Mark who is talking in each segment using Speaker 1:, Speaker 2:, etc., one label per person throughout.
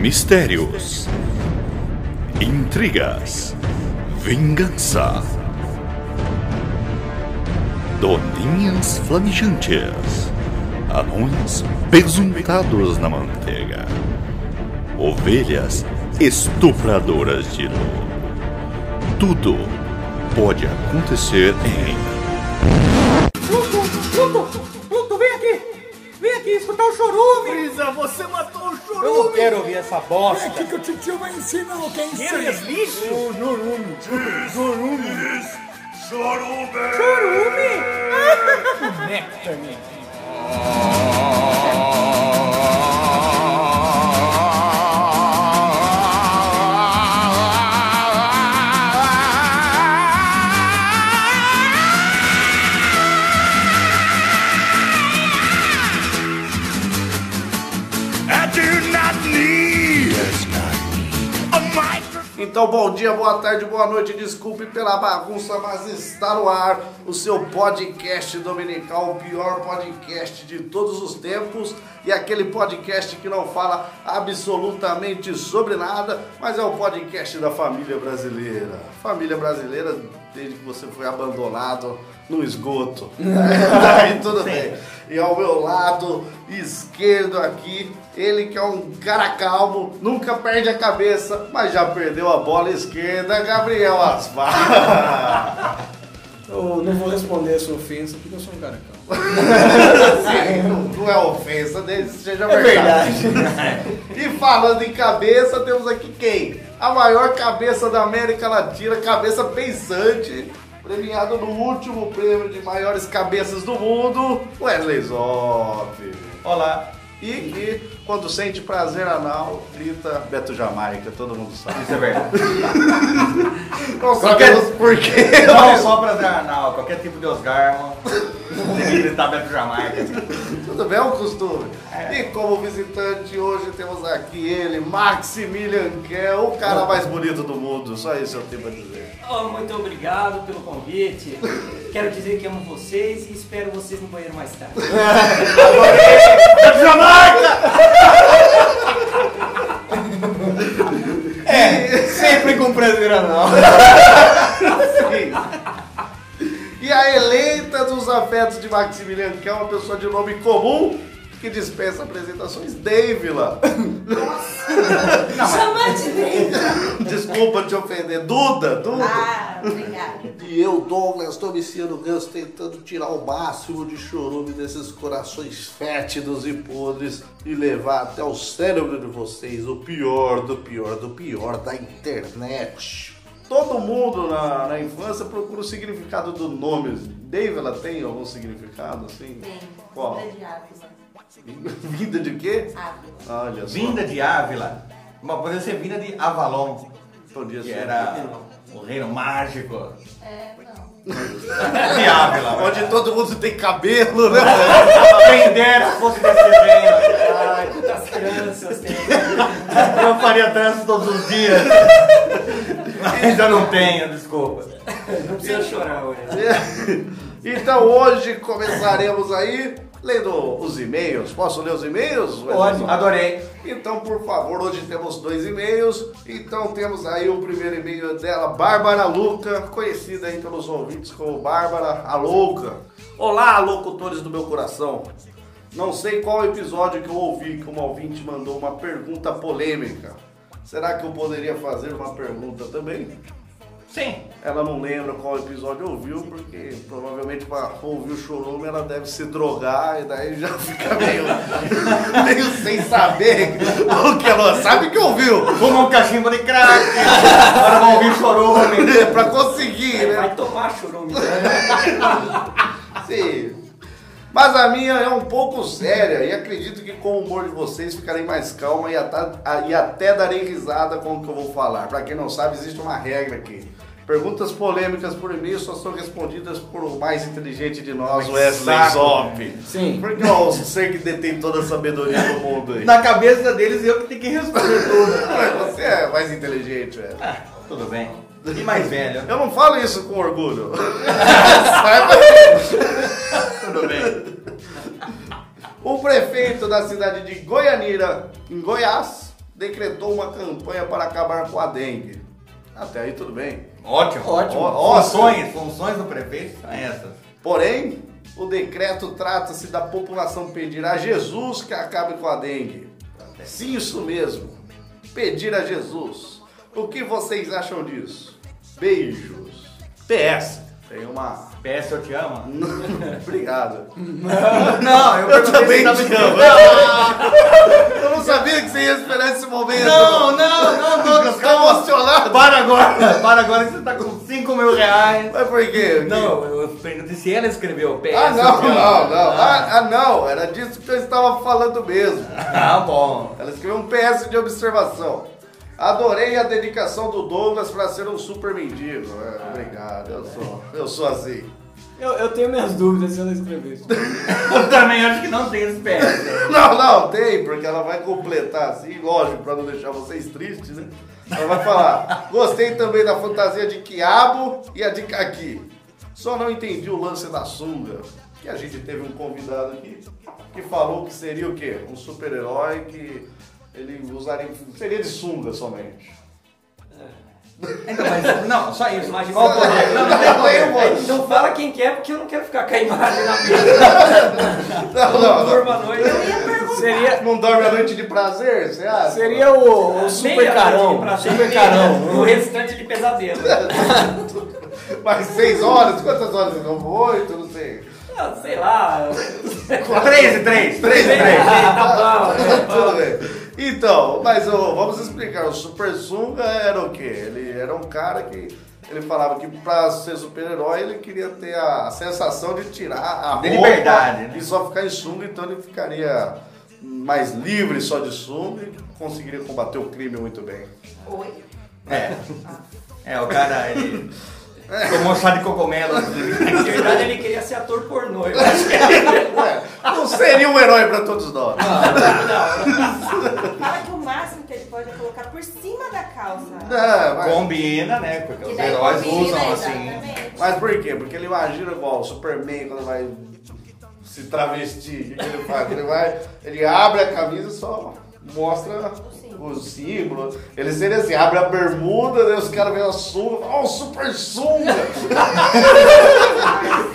Speaker 1: Mistérios, intrigas, vingança, doninhas flamejantes, anões pesuntados na manteiga, ovelhas estupradoras de luz. Tudo pode acontecer em
Speaker 2: Pluto, Pluto, Pluto, vem aqui! Vem aqui escutar o chorume!
Speaker 3: Isa, você matou o
Speaker 4: Eu
Speaker 3: chorume!
Speaker 4: não quero ouvir essa bosta.
Speaker 5: que o titio vai ensinar o que é
Speaker 3: Aqueles lixos!
Speaker 4: O Jurume.
Speaker 2: Chorume!
Speaker 3: Então, bom dia, boa tarde, boa noite. Desculpe pela bagunça, mas está no ar o seu podcast dominical, o pior podcast de todos os tempos. E aquele podcast que não fala absolutamente sobre nada, mas é o podcast da família brasileira. Família brasileira, desde que você foi abandonado no esgoto. Daí tudo bem. E ao meu lado esquerdo aqui, ele que é um cara calmo, nunca perde a cabeça, mas já perdeu a bola esquerda, Gabriel Asfar.
Speaker 4: Eu não vou responder a sua ofensa porque eu sou um cara calmo.
Speaker 3: não, não é ofensa, desde que seja
Speaker 4: É
Speaker 3: verdade.
Speaker 4: verdade.
Speaker 3: E falando em cabeça, temos aqui quem? A maior cabeça da América Latina, cabeça pensante, premiado no último prêmio de maiores cabeças do mundo, Wesley Zop.
Speaker 4: Olá.
Speaker 3: E que quando sente prazer anal, grita Beto Jamaica, todo mundo sabe.
Speaker 4: Isso é verdade.
Speaker 3: Não sabemos por quê.
Speaker 4: Não só prazer anal, qualquer tipo de Osgarma. Tem que gritar Beto tá Jamaica.
Speaker 3: Tudo bem, é um costume. E como visitante, hoje temos aqui ele, Maximilian Kell, o cara mais bonito do mundo. Só isso eu tenho a dizer.
Speaker 6: Oh, muito obrigado pelo convite. Quero dizer que amo vocês e espero vocês no banheiro mais tarde.
Speaker 4: É, Sempre com prazer anal.
Speaker 3: E a eleita dos afetos de Maximilian Kell, uma pessoa de nome comum que dispensa apresentações, Davila.
Speaker 7: Chamante dele.
Speaker 3: Desculpa te ofender, Duda, Duda.
Speaker 7: Ah, obrigada.
Speaker 3: E eu, Douglas Domiciano Ganso, tentando tirar o máximo de chorume desses corações fétidos e podres e levar até o cérebro de vocês o pior do pior do pior da internet. Todo mundo na, na infância procura o significado do nome. Dave, ela tem algum significado assim?
Speaker 7: Tem.
Speaker 3: Qual?
Speaker 7: Vida de Ávila.
Speaker 3: Vinda de quê? Ah.
Speaker 7: Ávila.
Speaker 3: Olha só.
Speaker 4: Vinda de Ávila. Mas poderia ser vinda de Avalon,
Speaker 3: Podia
Speaker 4: que
Speaker 3: ser.
Speaker 4: era o reino mágico
Speaker 7: É, não.
Speaker 4: de Ávila.
Speaker 3: Onde todo mundo tem cabelo, né?
Speaker 4: Quem dera se fosse descendente.
Speaker 6: Ai, quantas crianças tem.
Speaker 4: Eu faria trânsito todos os dias. Mas eu não tenho, desculpa.
Speaker 6: Não precisa chorar, Wesley.
Speaker 3: Então hoje começaremos aí lendo os e-mails. Posso ler os e-mails?
Speaker 4: Pode, adorei.
Speaker 3: Então, por favor, hoje temos dois e-mails. Então temos aí o primeiro e-mail é dela, Bárbara Luca, conhecida aí pelos ouvintes como Bárbara a Louca. Olá, locutores do meu coração. Não sei qual episódio que eu ouvi que uma ouvinte mandou uma pergunta polêmica. Será que eu poderia fazer uma pergunta também?
Speaker 4: Sim.
Speaker 3: Ela não lembra qual episódio ouviu, porque provavelmente para ouvir o chorume ela deve se drogar e daí já fica meio, meio sem saber o que ela sabe que ouviu.
Speaker 4: Fuma um cachimbo de crack. Agora vão ouvir chorume.
Speaker 3: para É conseguir, né?
Speaker 6: É, Vai tomar chorume.
Speaker 3: Sim. Mas a minha é um pouco séria e acredito que com o humor de vocês ficarei mais calma e ata- a- e até, darei risada com o que eu vou falar. Pra quem não sabe, existe uma regra aqui. Perguntas polêmicas por e-mail só são respondidas por o mais inteligente de nós, Wesley
Speaker 4: saco.
Speaker 3: Zop.
Speaker 4: Sim.
Speaker 3: Porque é o ser que detém toda a sabedoria do mundo aí.
Speaker 4: Na cabeça deles eu que tenho que responder tudo.
Speaker 3: Você é mais inteligente, velho.
Speaker 4: Ah, tudo bem. E mais velho.
Speaker 3: Eu não falo isso com orgulho. Saiba.
Speaker 4: Tudo bem.
Speaker 3: O prefeito da cidade de Goianira, em Goiás, decretou uma campanha para acabar com a dengue. Até aí tudo bem.
Speaker 4: Ótimo.
Speaker 3: Ótimo.
Speaker 4: Ó- Funções, funções do prefeito são essas.
Speaker 3: Porém, o decreto trata-se da população pedir a Jesus que acabe com a dengue. Sim, isso mesmo. Pedir a Jesus. O que vocês acham disso? Beijos. PS. Tem uma.
Speaker 4: PS, eu te amo?
Speaker 3: Obrigado.
Speaker 4: Não, eu, tá perguntei se tava de-
Speaker 3: Eu não sabia que você ia esperar esse momento.
Speaker 4: Não, não, não, Douglas,
Speaker 3: Tá
Speaker 4: calma.
Speaker 3: emocionado.
Speaker 4: Para agora, para agora que você tá com 5 mil reais.
Speaker 3: Mas por quê?
Speaker 6: Não, eu perguntei se ela escreveu PS.
Speaker 3: Ah, não,
Speaker 6: eu-
Speaker 3: não, não. Ah, ah, não. Era disso que eu estava falando mesmo.
Speaker 4: Ah, bom.
Speaker 3: Ela escreveu um PS de observação. Adorei a dedicação do Douglas para ser um super mendigo. É, obrigado, eu sou, eu sou assim.
Speaker 8: Eu, eu tenho minhas dúvidas se ela escrever isso.
Speaker 4: Eu também acho que não tem esse PS.
Speaker 3: Não, não, tem, porque ela vai completar assim, lógico, para não deixar vocês tristes, né? Ela vai falar: gostei também da fantasia de quiabo e a de caqui. Só não entendi o lance da sunga. Que a gente teve um convidado aqui que falou que seria o quê? Um super-herói que ele usaria. Seria de sunga somente.
Speaker 4: Então, mas, não, só isso. Imagina
Speaker 3: Não,
Speaker 4: qual o poder.
Speaker 3: não, não,
Speaker 6: Não É, então fala quem quer, porque eu não quero ficar com a imagem na mesa.
Speaker 3: não, não, não.
Speaker 6: Durma à noite. Eu ia perguntar. Seria.
Speaker 3: Não dorme a noite de prazer, você acha?
Speaker 8: Seria o, o super carão. Super carão.
Speaker 6: O restante de pesadelo.
Speaker 3: Mais seis horas? Quantas horas? Não, oito, não sei.
Speaker 6: Ah, sei lá.
Speaker 4: 3 e 3. 3 e 3.
Speaker 6: Ah, tá bom.
Speaker 3: Tudo bem. Então, mas ô, vamos explicar. O Super Sunga era o quê? Ele era um cara que ele falava que pra ser super-herói ele queria ter a sensação de tirar a
Speaker 4: De
Speaker 3: roupa
Speaker 4: liberdade, né?
Speaker 3: e só ficar em sunga, então ele ficaria mais livre só de sunga e conseguiria combater o crime muito bem.
Speaker 7: Oi.
Speaker 4: É. É, o cara, ele. Tomou chá de cogumelo.
Speaker 6: Na verdade, ele queria ser ator pornô. Eu acho que
Speaker 3: É, não seria um herói pra todos nós.
Speaker 4: Ah,
Speaker 7: Fala que o máximo que ele pode é colocar por cima da calça.
Speaker 3: Não, É, mas-
Speaker 4: Combina, né? Porque
Speaker 7: Que
Speaker 4: os
Speaker 7: daí
Speaker 4: heróis
Speaker 7: combina, né,
Speaker 4: usam assim.
Speaker 7: exatamente.
Speaker 3: Mas por quê? Porque ele imagina igual o Superman quando vai se travestir. O que ele faz? Ele, vai, ele abre a camisa e só mostra
Speaker 7: símbolo.
Speaker 3: o símbolo. Ele seria assim, abre a bermuda, daí os caras veem a sunga. Ó, o super sunga!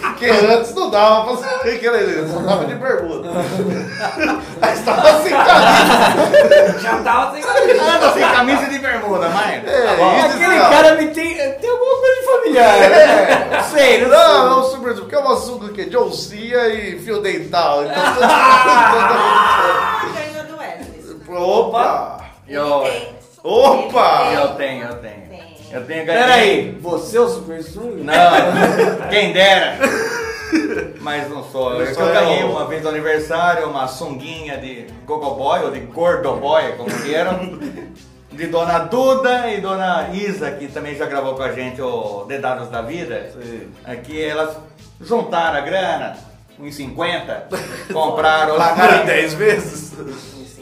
Speaker 3: Porque antes não dava pra saber que era ele, só dava de bermuda. assim, Aí estava sem camisa.
Speaker 6: já tava sem camisa.
Speaker 4: Anda sem camisa e de bermuda, mas. Tá
Speaker 3: É, isso,
Speaker 8: Aquele
Speaker 3: não.
Speaker 8: cara me tem. Tem alguma coisa de
Speaker 6: né?
Speaker 8: familiar.
Speaker 3: É.
Speaker 8: Não sei, não
Speaker 3: Não,
Speaker 8: sei.
Speaker 3: não, super porque é uma sunga que é de oncinha e fio dental. Então, tudo- tudo-
Speaker 7: Ah, ganhou do Wesley.
Speaker 3: Opa!
Speaker 4: Eu, ah,
Speaker 7: Tem.
Speaker 3: Opa!
Speaker 4: eu tenho, eu tenho.
Speaker 7: Tem.
Speaker 4: Eu tenho
Speaker 8: Peraí, você é o Super Sunga?
Speaker 4: Não, quem dera. Mas não sou. Eu,
Speaker 3: Não sou
Speaker 4: eu
Speaker 3: eu.
Speaker 4: ganhei uma vez no aniversário uma sunguinha de gogoboy ou de gordoboy, como queiram. De Dona Duda e Dona Isa, que também já gravou com a gente o Dedados da Vida. Aqui elas juntaram a grana, 1,50, compraram lá.
Speaker 3: Pagaram 10 vezes?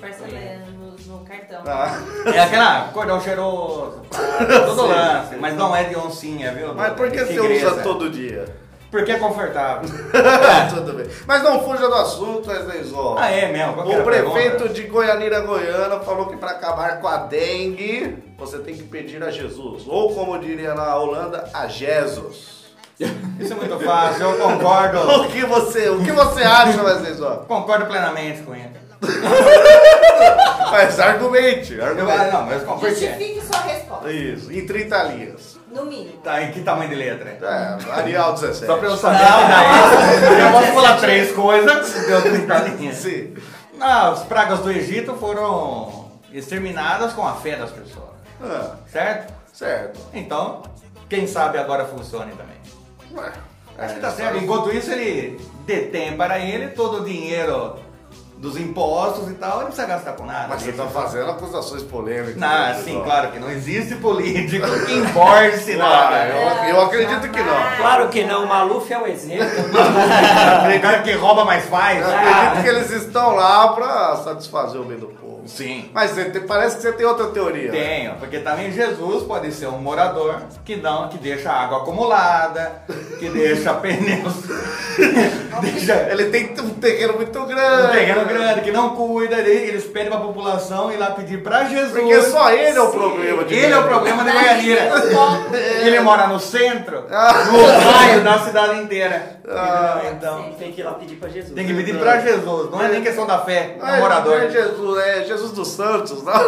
Speaker 7: Parcelamos no cartão.
Speaker 3: Ah,
Speaker 4: É aquela cordão cheiroso, todo lance, mas não é de oncinha, viu?
Speaker 3: Mas por que você
Speaker 4: Tigresa.
Speaker 3: usa todo dia?
Speaker 4: Porque é confortável. É.
Speaker 3: Tudo bem. Mas não fuja do assunto, Wesley Zó.
Speaker 4: Ah, é mesmo? Qual que era
Speaker 3: O
Speaker 4: a pergunta?
Speaker 3: prefeito de Goianira Goiana falou que para acabar com a dengue, você tem que pedir a Jesus. Ou como diria na Holanda, a Jesus.
Speaker 4: Isso é muito fácil, eu concordo.
Speaker 3: O que você, o que você acha, Wesley Zó?
Speaker 4: Concordo plenamente com ele.
Speaker 3: Mas argumente,
Speaker 4: Eu, ah,
Speaker 3: argumente.
Speaker 4: não, mas concordo.
Speaker 7: Justifique sua resposta.
Speaker 3: Isso, em 30 linhas.
Speaker 7: No mínimo.
Speaker 4: Tá, em que tamanho de letra?
Speaker 3: É, Arial 17.
Speaker 4: Só pra eu saber que daí. Eu posso falar três coisas, deu 30 linhas.
Speaker 3: Sim.
Speaker 4: Ah, as pragas do Egito foram exterminadas com a fé das pessoas,
Speaker 3: Ah,
Speaker 4: certo?
Speaker 3: certo.
Speaker 4: Então, quem sabe agora funcione também.
Speaker 3: Ué, é,
Speaker 4: Acho que tá certo. Enquanto isso, ele detém para ele todo o dinheiro dos impostos e tal, ele não precisa gastar com nada.
Speaker 3: Mas você tá fazendo acusações polêmicas.
Speaker 4: Ah,
Speaker 3: né,
Speaker 4: sim,
Speaker 3: pessoal?
Speaker 4: claro que não existe político que emborse
Speaker 3: Ah, eu,
Speaker 4: nada. né?
Speaker 3: eu acredito que não.
Speaker 6: Claro que não, o Maluf é o exemplo.
Speaker 4: O cara que rouba mais faz.
Speaker 3: Eu acredito que eles estão lá pra satisfazer o bem do povo.
Speaker 4: Sim.
Speaker 3: Mas você tem- parece que você tem outra teoria. né?
Speaker 4: Tenho, porque também Jesus pode ser um morador que não, que deixa água acumulada, que deixa pneus Deixa-
Speaker 3: Ele tem um terreno muito grande.
Speaker 4: Um terreno grande que não cuida, ele- eles pedem pra população ir lá pedir pra Jesus.
Speaker 3: Porque só ele é o problema de
Speaker 4: Ele é o problema da né? Goianira. Ele mora no centro, no raio da cidade inteira. então,
Speaker 6: Tem que ir lá pedir pra Jesus.
Speaker 4: tem que pedir pra Jesus, não é nem questão da fé, é um morador.
Speaker 3: Não é Jesus, é Jesus dos Santos. Não.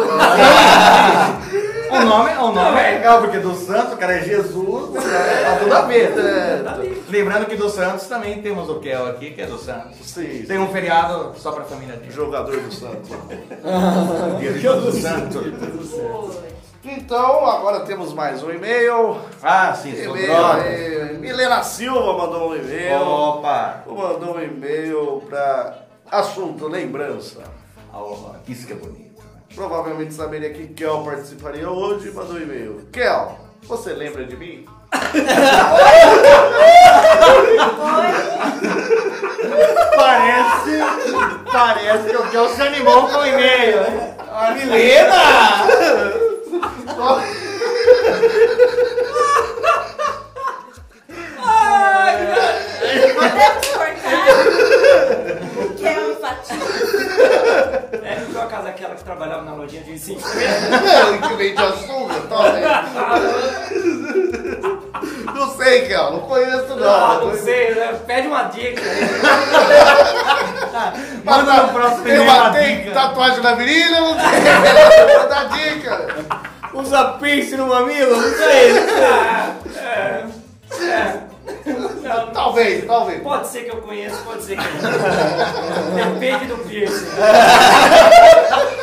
Speaker 4: O nome, o nome é legal, porque do Santos, o cara, é Jesus, tá tudo a ver. Lembrando que do Santos também temos o Kel aqui, que é do Santos.
Speaker 3: Sim,
Speaker 4: Tem um feriado só pra família dele.
Speaker 3: jogador do Santos.
Speaker 4: Dia do Santos.
Speaker 3: Então, agora temos mais um e-mail.
Speaker 4: Ah, sim, sou
Speaker 3: E-mail,
Speaker 4: droga.
Speaker 3: é, Milena Silva mandou um e-mail.
Speaker 4: Opa!
Speaker 3: Mandou um e-mail para assunto lembrança.
Speaker 4: Ó, Isso que é bonito.
Speaker 3: Provavelmente saberia que Kel participaria hoje e mandou um e-mail. Kel, você lembra de mim?
Speaker 4: Parece, parece que o Kel se animou com o e-mail. A Milena!
Speaker 7: Podemos cortar. Que é um fatinho.
Speaker 6: É igual a casa aquela que trabalhava na lojinha de ensino.
Speaker 3: que vende açúcar, talvez. tá Não sei, Kel, não conheço
Speaker 6: Ah,
Speaker 3: não.
Speaker 6: não sei, né? pede uma dica.
Speaker 3: Mas
Speaker 4: Manda
Speaker 3: tá-
Speaker 4: no próximo
Speaker 3: eu
Speaker 4: e-mail a
Speaker 3: matei
Speaker 4: dica.
Speaker 3: tatuagem na virilha, não sei. Vou dar dica.
Speaker 8: Usa pince no mamilo? Não sei.
Speaker 6: Não,
Speaker 3: Talvez, talvez.
Speaker 6: pode ser que eu conheça, pode ser que não. Depende do piercing.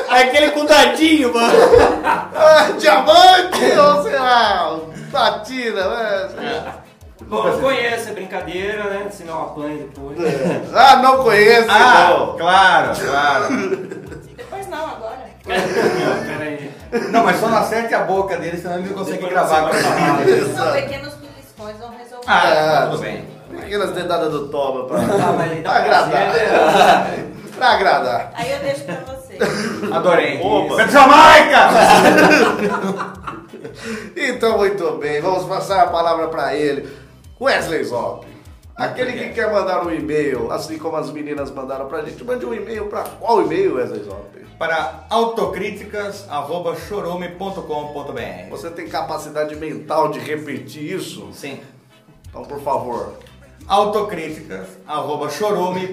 Speaker 8: É aquele com dadinho, mano.
Speaker 3: Ah, diamante ou sei lá, platina, né?
Speaker 6: Bom, eu conheço, é brincadeira, né? Senão eu apanho depois.
Speaker 8: É.
Speaker 3: Ah, não conheço,
Speaker 4: Ah,
Speaker 3: não.
Speaker 4: claro, claro.
Speaker 7: Depois não, agora.
Speaker 6: Peraí.
Speaker 4: Não, mas só não acerte a boca dele, senão ele não consegue gravar com essa mala.
Speaker 7: São pequenos beliscões, vão resolver.
Speaker 4: Ah, tudo bem.
Speaker 3: Pequenas dedadas do Toma
Speaker 6: Ah,
Speaker 3: pra,
Speaker 6: mas aí
Speaker 3: pra
Speaker 6: dá
Speaker 8: Tá
Speaker 6: né? pra
Speaker 3: agradar. pra agradar.
Speaker 7: Aí eu deixo pra vocês.
Speaker 4: Adorei.
Speaker 3: Oba.
Speaker 4: Isso. Jamaica!
Speaker 3: Então, muito bem, vamos passar a palavra pra ele. Wesley Zop. Aquele que quer mandar um e-mail, assim como as meninas mandaram pra gente, mande um e-mail pra qual e-mail, Wesley Zop?
Speaker 4: Para autocríticas.chorome.com.br
Speaker 3: Você tem capacidade mental de repetir isso?
Speaker 4: Sim.
Speaker 3: Então, por favor.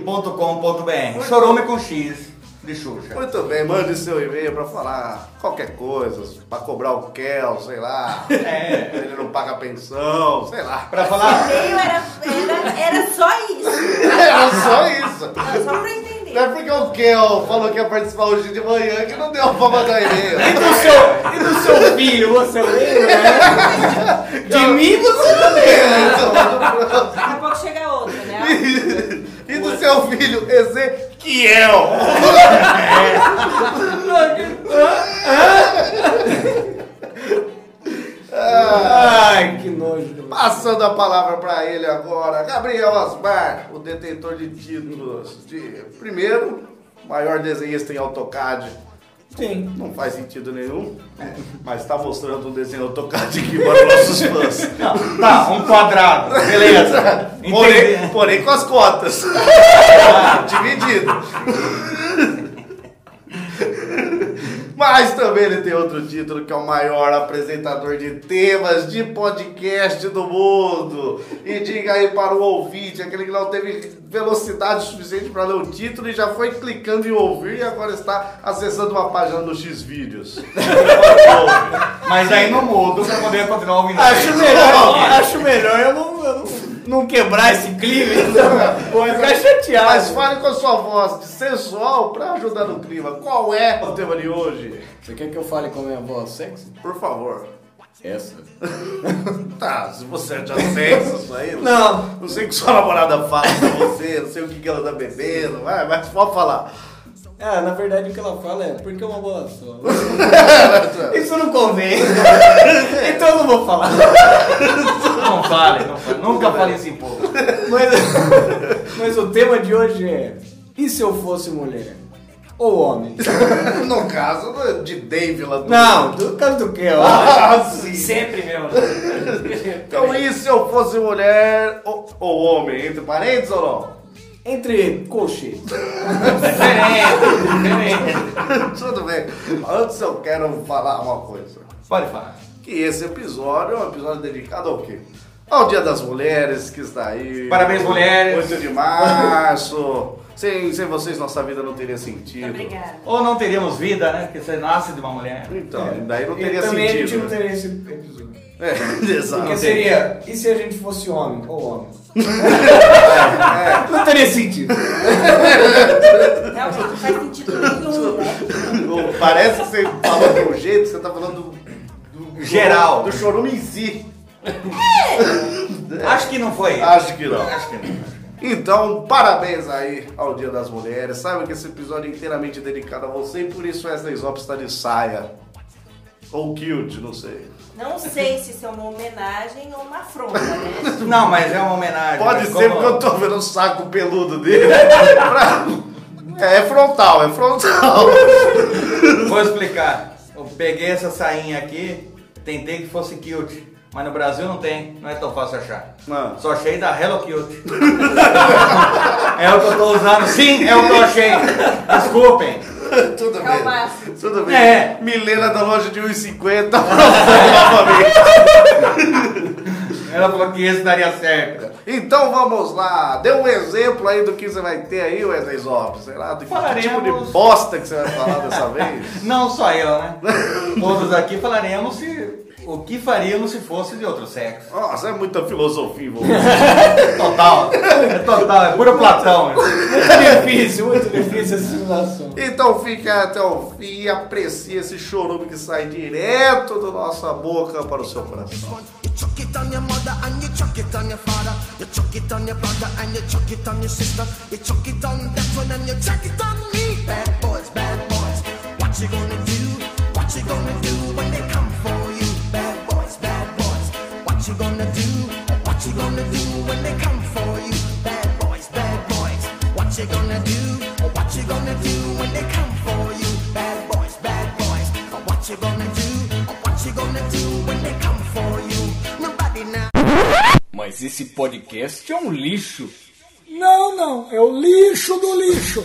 Speaker 4: autocríticas.chorome.com.br Chorome com X de Xuxa.
Speaker 3: Muito bem, mande seu e-mail pra falar qualquer coisa, pra cobrar o Kel, sei lá.
Speaker 4: É.
Speaker 3: Ele não paga pensão, sei lá.
Speaker 4: Pra falar...
Speaker 7: Meio era, era, era só isso.
Speaker 3: Era É só isso.
Speaker 7: Não, só pra
Speaker 3: Não
Speaker 7: entender.
Speaker 3: é porque o Kel falou que ia participar hoje de manhã que não deu pra mandar e-mail.
Speaker 8: Do seu, e do seu filho, você lembra? De mim você né? não lembra.
Speaker 3: Então,
Speaker 7: Daqui a pouco chega outra, né?
Speaker 3: E do seu filho, Ezequiel.
Speaker 8: Ai, que nojo.
Speaker 3: Passando a palavra pra ele agora, Gabriel Asmar, o detentor de títulos de primeiro, maior desenhista em AutoCAD.
Speaker 8: Sim.
Speaker 3: Não faz sentido nenhum, mas tá mostrando um desenho AutoCAD que para nossos fãs.
Speaker 4: Não, tá, um quadrado, beleza.
Speaker 3: Porém,
Speaker 4: Entendi.
Speaker 3: porém com as cotas. Dividido. Mas também ele tem outro título que é o maior apresentador de temas de podcast do mundo. E diga aí para o ouvinte, aquele que não teve velocidade suficiente para ler o título e já foi clicando em ouvir e agora está acessando uma página no X Vídeos.
Speaker 4: Mas aí no mudo pra poder continuar ouvindo.
Speaker 8: Acho melhor, acho melhor eu não, eu não- não quebrar esse clima. então. Pô, eu ficar chateado.
Speaker 3: Mas fale com a sua voz de sensual para ajudar no clima. Qual é o tema de hoje?
Speaker 8: Você quer que eu fale com a minha voz sexy?
Speaker 3: Por favor.
Speaker 8: Essa.
Speaker 3: Tá, se você já sexo, isso aí.
Speaker 8: Não.
Speaker 3: Não sei o que sua namorada fala pra você, não sei o que que ela tá bebendo, vai, mas pode falar.
Speaker 8: Ah, na verdade o que ela fala é porque é uma bola só. Isso não convém. Então eu não vou falar.
Speaker 4: Ah, Não fale, não fale. Nunca fale assim, isso em público.
Speaker 8: Mas, mas o tema de hoje é: e se eu fosse mulher? Ou homem?
Speaker 3: No caso do- de Dave lá do.
Speaker 8: Não, do caso do que?
Speaker 3: Ah, sim.
Speaker 6: Sempre, meu.
Speaker 3: Então, e se eu fosse mulher ou, ou homem, entre parênteses ou não?
Speaker 8: Entre coxas.
Speaker 9: Diferente, diferente.
Speaker 3: Tudo bem. Antes eu quero falar uma coisa.
Speaker 4: Pode falar.
Speaker 3: Que esse episódio é um episódio dedicado ao quê? Ao Dia das Mulheres que está aí.
Speaker 4: Parabéns, mulheres.
Speaker 3: 8 de março. sem, sem vocês, nossa vida não teria sentido.
Speaker 7: Obrigada.
Speaker 4: Ou não teríamos vida, né? Porque você nasce de uma mulher.
Speaker 3: Então, daí não
Speaker 8: É. E
Speaker 3: teria
Speaker 8: também a gente
Speaker 3: sentido. né?
Speaker 8: não teria esse episódio.
Speaker 3: É, exato.
Speaker 8: Porque seria, e se a gente fosse homem ou homem?
Speaker 3: É,
Speaker 8: Não teria sentido.
Speaker 7: Realmente, não faz sentido nenhum, né?
Speaker 3: Parece que você falou de um jeito, você tá falando do, do-
Speaker 4: Geral.
Speaker 3: Do chorume em si.
Speaker 4: Acho que não foi.
Speaker 3: Acho que não.
Speaker 4: Acho que não.
Speaker 3: Então, parabéns aí ao Dia das Mulheres. Saiba que esse episódio é inteiramente dedicado a você e por isso essa Isop está de saia. Ou kilt, não sei.
Speaker 7: Não sei se isso é uma homenagem ou uma afronta, né?
Speaker 4: Não, mas é uma homenagem.
Speaker 3: Pode
Speaker 4: né?
Speaker 3: ser
Speaker 4: Como-
Speaker 3: porque eu tô vendo o saco peludo dele. Pra- É, é frontal, é frontal.
Speaker 4: Vou explicar. Eu peguei essa sainha aqui, tentei que fosse kilt. Mas no Brasil não tem, não é tão fácil achar.
Speaker 3: Não.
Speaker 4: Só achei da Hello Kilt. é o que eu tô usando. Sim, é o que eu achei. Desculpem.
Speaker 3: Tudo
Speaker 7: É o
Speaker 3: bem.
Speaker 7: máximo.
Speaker 3: Tudo bem.
Speaker 4: É.
Speaker 3: Milena da loja de 1,50. novamente.
Speaker 4: Ela falou que esse daria certo.
Speaker 3: Então vamos lá. Dê um exemplo aí do que você vai ter aí, Wesley Zop. Sei lá, do que, que tipo de
Speaker 4: Falaremos-
Speaker 3: bosta que você vai falar dessa vez.
Speaker 4: Não só eu, né? Todos aqui falaremos se, o que faríamos se fosse de outro sexo.
Speaker 3: Nossa, é muita filosofia envolvida.
Speaker 4: Total. É total, é puro Platão.
Speaker 8: Muito difícil, muito difícil essa simulação.
Speaker 3: Então fique até o fim e aprecie esse chorume que sai direto da nossa boca para o seu coração.
Speaker 6: chuck it on your mother and you chuck it on your father. You chuck it on your brother and you chuck it on your sister. You chuck it on that one and you chuck it on me. Bad boys, bad boys. What you gonna do? What you gonna do when they come for you? Bad boys, bad boys. What you gonna do? What you gonna do when they come for you? Bad boys, bad boys. What you gonna do? What you gonna do when they come for you? Bad boys, bad boys. What you gonna do? What you gonna do when they come for you? Nobody now.
Speaker 10: Mas esse podcast é um lixo.
Speaker 11: Não, não, é o lixo do lixo.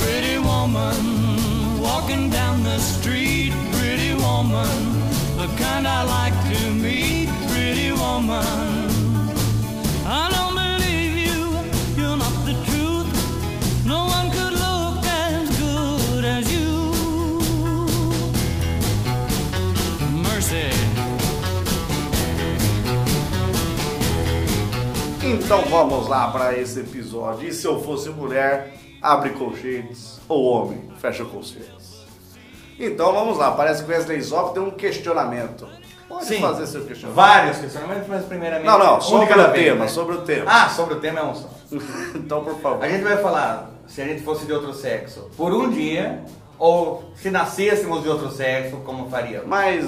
Speaker 10: Pretty woman, walking down the street. Pretty woman, the kind I like to meet. Pretty woman, I don't believe you. You're not the truth. No one could look as good as you. Mercy.
Speaker 3: Então vamos lá para esse episódio. E se eu fosse mulher, abre colchetes. Ou homem, fecha colchetes. Então vamos lá. Parece que o Wesley Zop tem um questionamento. Pode
Speaker 4: Sim.
Speaker 3: fazer seu questionamento.
Speaker 4: Vários questionamentos, mas primeiramente.
Speaker 3: Não,
Speaker 4: um
Speaker 3: não,
Speaker 4: de
Speaker 3: sobre
Speaker 4: cada
Speaker 3: o
Speaker 4: vez,
Speaker 3: tema,
Speaker 4: né?
Speaker 3: sobre o tema.
Speaker 4: Ah, sobre o tema é um só.
Speaker 3: Então, por favor.
Speaker 4: A gente vai falar se a gente fosse de outro sexo por um dia ou se nascêssemos de outro sexo, como faríamos.
Speaker 3: Mas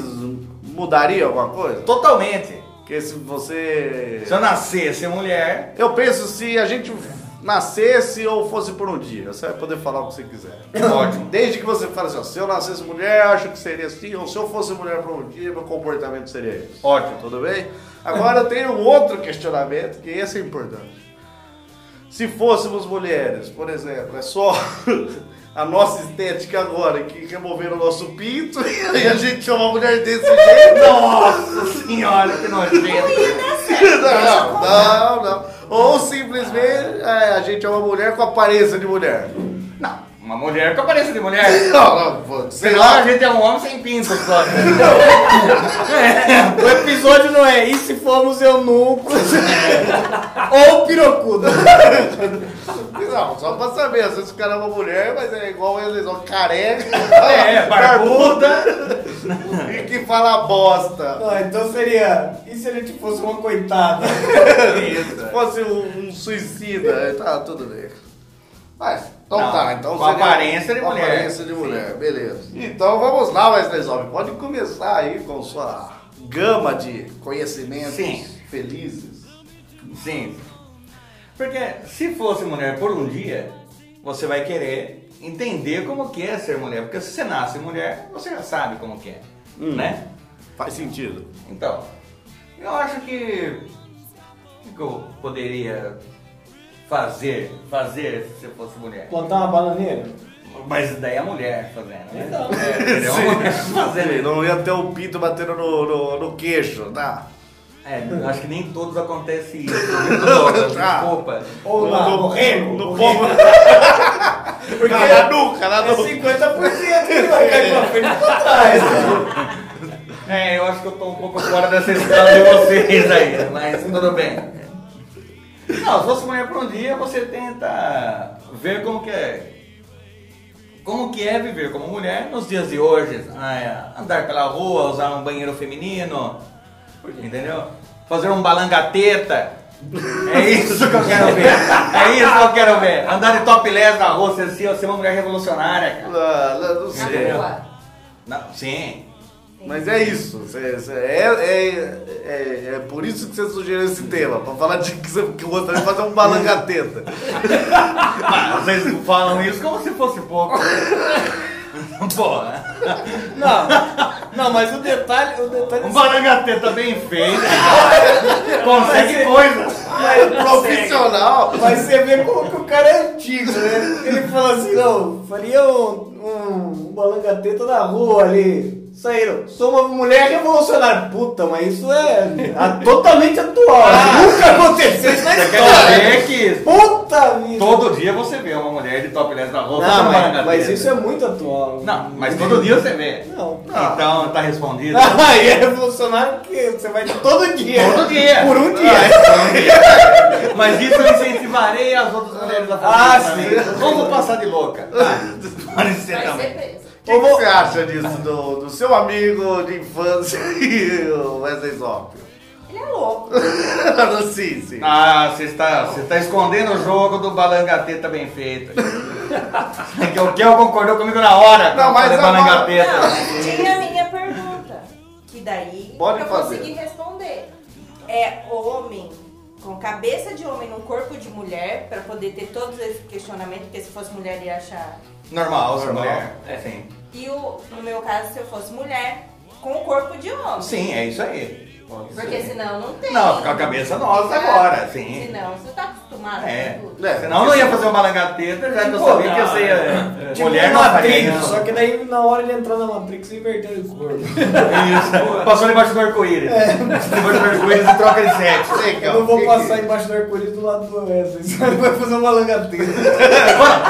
Speaker 3: mudaria alguma coisa?
Speaker 4: Totalmente.
Speaker 3: Porque se você.
Speaker 4: Se eu nascesse mulher,
Speaker 3: Eu penso se a gente nascesse ou fosse por um dia. Você vai poder falar o que você quiser.
Speaker 4: ótimo.
Speaker 3: Desde que você fale assim, ó, se eu nascesse mulher, acho que seria assim, ou se eu fosse mulher por um dia, meu comportamento seria esse.
Speaker 4: Ótimo.
Speaker 3: Tudo bem? Agora eu tenho outro questionamento, que esse é importante. Se fôssemos mulheres, por exemplo, é só a nossa estética agora que remover o nosso pinto e aí a gente chama uma mulher desse jeito.
Speaker 4: Nossa senhora, que nojento.
Speaker 3: Não, não, não. Ou simplesmente é, a gente é uma mulher com aparência de mulher.
Speaker 4: Não, uma mulher que apareça de mulher.
Speaker 3: Não, não, sei
Speaker 4: Senão a gente é um homem sem pinto só.
Speaker 8: O episódio não é e se formos eunucos ou pirocudo.
Speaker 3: Não, só pra saber, às vezes o cara é uma mulher, mas é igual eles, ó, careca,
Speaker 4: É, barbuda.
Speaker 3: e que fala bosta.
Speaker 8: Ah, então seria. E se a gente fosse uma coitada?
Speaker 3: Se fosse um, um suicida, tá tudo bem. Mas, então
Speaker 4: Não,
Speaker 3: tá, então
Speaker 4: com aparência de
Speaker 3: com
Speaker 4: mulher.
Speaker 3: aparência de mulher, beleza. Então vamos lá, Wesley Zop, pode começar aí com sua gama de conhecimentos
Speaker 4: Sim.
Speaker 3: felizes.
Speaker 4: Sim. Porque se fosse mulher por um dia, você vai querer entender como que é ser mulher. Porque se você nasce mulher, você já sabe como que é,
Speaker 8: Hum.
Speaker 4: né?
Speaker 3: Faz sentido.
Speaker 4: Então, eu acho que o que eu poderia fazer, fazer se eu fosse mulher.
Speaker 8: Plantar uma bananeira?
Speaker 4: Mas isso daí é a mulher fazendo, né?
Speaker 8: Então.
Speaker 4: É, entendeu? É uma mulher fazendo.
Speaker 3: Sim, não ia ter o pinto batendo no, no, no queixo, tá?
Speaker 4: É, eu acho que nem todos acontece isso. né? Nem
Speaker 8: Ah.
Speaker 4: todos,
Speaker 3: Tá.
Speaker 4: assim, desculpa.
Speaker 8: Ou na- no rego?
Speaker 3: No pombo.
Speaker 8: Porque
Speaker 3: Na nuca, na
Speaker 8: é
Speaker 3: nuca.
Speaker 8: 50% que vai cair pra frente e pra trás. né?
Speaker 4: É, eu acho que eu tô um pouco fora dessa história de vocês aí, mas tudo bem. Não, se fosse mulher por um dia, você tenta ver como que é. Como que é viver como mulher nos dias de hoje. Ah, é, andar pela rua, usar um banheiro feminino, entendeu? Fazer um balangateta. É isso que eu quero ver. É isso que eu quero ver. Andar de topless na rua, ser, assim, ser uma mulher revolucionária, cara.
Speaker 3: Não, não, não
Speaker 7: Na
Speaker 3: sei.
Speaker 7: rua.
Speaker 4: Não, sim.
Speaker 3: Mas é isso. Cê- cê- É, é, é, é por isso que você sugeriu esse tema. Pra falar de que você que eu gostaria de fazer um balangateta.
Speaker 4: Ah, Vocês falam isso como se fosse pouco. né? Porra.
Speaker 8: Não, não, mas o detalhe. O detalhe é
Speaker 4: Um barangateta bem feito. Consegue coisas.
Speaker 3: Profissional.
Speaker 8: Mas você vê como que o cara é antigo, né? Ele fala assim, não, faria um, um, um balangateta na rua ali. Saíram, sou uma mulher revolucionária. Puta, mas isso é a- totalmente atual.
Speaker 4: Ah.
Speaker 8: Nunca aconteceu isso na
Speaker 4: Você quer
Speaker 8: história.
Speaker 4: dizer é que
Speaker 8: Puta vida.
Speaker 4: todo dia você vê uma mulher de topless na roupa
Speaker 8: Não, mas, mas isso é muito atual.
Speaker 4: Não, mas todo dia você vê.
Speaker 8: Não.
Speaker 4: Então tá respondido.
Speaker 8: Ah, e é revolucionário porque você vai todo dia.
Speaker 4: Todo dia. Ah,
Speaker 8: Por um dia.
Speaker 4: Mas isso eu incentivarei as outras mulheres a
Speaker 8: Ah,
Speaker 4: fazer. isso também. Vamos passar de louca.
Speaker 8: tá
Speaker 4: Ah, Pode ser
Speaker 7: Vai ser
Speaker 4: também.
Speaker 7: preso.
Speaker 3: O que que você acha disso do, do seu amigo de infância e o Wesley Zop?
Speaker 7: Ele é louco.
Speaker 3: sim, sim.
Speaker 4: Ah, você está, você está escondendo o jogo do balangateta bem feito. É que o Kel concordou comigo na hora.
Speaker 3: Não, mas
Speaker 4: fazer
Speaker 3: agora-
Speaker 4: balangateta.
Speaker 7: Não, tinha a minha pergunta. Que daí
Speaker 3: Pode
Speaker 7: eu
Speaker 3: fazer.
Speaker 7: consegui responder. É homem com cabeça de homem num corpo de mulher pra poder ter todos esses questionamentos, porque se fosse mulher ia achar.
Speaker 4: Normal,
Speaker 3: Normal.
Speaker 4: normal. É sim.
Speaker 7: E o, no meu caso, se eu fosse mulher, com o corpo de homem.
Speaker 4: Sim, é isso aí.
Speaker 7: Porque senão não tem.
Speaker 4: Não, fica a cabeça nossa
Speaker 7: Fica-
Speaker 4: agora, sim.
Speaker 7: Senão você tá acostumado
Speaker 4: É.
Speaker 7: com tudo.
Speaker 3: É.
Speaker 4: Senão eu não ia fazer uma malangateta, já que eu
Speaker 8: Pô,
Speaker 4: sabia que
Speaker 8: cara,
Speaker 4: ia ser
Speaker 8: É.
Speaker 4: é,
Speaker 8: Tipo
Speaker 4: mulher não faria
Speaker 8: Matrix,
Speaker 4: isso.
Speaker 8: só que daí na hora ele entrar na Matrix inverteu o corpo.
Speaker 4: é Isso. Passou debaixo do arco-íris. Debaixo do arco-íris e troca de sexo.
Speaker 3: Legal.
Speaker 8: Eu não vou
Speaker 3: Que-
Speaker 8: passar embaixo do arco-íris do lado do Wesley, senão ele vai fazer uma langadeira.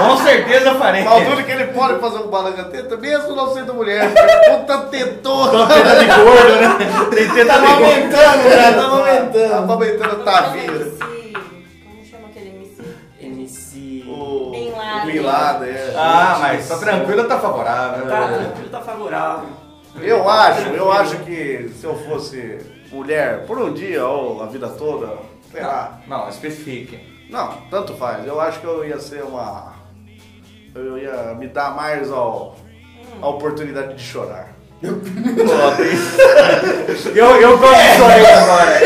Speaker 4: Com certeza farei.
Speaker 3: Falando é que ele pode fazer um balangateta, mesmo não sendo mulher. é um Puta tetora.
Speaker 4: Teta de gordo, né? Tem teta de gordo.
Speaker 8: aumentando, cara, tá
Speaker 3: Tá
Speaker 8: aumentando.
Speaker 3: amamentando a tavinha.
Speaker 7: MC. Como chama aquele MC?
Speaker 6: MC.
Speaker 3: O
Speaker 7: Bin Laden.
Speaker 3: tipo,
Speaker 8: né?
Speaker 3: o Bin Laden, é.
Speaker 4: Ah, mas tá tranquilo, tá favorável.
Speaker 6: Tá tranquilo, tá favorável.
Speaker 3: Eu acho, eu acho que se eu fosse mulher por um dia ou a vida toda, sei lá.
Speaker 4: Não, especifique.
Speaker 3: Não, tanto faz. Eu acho que eu ia ser uma. Eu ia me dar mais ao,
Speaker 8: Hum.
Speaker 3: a oportunidade de chorar.
Speaker 4: Eu, eu gosto de chorar agora.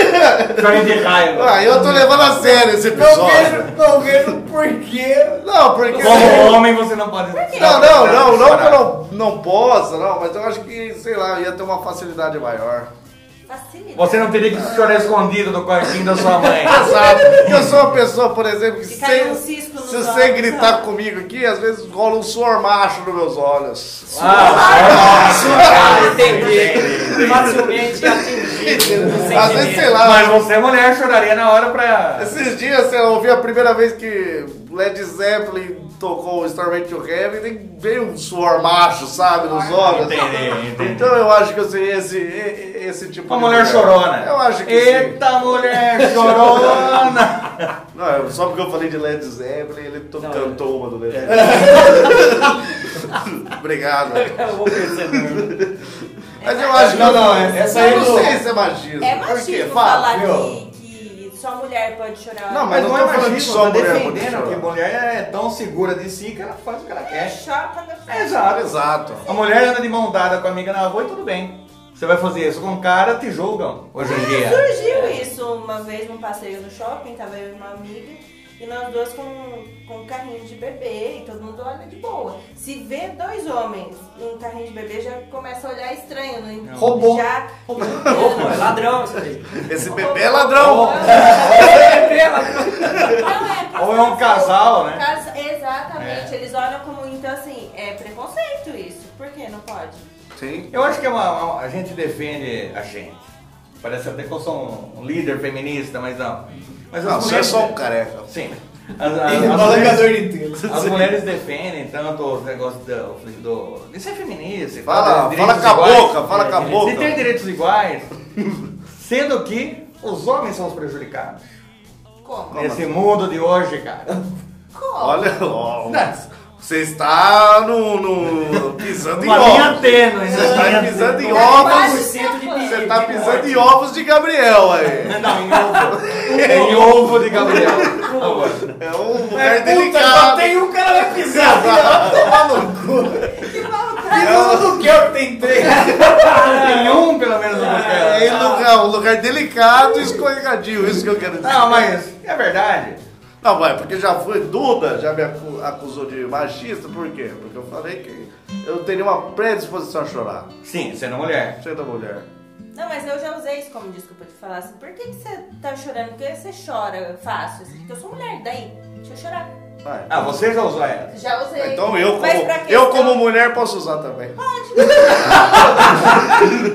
Speaker 4: Chorei de raiva.
Speaker 3: Ah, eu tô levando a sério esse
Speaker 8: Não
Speaker 3: episódio.
Speaker 8: vejo, não vejo por quê.
Speaker 3: Não, porque.
Speaker 4: Como homem, você não pode.
Speaker 3: Não, não, não, não que eu não, não possa, não, mas eu acho que, sei lá, eu ia ter uma facilidade maior.
Speaker 7: Facilita.
Speaker 4: Você não teria que chorar escondido no quartinho da sua mãe. Ah,
Speaker 3: Sabe? Eu sou uma pessoa, por exemplo, que
Speaker 7: Que cai
Speaker 3: sem-
Speaker 7: um cisco nos
Speaker 3: se
Speaker 7: olhos,
Speaker 3: você gritar
Speaker 7: não.
Speaker 3: comigo aqui, às vezes rola um suor macho nos meus olhos.
Speaker 4: Ah,
Speaker 6: Ah, entendi. Facilmente atingido. sem
Speaker 3: às vezes, sei
Speaker 6: entender.
Speaker 3: lá,
Speaker 4: Mas você, mulher, choraria na hora pra.
Speaker 3: Esses dias assim, eu ouvi a primeira vez que Led Zeppelin tocou Starman to Heaven e veio um suor macho, sabe, nos
Speaker 7: Ah,
Speaker 3: olhos.
Speaker 4: Entendi, entendi.
Speaker 3: Então eu acho que eu seria esse, e- e- esse tipo
Speaker 4: Uma
Speaker 3: de
Speaker 4: mulher chorona.
Speaker 3: Eu acho que sim.
Speaker 4: Eita, mulher chorona!
Speaker 3: Não, é só porque eu falei de Led Zeppelin, ele to-
Speaker 8: é.
Speaker 3: cantou uma do Led Zeppelin. Obrigado.
Speaker 6: Eu vou perceber.
Speaker 3: Mas eu acho que...
Speaker 8: É Não, não, essa aí
Speaker 3: eu não
Speaker 8: não.
Speaker 3: sei se é machismo.
Speaker 7: É
Speaker 3: Por quê?
Speaker 7: machismo
Speaker 3: Fala.
Speaker 7: falar
Speaker 8: viu?
Speaker 7: que, que só mulher pode chorar.
Speaker 3: Não, mas não tô falando que só
Speaker 4: tá
Speaker 3: mulher pode
Speaker 4: defendendo que
Speaker 3: chorar.
Speaker 4: mulher é tão segura de si que ela faz o que ela quer.
Speaker 7: Chora É quando eu falo.
Speaker 3: é.
Speaker 4: Exato,
Speaker 3: Exato.
Speaker 4: A mulher anda de mão dada com a amiga na rua e tudo bem. Você vai fazer isso com um cara, te julgam hoje em dia.
Speaker 7: Surgiu isso uma vez num passeio no shopping, tava eu e uma amiga, e nós duas com, com um carrinho de bebê e todo mundo olha de boa. Se vê dois homens num carrinho de bebê, já começa a olhar estranho, né?
Speaker 8: Roubou.
Speaker 7: Já...
Speaker 6: Opa, é ladrão isso daí.
Speaker 3: Esse bebê é ladrão.
Speaker 4: Ou é um casal, né?
Speaker 7: Cas-
Speaker 3: É.
Speaker 7: Exatamente, eles olham como, então assim, é preconceito isso. Por que não pode?
Speaker 3: Sim.
Speaker 4: Eu acho que é uma, uma- a gente defende a gente. Parece até que eu sou um líder feminista, mas não. Mas as
Speaker 3: Não, você é
Speaker 4: mulheres-
Speaker 3: só um careca.
Speaker 4: Sim. As,
Speaker 3: é
Speaker 4: as- as
Speaker 8: Balangador
Speaker 4: mulheres,
Speaker 8: de tênis.
Speaker 4: as mulheres defendem tanto os negócios do, do, de ser feminista. e tal,
Speaker 3: Fala-
Speaker 4: de
Speaker 3: fala
Speaker 4: direitos
Speaker 3: com a
Speaker 4: iguais.
Speaker 3: boca, fala com a
Speaker 4: É,
Speaker 3: boca.
Speaker 4: Se tem direitos iguais, sendo que os homens são os prejudicados.
Speaker 7: Como?
Speaker 4: Nesse mundo de hoje, cara.
Speaker 7: Como?
Speaker 3: Olha, ó, você está no, no- pisando em
Speaker 4: Uma linha
Speaker 3: ovos.
Speaker 4: tênue, né?
Speaker 3: Você está pisando
Speaker 8: é
Speaker 3: em
Speaker 7: Quase
Speaker 3: ovos.
Speaker 7: que tá eu
Speaker 3: Você
Speaker 7: falei.
Speaker 3: está pisando em ovos de Gabriel aí.
Speaker 4: Não, em ovo. em ovo de Gabriel.
Speaker 3: É um lugar
Speaker 8: Puta, só
Speaker 3: delicado.
Speaker 8: tem um cara vai pisar, filha. Vai tomar no cu.
Speaker 7: Que maldade!
Speaker 8: Pisa no que eu tem três.
Speaker 4: Tem um, pelo menos, no
Speaker 8: Ah,
Speaker 3: É
Speaker 4: costela.
Speaker 3: um lugar, um lugar delicado e escorregadio, isso que eu quero dizer.
Speaker 4: Não, mas é verdade.
Speaker 3: Não, vai, porque já fui. Duda já me acu- acusou de machista, por quê? Porque eu falei que eu teria uma predisposição a chorar.
Speaker 4: Sim, sendo mulher.
Speaker 3: Sendo mulher.
Speaker 7: Não, mas eu já usei isso como desculpa de falar assim, por que, que você tá chorando? Por que você chora fácil? Assim, Porque eu sou mulher, daí, deixa eu chorar.
Speaker 3: Vai.
Speaker 4: Ah, você já usou ela.
Speaker 7: Já usei.
Speaker 3: Então eu como,
Speaker 7: Mas pra
Speaker 3: eu
Speaker 7: questão-
Speaker 3: como mulher posso usar também.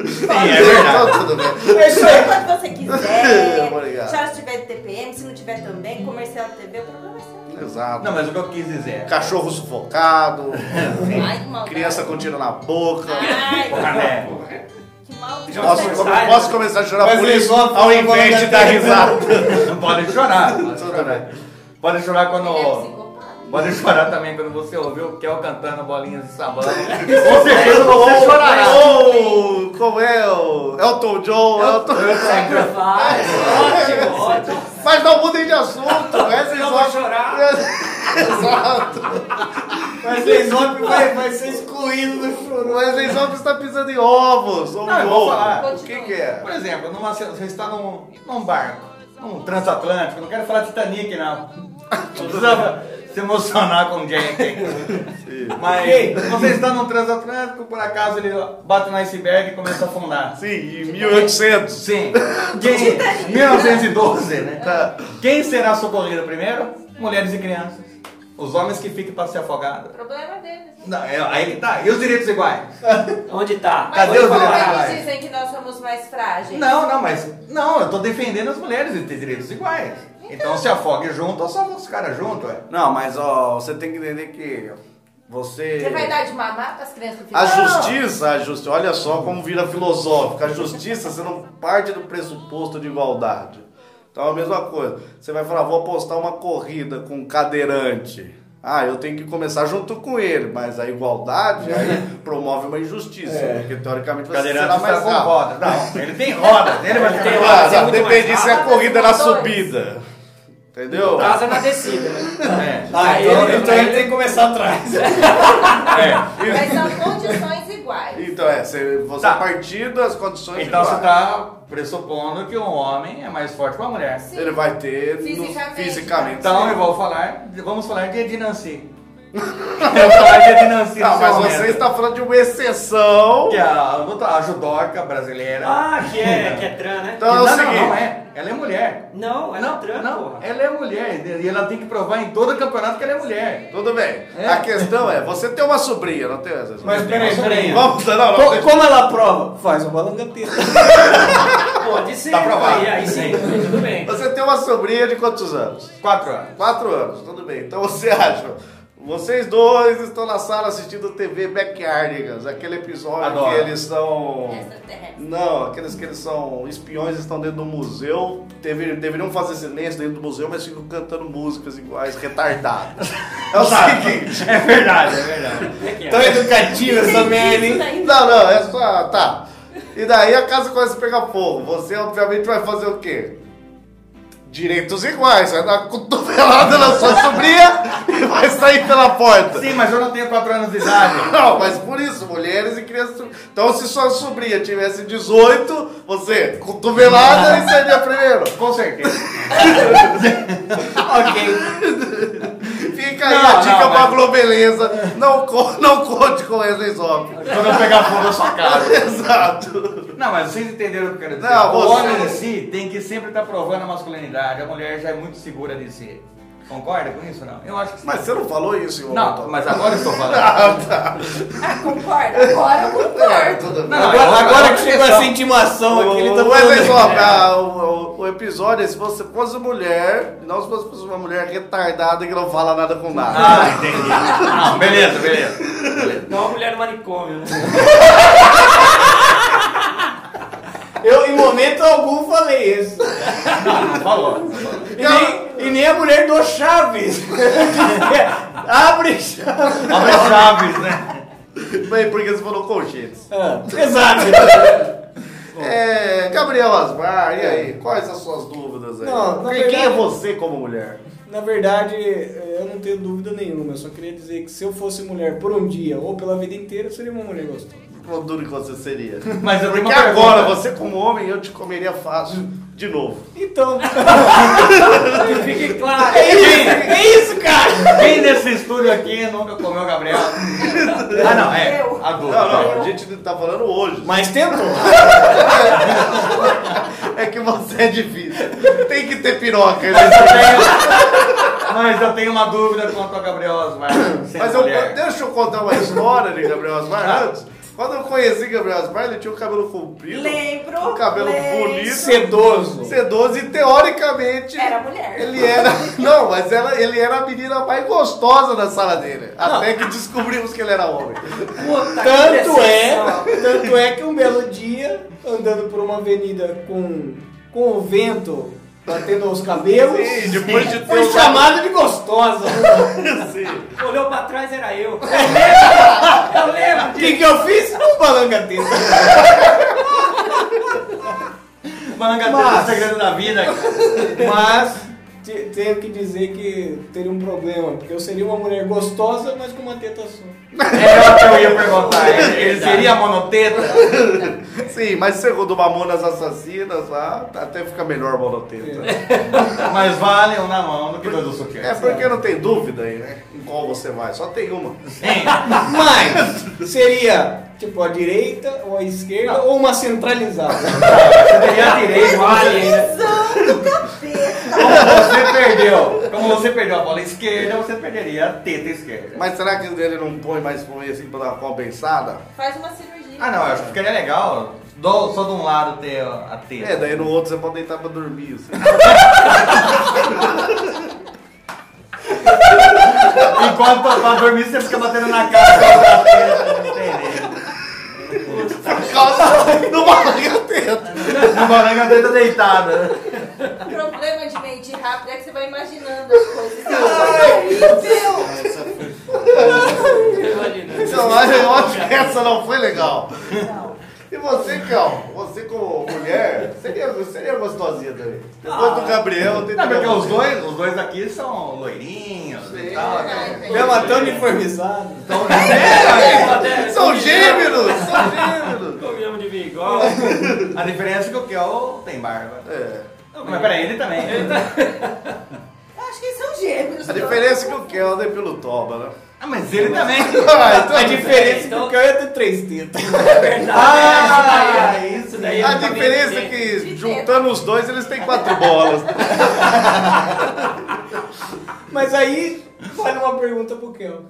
Speaker 4: Sim, é verdade.
Speaker 3: Então, tudo bem.
Speaker 8: É isso aí.
Speaker 7: Chora quando você quiser.
Speaker 3: Obrigado.
Speaker 7: Chora se tiver de TPM, se não tiver também, comercial de TV, o problema é seu.
Speaker 3: Exato.
Speaker 4: Não, mas o que eu quis dizer.
Speaker 3: Cachorro sufocado,
Speaker 7: Ai, que maldade.
Speaker 3: criança com tiro na boca.
Speaker 8: É.
Speaker 7: Ai,
Speaker 4: Cané.
Speaker 7: que maldade.
Speaker 3: Posso,
Speaker 6: Mas
Speaker 3: come-
Speaker 6: sai,
Speaker 3: posso começar a chorar
Speaker 8: Mas
Speaker 3: por
Speaker 8: ele
Speaker 3: isso
Speaker 8: só
Speaker 3: ao
Speaker 8: fala é
Speaker 3: invés de
Speaker 8: agora
Speaker 3: dar
Speaker 8: da-
Speaker 3: risada.
Speaker 4: Pode chorar. pode
Speaker 3: Tudo
Speaker 4: chorar.
Speaker 3: bem.
Speaker 4: Pode chorar
Speaker 7: Ele é
Speaker 4: quando.
Speaker 7: psicopata.
Speaker 4: Pode chorar também quando você ouviu o Kel cantando bolinhas de sabão. Com certeza você chorará.
Speaker 3: Ou, como é o Elton John, Elton...
Speaker 6: Sacrifice. Ótimo, ótimo.
Speaker 3: Mas não mudem de assunto, né? Vocês
Speaker 6: Não
Speaker 3: só-
Speaker 6: vou chorar.
Speaker 3: Exato.
Speaker 8: Wesley Zop vai, vai ser excluído do
Speaker 3: O
Speaker 8: choro.
Speaker 3: Wesley Zopes está pisando em ovos. Ou
Speaker 4: Não,
Speaker 3: em
Speaker 4: eu vou
Speaker 3: ovo.
Speaker 4: falar.
Speaker 3: O que que é?
Speaker 4: Por exemplo, numa, você está num, num barco, num transatlântico, não quero falar Titanic, não. Não precisa se emocionar com o Jack.
Speaker 8: Ei.
Speaker 4: Mas você está num transatlântico, por acaso ele bate no iceberg e começa a afundar.
Speaker 3: Sim, em 1800.
Speaker 4: Sim. Quem, 1912, né? Quem será socorrido primeiro? Mulheres e crianças. Os homens que fiquem para ser afogados.
Speaker 7: O problema é deles.
Speaker 4: Não, é, aí que tá. E os direitos iguais?
Speaker 6: Onde tá?
Speaker 7: Mas
Speaker 4: Cadê os
Speaker 7: como
Speaker 4: liberais?
Speaker 7: eles dizem que nós somos mais frágeis?
Speaker 4: Não, não, mas. Não, eu tô defendendo as mulheres de ter direitos iguais. Então se afogue junto, ou só os caras junto, ué.
Speaker 3: Não, mas ó, você tem que entender que você.
Speaker 7: Você vai dar de mamar pras crianças que
Speaker 3: A
Speaker 7: ficam?
Speaker 3: justiça, a justiça, olha só como vira filosófica. A justiça, você não parte do pressuposto de igualdade. Então é a mesma coisa. Você vai falar, vou apostar uma corrida com um cadeirante. Ah, eu tenho que começar junto com ele, mas a igualdade aí promove uma injustiça, porque teoricamente você será
Speaker 4: Cadeirante
Speaker 3: mais
Speaker 4: está
Speaker 3: rápido.
Speaker 4: com rodas. um Não, ele tem rodas, ele vai ter
Speaker 6: Tem
Speaker 4: rodas.
Speaker 3: Ah,
Speaker 6: rodas, é
Speaker 3: tá,
Speaker 6: muito mais
Speaker 3: depende se é
Speaker 7: rápido.
Speaker 3: corrida na
Speaker 7: Dois.
Speaker 3: subida. Entendeu?
Speaker 6: Casa na descida.
Speaker 4: É.
Speaker 8: Ah,
Speaker 6: Aí
Speaker 8: então,
Speaker 6: ele-
Speaker 8: então ele tem que começar atrás.
Speaker 4: É.
Speaker 7: Mas são condições iguais.
Speaker 3: Então é, você, você
Speaker 4: Tá.
Speaker 3: partir das condições
Speaker 4: Então você
Speaker 3: iguais.
Speaker 4: tá pressupondo que um homem é mais forte que uma mulher.
Speaker 7: Sim.
Speaker 3: Ele vai ter no-
Speaker 7: Fisicamente.
Speaker 3: fisicamente.
Speaker 4: Então eu vou falar. Vamos falar de Edinanci. eu vou falar de Edinanci.
Speaker 3: Não,
Speaker 4: nesse
Speaker 3: mas
Speaker 4: momento.
Speaker 3: você está falando de uma exceção.
Speaker 4: Que é a, luta- a judoca brasileira.
Speaker 6: Ah, que é, que é tran, né?
Speaker 3: Então é o
Speaker 4: não, não, não
Speaker 3: seguinte.
Speaker 4: é. Ela é mulher.
Speaker 6: Não, ela é tran,
Speaker 4: não,
Speaker 6: porra.
Speaker 4: ela é mulher. E ela tem que provar em todo campeonato que ela é mulher.
Speaker 3: Tudo bem.
Speaker 4: É.
Speaker 3: A questão é, você tem uma sobrinha, não tem essa?
Speaker 8: Mas peraí, peraí.
Speaker 3: Vamos, não, não.
Speaker 8: Co- Como ela prova? Faz uma balangateta.
Speaker 6: Pode ser.
Speaker 3: Tá aprovado.
Speaker 6: Aí, aí sim, tudo bem.
Speaker 3: Você tem uma sobrinha de quantos anos?
Speaker 4: Quatro anos.
Speaker 3: Quatro anos, tudo bem. Então você acha. Vocês dois estão na sala assistindo TV Backyardigans, aquele episódio
Speaker 4: Adoro.
Speaker 3: que eles são.
Speaker 7: Extraterrestre.
Speaker 3: Não, aqueles que eles são espiões estão dentro do museu, teve- deveriam fazer silêncio dentro do museu, mas ficam cantando músicas iguais, retardadas. É o seguinte.
Speaker 4: É verdade, é verdade.
Speaker 6: É que é.
Speaker 8: Tão educativa essa merda, hein?
Speaker 3: Não, não, é só. Tá. E daí a casa começa a pegar fogo. Você, obviamente, vai fazer o quê? Direitos iguais, vai dar uma cotovelada na sua sobrinha e vai sair pela porta.
Speaker 4: Sim, mas eu não tenho 4 anos de idade.
Speaker 3: Não, mas por isso, mulheres e crianças. Então, se sua sobrinha tivesse 18, você cotovelada e é sairia primeiro.
Speaker 4: Com certeza.
Speaker 3: Fica aí
Speaker 4: Não,
Speaker 3: a dica
Speaker 4: não,
Speaker 3: pra
Speaker 4: mas-
Speaker 3: Globeleza. Não, co- não conte com Wesley Zop.
Speaker 4: Quando eu pegar fogo na sua cara.
Speaker 3: Exato.
Speaker 4: Não, mas vocês entenderam o que eu quero dizer.
Speaker 3: Não,
Speaker 4: o
Speaker 3: você-
Speaker 4: homem em si tem que sempre estar provando a masculinidade. A mulher já é muito segura de si. Concorda com isso ou não? Eu acho que sim.
Speaker 3: Mas você não falou isso, irmão.
Speaker 4: Não, mas agora eu estou falando.
Speaker 3: Ah, tá.
Speaker 7: Ah, concordo. Agora eu
Speaker 3: É,
Speaker 7: concordo.
Speaker 3: tudo bem.
Speaker 4: Não,
Speaker 8: Agora, agora que chegou essa
Speaker 3: O
Speaker 8: intimação aqui, ele tá
Speaker 3: Wesley
Speaker 8: falando.
Speaker 3: Zop, ah, o- o- o episódio é se você fosse mulher, não se você fosse uma mulher retardada que não fala nada com nada.
Speaker 4: Ah, entendi. Não, beleza, beleza.
Speaker 6: Não, uma mulher no manicômio, né?
Speaker 8: Eu, em momento algum, falei isso.
Speaker 4: Não falou.
Speaker 8: E nem, e nem a mulher do Chaves. Abre Chaves.
Speaker 4: Abre chaves, né?
Speaker 3: Bem, porque você falou colchetes.
Speaker 8: Ah, exato.
Speaker 3: É, Gabriel Asmar, e aí? Quais as suas dúvidas aí?
Speaker 8: Não, na
Speaker 3: quem, quem é
Speaker 8: verdade-
Speaker 3: você como mulher?
Speaker 8: Na verdade, eh, eu não tenho dúvida nenhuma. Eu só queria dizer que se eu fosse mulher por um dia ou pela vida inteira, eu seria uma mulher gostosa.
Speaker 3: Quão duro que você seria?
Speaker 4: Mas eu tenho
Speaker 3: Porque
Speaker 4: uma pergunta.
Speaker 3: agora, você como homem, eu te comeria fácil. De novo.
Speaker 8: Então,
Speaker 6: Que fique claro.
Speaker 8: é isso, é isso, cara.
Speaker 4: Quem nesse estúdio aqui nunca comeu o Gabriel? Ah, não, é.
Speaker 7: Eu.
Speaker 4: A dúvida.
Speaker 3: Não, não, a gente tá falando hoje.
Speaker 8: Mas tentou.
Speaker 3: É que você é difícil. Tem que ter piroca. né?
Speaker 4: Mas eu tenho uma dúvida quanto a Gabriel Osmar. sendo
Speaker 3: Mas eu,
Speaker 4: mulher.
Speaker 3: deixa eu contar uma história de Gabriel Asmar antes. Quando eu conheci Gabriel Asmar, ele tinha o cabelo comprido.
Speaker 7: Lembro,
Speaker 3: Um cabelo
Speaker 7: lembro.
Speaker 3: bonito.
Speaker 8: Sedoso.
Speaker 3: Sedoso e teoricamente.
Speaker 7: Era mulher.
Speaker 3: Ele era. Não, mas ela, ele era a menina mais gostosa da sala dele. Até que descobrimos que ele era homem.
Speaker 6: Puta, que
Speaker 8: Tanto é,
Speaker 6: decepção.
Speaker 8: tanto é que um belo dia, andando por uma avenida com, com o vento batendo os cabelos,
Speaker 3: Sim, depois de ter
Speaker 8: foi
Speaker 3: usado-
Speaker 8: chamada de gostosa.
Speaker 3: Sim.
Speaker 6: Olhou pra trás, era eu. Eu lembro, eu lembro
Speaker 8: É. O
Speaker 6: disso.
Speaker 8: que, que eu fiz? Um balangateta.
Speaker 4: Manga
Speaker 8: Mas-
Speaker 4: Mas... é o segredo da vida.
Speaker 8: Mas te- tenho que dizer que teria um problema, porque eu seria uma mulher gostosa, mas com uma teta só.
Speaker 4: É o que eu ia perguntar. Ele, ele seria monoteta?
Speaker 3: Sim, mas segundo o Mamonas Assassinas lá, até fica melhor o monoteta.
Speaker 4: Mas vale um na mão do que dois do sutiã.
Speaker 3: É porque não tem dúvida aí, né? Em qual você vai, só tem uma.
Speaker 8: Mas seria tipo a direita ou a esquerda ou uma centralizada.
Speaker 4: Você teria direito. Vale.
Speaker 7: Pisando cabeça.
Speaker 4: Como você perdeu. Como você perdeu a bola esquerda, você perderia a teta esquerda.
Speaker 3: Mas será que ele não põe mais fome assim pra dar uma compensada?
Speaker 7: Faz uma cirurgia.
Speaker 4: Ah, não, eu acho que ficaria legal. do- só de um lado ter a teta.
Speaker 3: É, daí no outro você pode deitar pra dormir. assim.
Speaker 4: Enquanto tá pra dormir, você fica batendo na cara da teta. Entendeu?
Speaker 3: Por causa do balangateta.
Speaker 4: Não vai a teta deitada.
Speaker 7: O problema de mentir rápido é que você vai imaginando as coisas. Você fala, "Ai, meu Deus!"
Speaker 6: Imaginando.
Speaker 3: Então, mas eu acho que essa não foi legal.
Speaker 7: Não.
Speaker 3: E você, Cal? Você como mulher, seria, seria gostosinha também. Depois do Gabriel, tem
Speaker 4: Não, porque
Speaker 3: também
Speaker 4: é
Speaker 3: um
Speaker 4: os dois, os dois aqui são loirinhos é e tal.
Speaker 7: Ai, gente.
Speaker 8: Ela tão uniformizada.
Speaker 3: São gêmeos! São gêmeos!
Speaker 6: Combinamos de bigode.
Speaker 4: A diferença é que o Kel tem barba.
Speaker 3: É.
Speaker 4: Não, mas peraí, ele também.
Speaker 7: Eu acho que são gêmeos.
Speaker 3: A diferença é que o Kelder é pelo Toba, né?
Speaker 4: Ah, mas ele também.
Speaker 3: Ah, então-
Speaker 8: A diferença
Speaker 6: Então-
Speaker 8: é
Speaker 6: É
Speaker 8: que eu ia ter três tetas.
Speaker 4: Ah,
Speaker 6: isso daí.
Speaker 3: A
Speaker 6: eu também
Speaker 3: diferença é
Speaker 6: sei.
Speaker 3: que juntando os dois eles têm quatro bolas.
Speaker 8: Mas aí, vale uma pergunta pro Kel.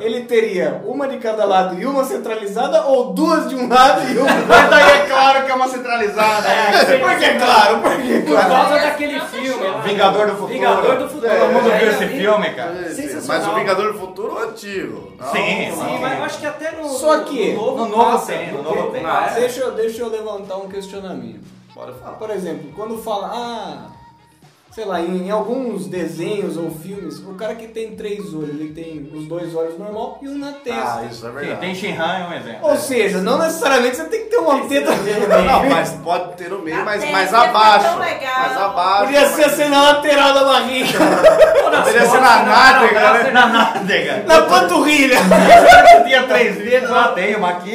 Speaker 8: Ele teria uma de cada lado e uma centralizada ou duas de um lado e uma...
Speaker 4: Mas daí é claro que é uma centralizada. né?
Speaker 8: Porque é claro, porque é
Speaker 6: Por
Speaker 8: claro.
Speaker 6: causa
Speaker 7: é
Speaker 6: daquele filme. lá.
Speaker 4: Vingador do Futuro.
Speaker 6: Vingador do Futuro.
Speaker 4: Todo
Speaker 8: É.
Speaker 4: mundo viu esse
Speaker 6: Aí,
Speaker 4: filme, cara?
Speaker 3: Mas
Speaker 6: Sensacional.
Speaker 3: o Vingador do Futuro é o antigo. Não.
Speaker 4: Sim,
Speaker 6: Sim, mas eu acho que até no.
Speaker 8: Só que-
Speaker 6: No novo,
Speaker 4: No novo
Speaker 6: passa,
Speaker 4: tem, no
Speaker 6: porque-
Speaker 4: novo tem.
Speaker 6: Ah, é?
Speaker 8: Deixa eu, deixa eu levantar um questionamento.
Speaker 3: Bora falar.
Speaker 8: Por exemplo, quando fala, ah, sei lá, em, em alguns desenhos ou filmes, o cara que tem três olhos, ele tem os dois olhos normal e um na testa.
Speaker 3: Ah, isso é
Speaker 4: Sim,
Speaker 3: verdade.
Speaker 4: tem Shinhan é um exemplo.
Speaker 8: Ou seja, não necessariamente você tem que ter uma teta
Speaker 3: Não, não, mas pode ter no meio, mas
Speaker 7: tem,
Speaker 3: mais
Speaker 7: ia ficar
Speaker 3: abaixo.
Speaker 7: é tão legal.
Speaker 3: Mais abaixo.
Speaker 8: Podia ser
Speaker 3: mas-
Speaker 8: assim na lateral da barriga,
Speaker 4: é
Speaker 3: Poderia
Speaker 6: assim,
Speaker 3: ser na nádega, né?
Speaker 4: Na nádega.
Speaker 8: na panturrilha.
Speaker 4: Você tinha três dedos, lá tem uma aqui.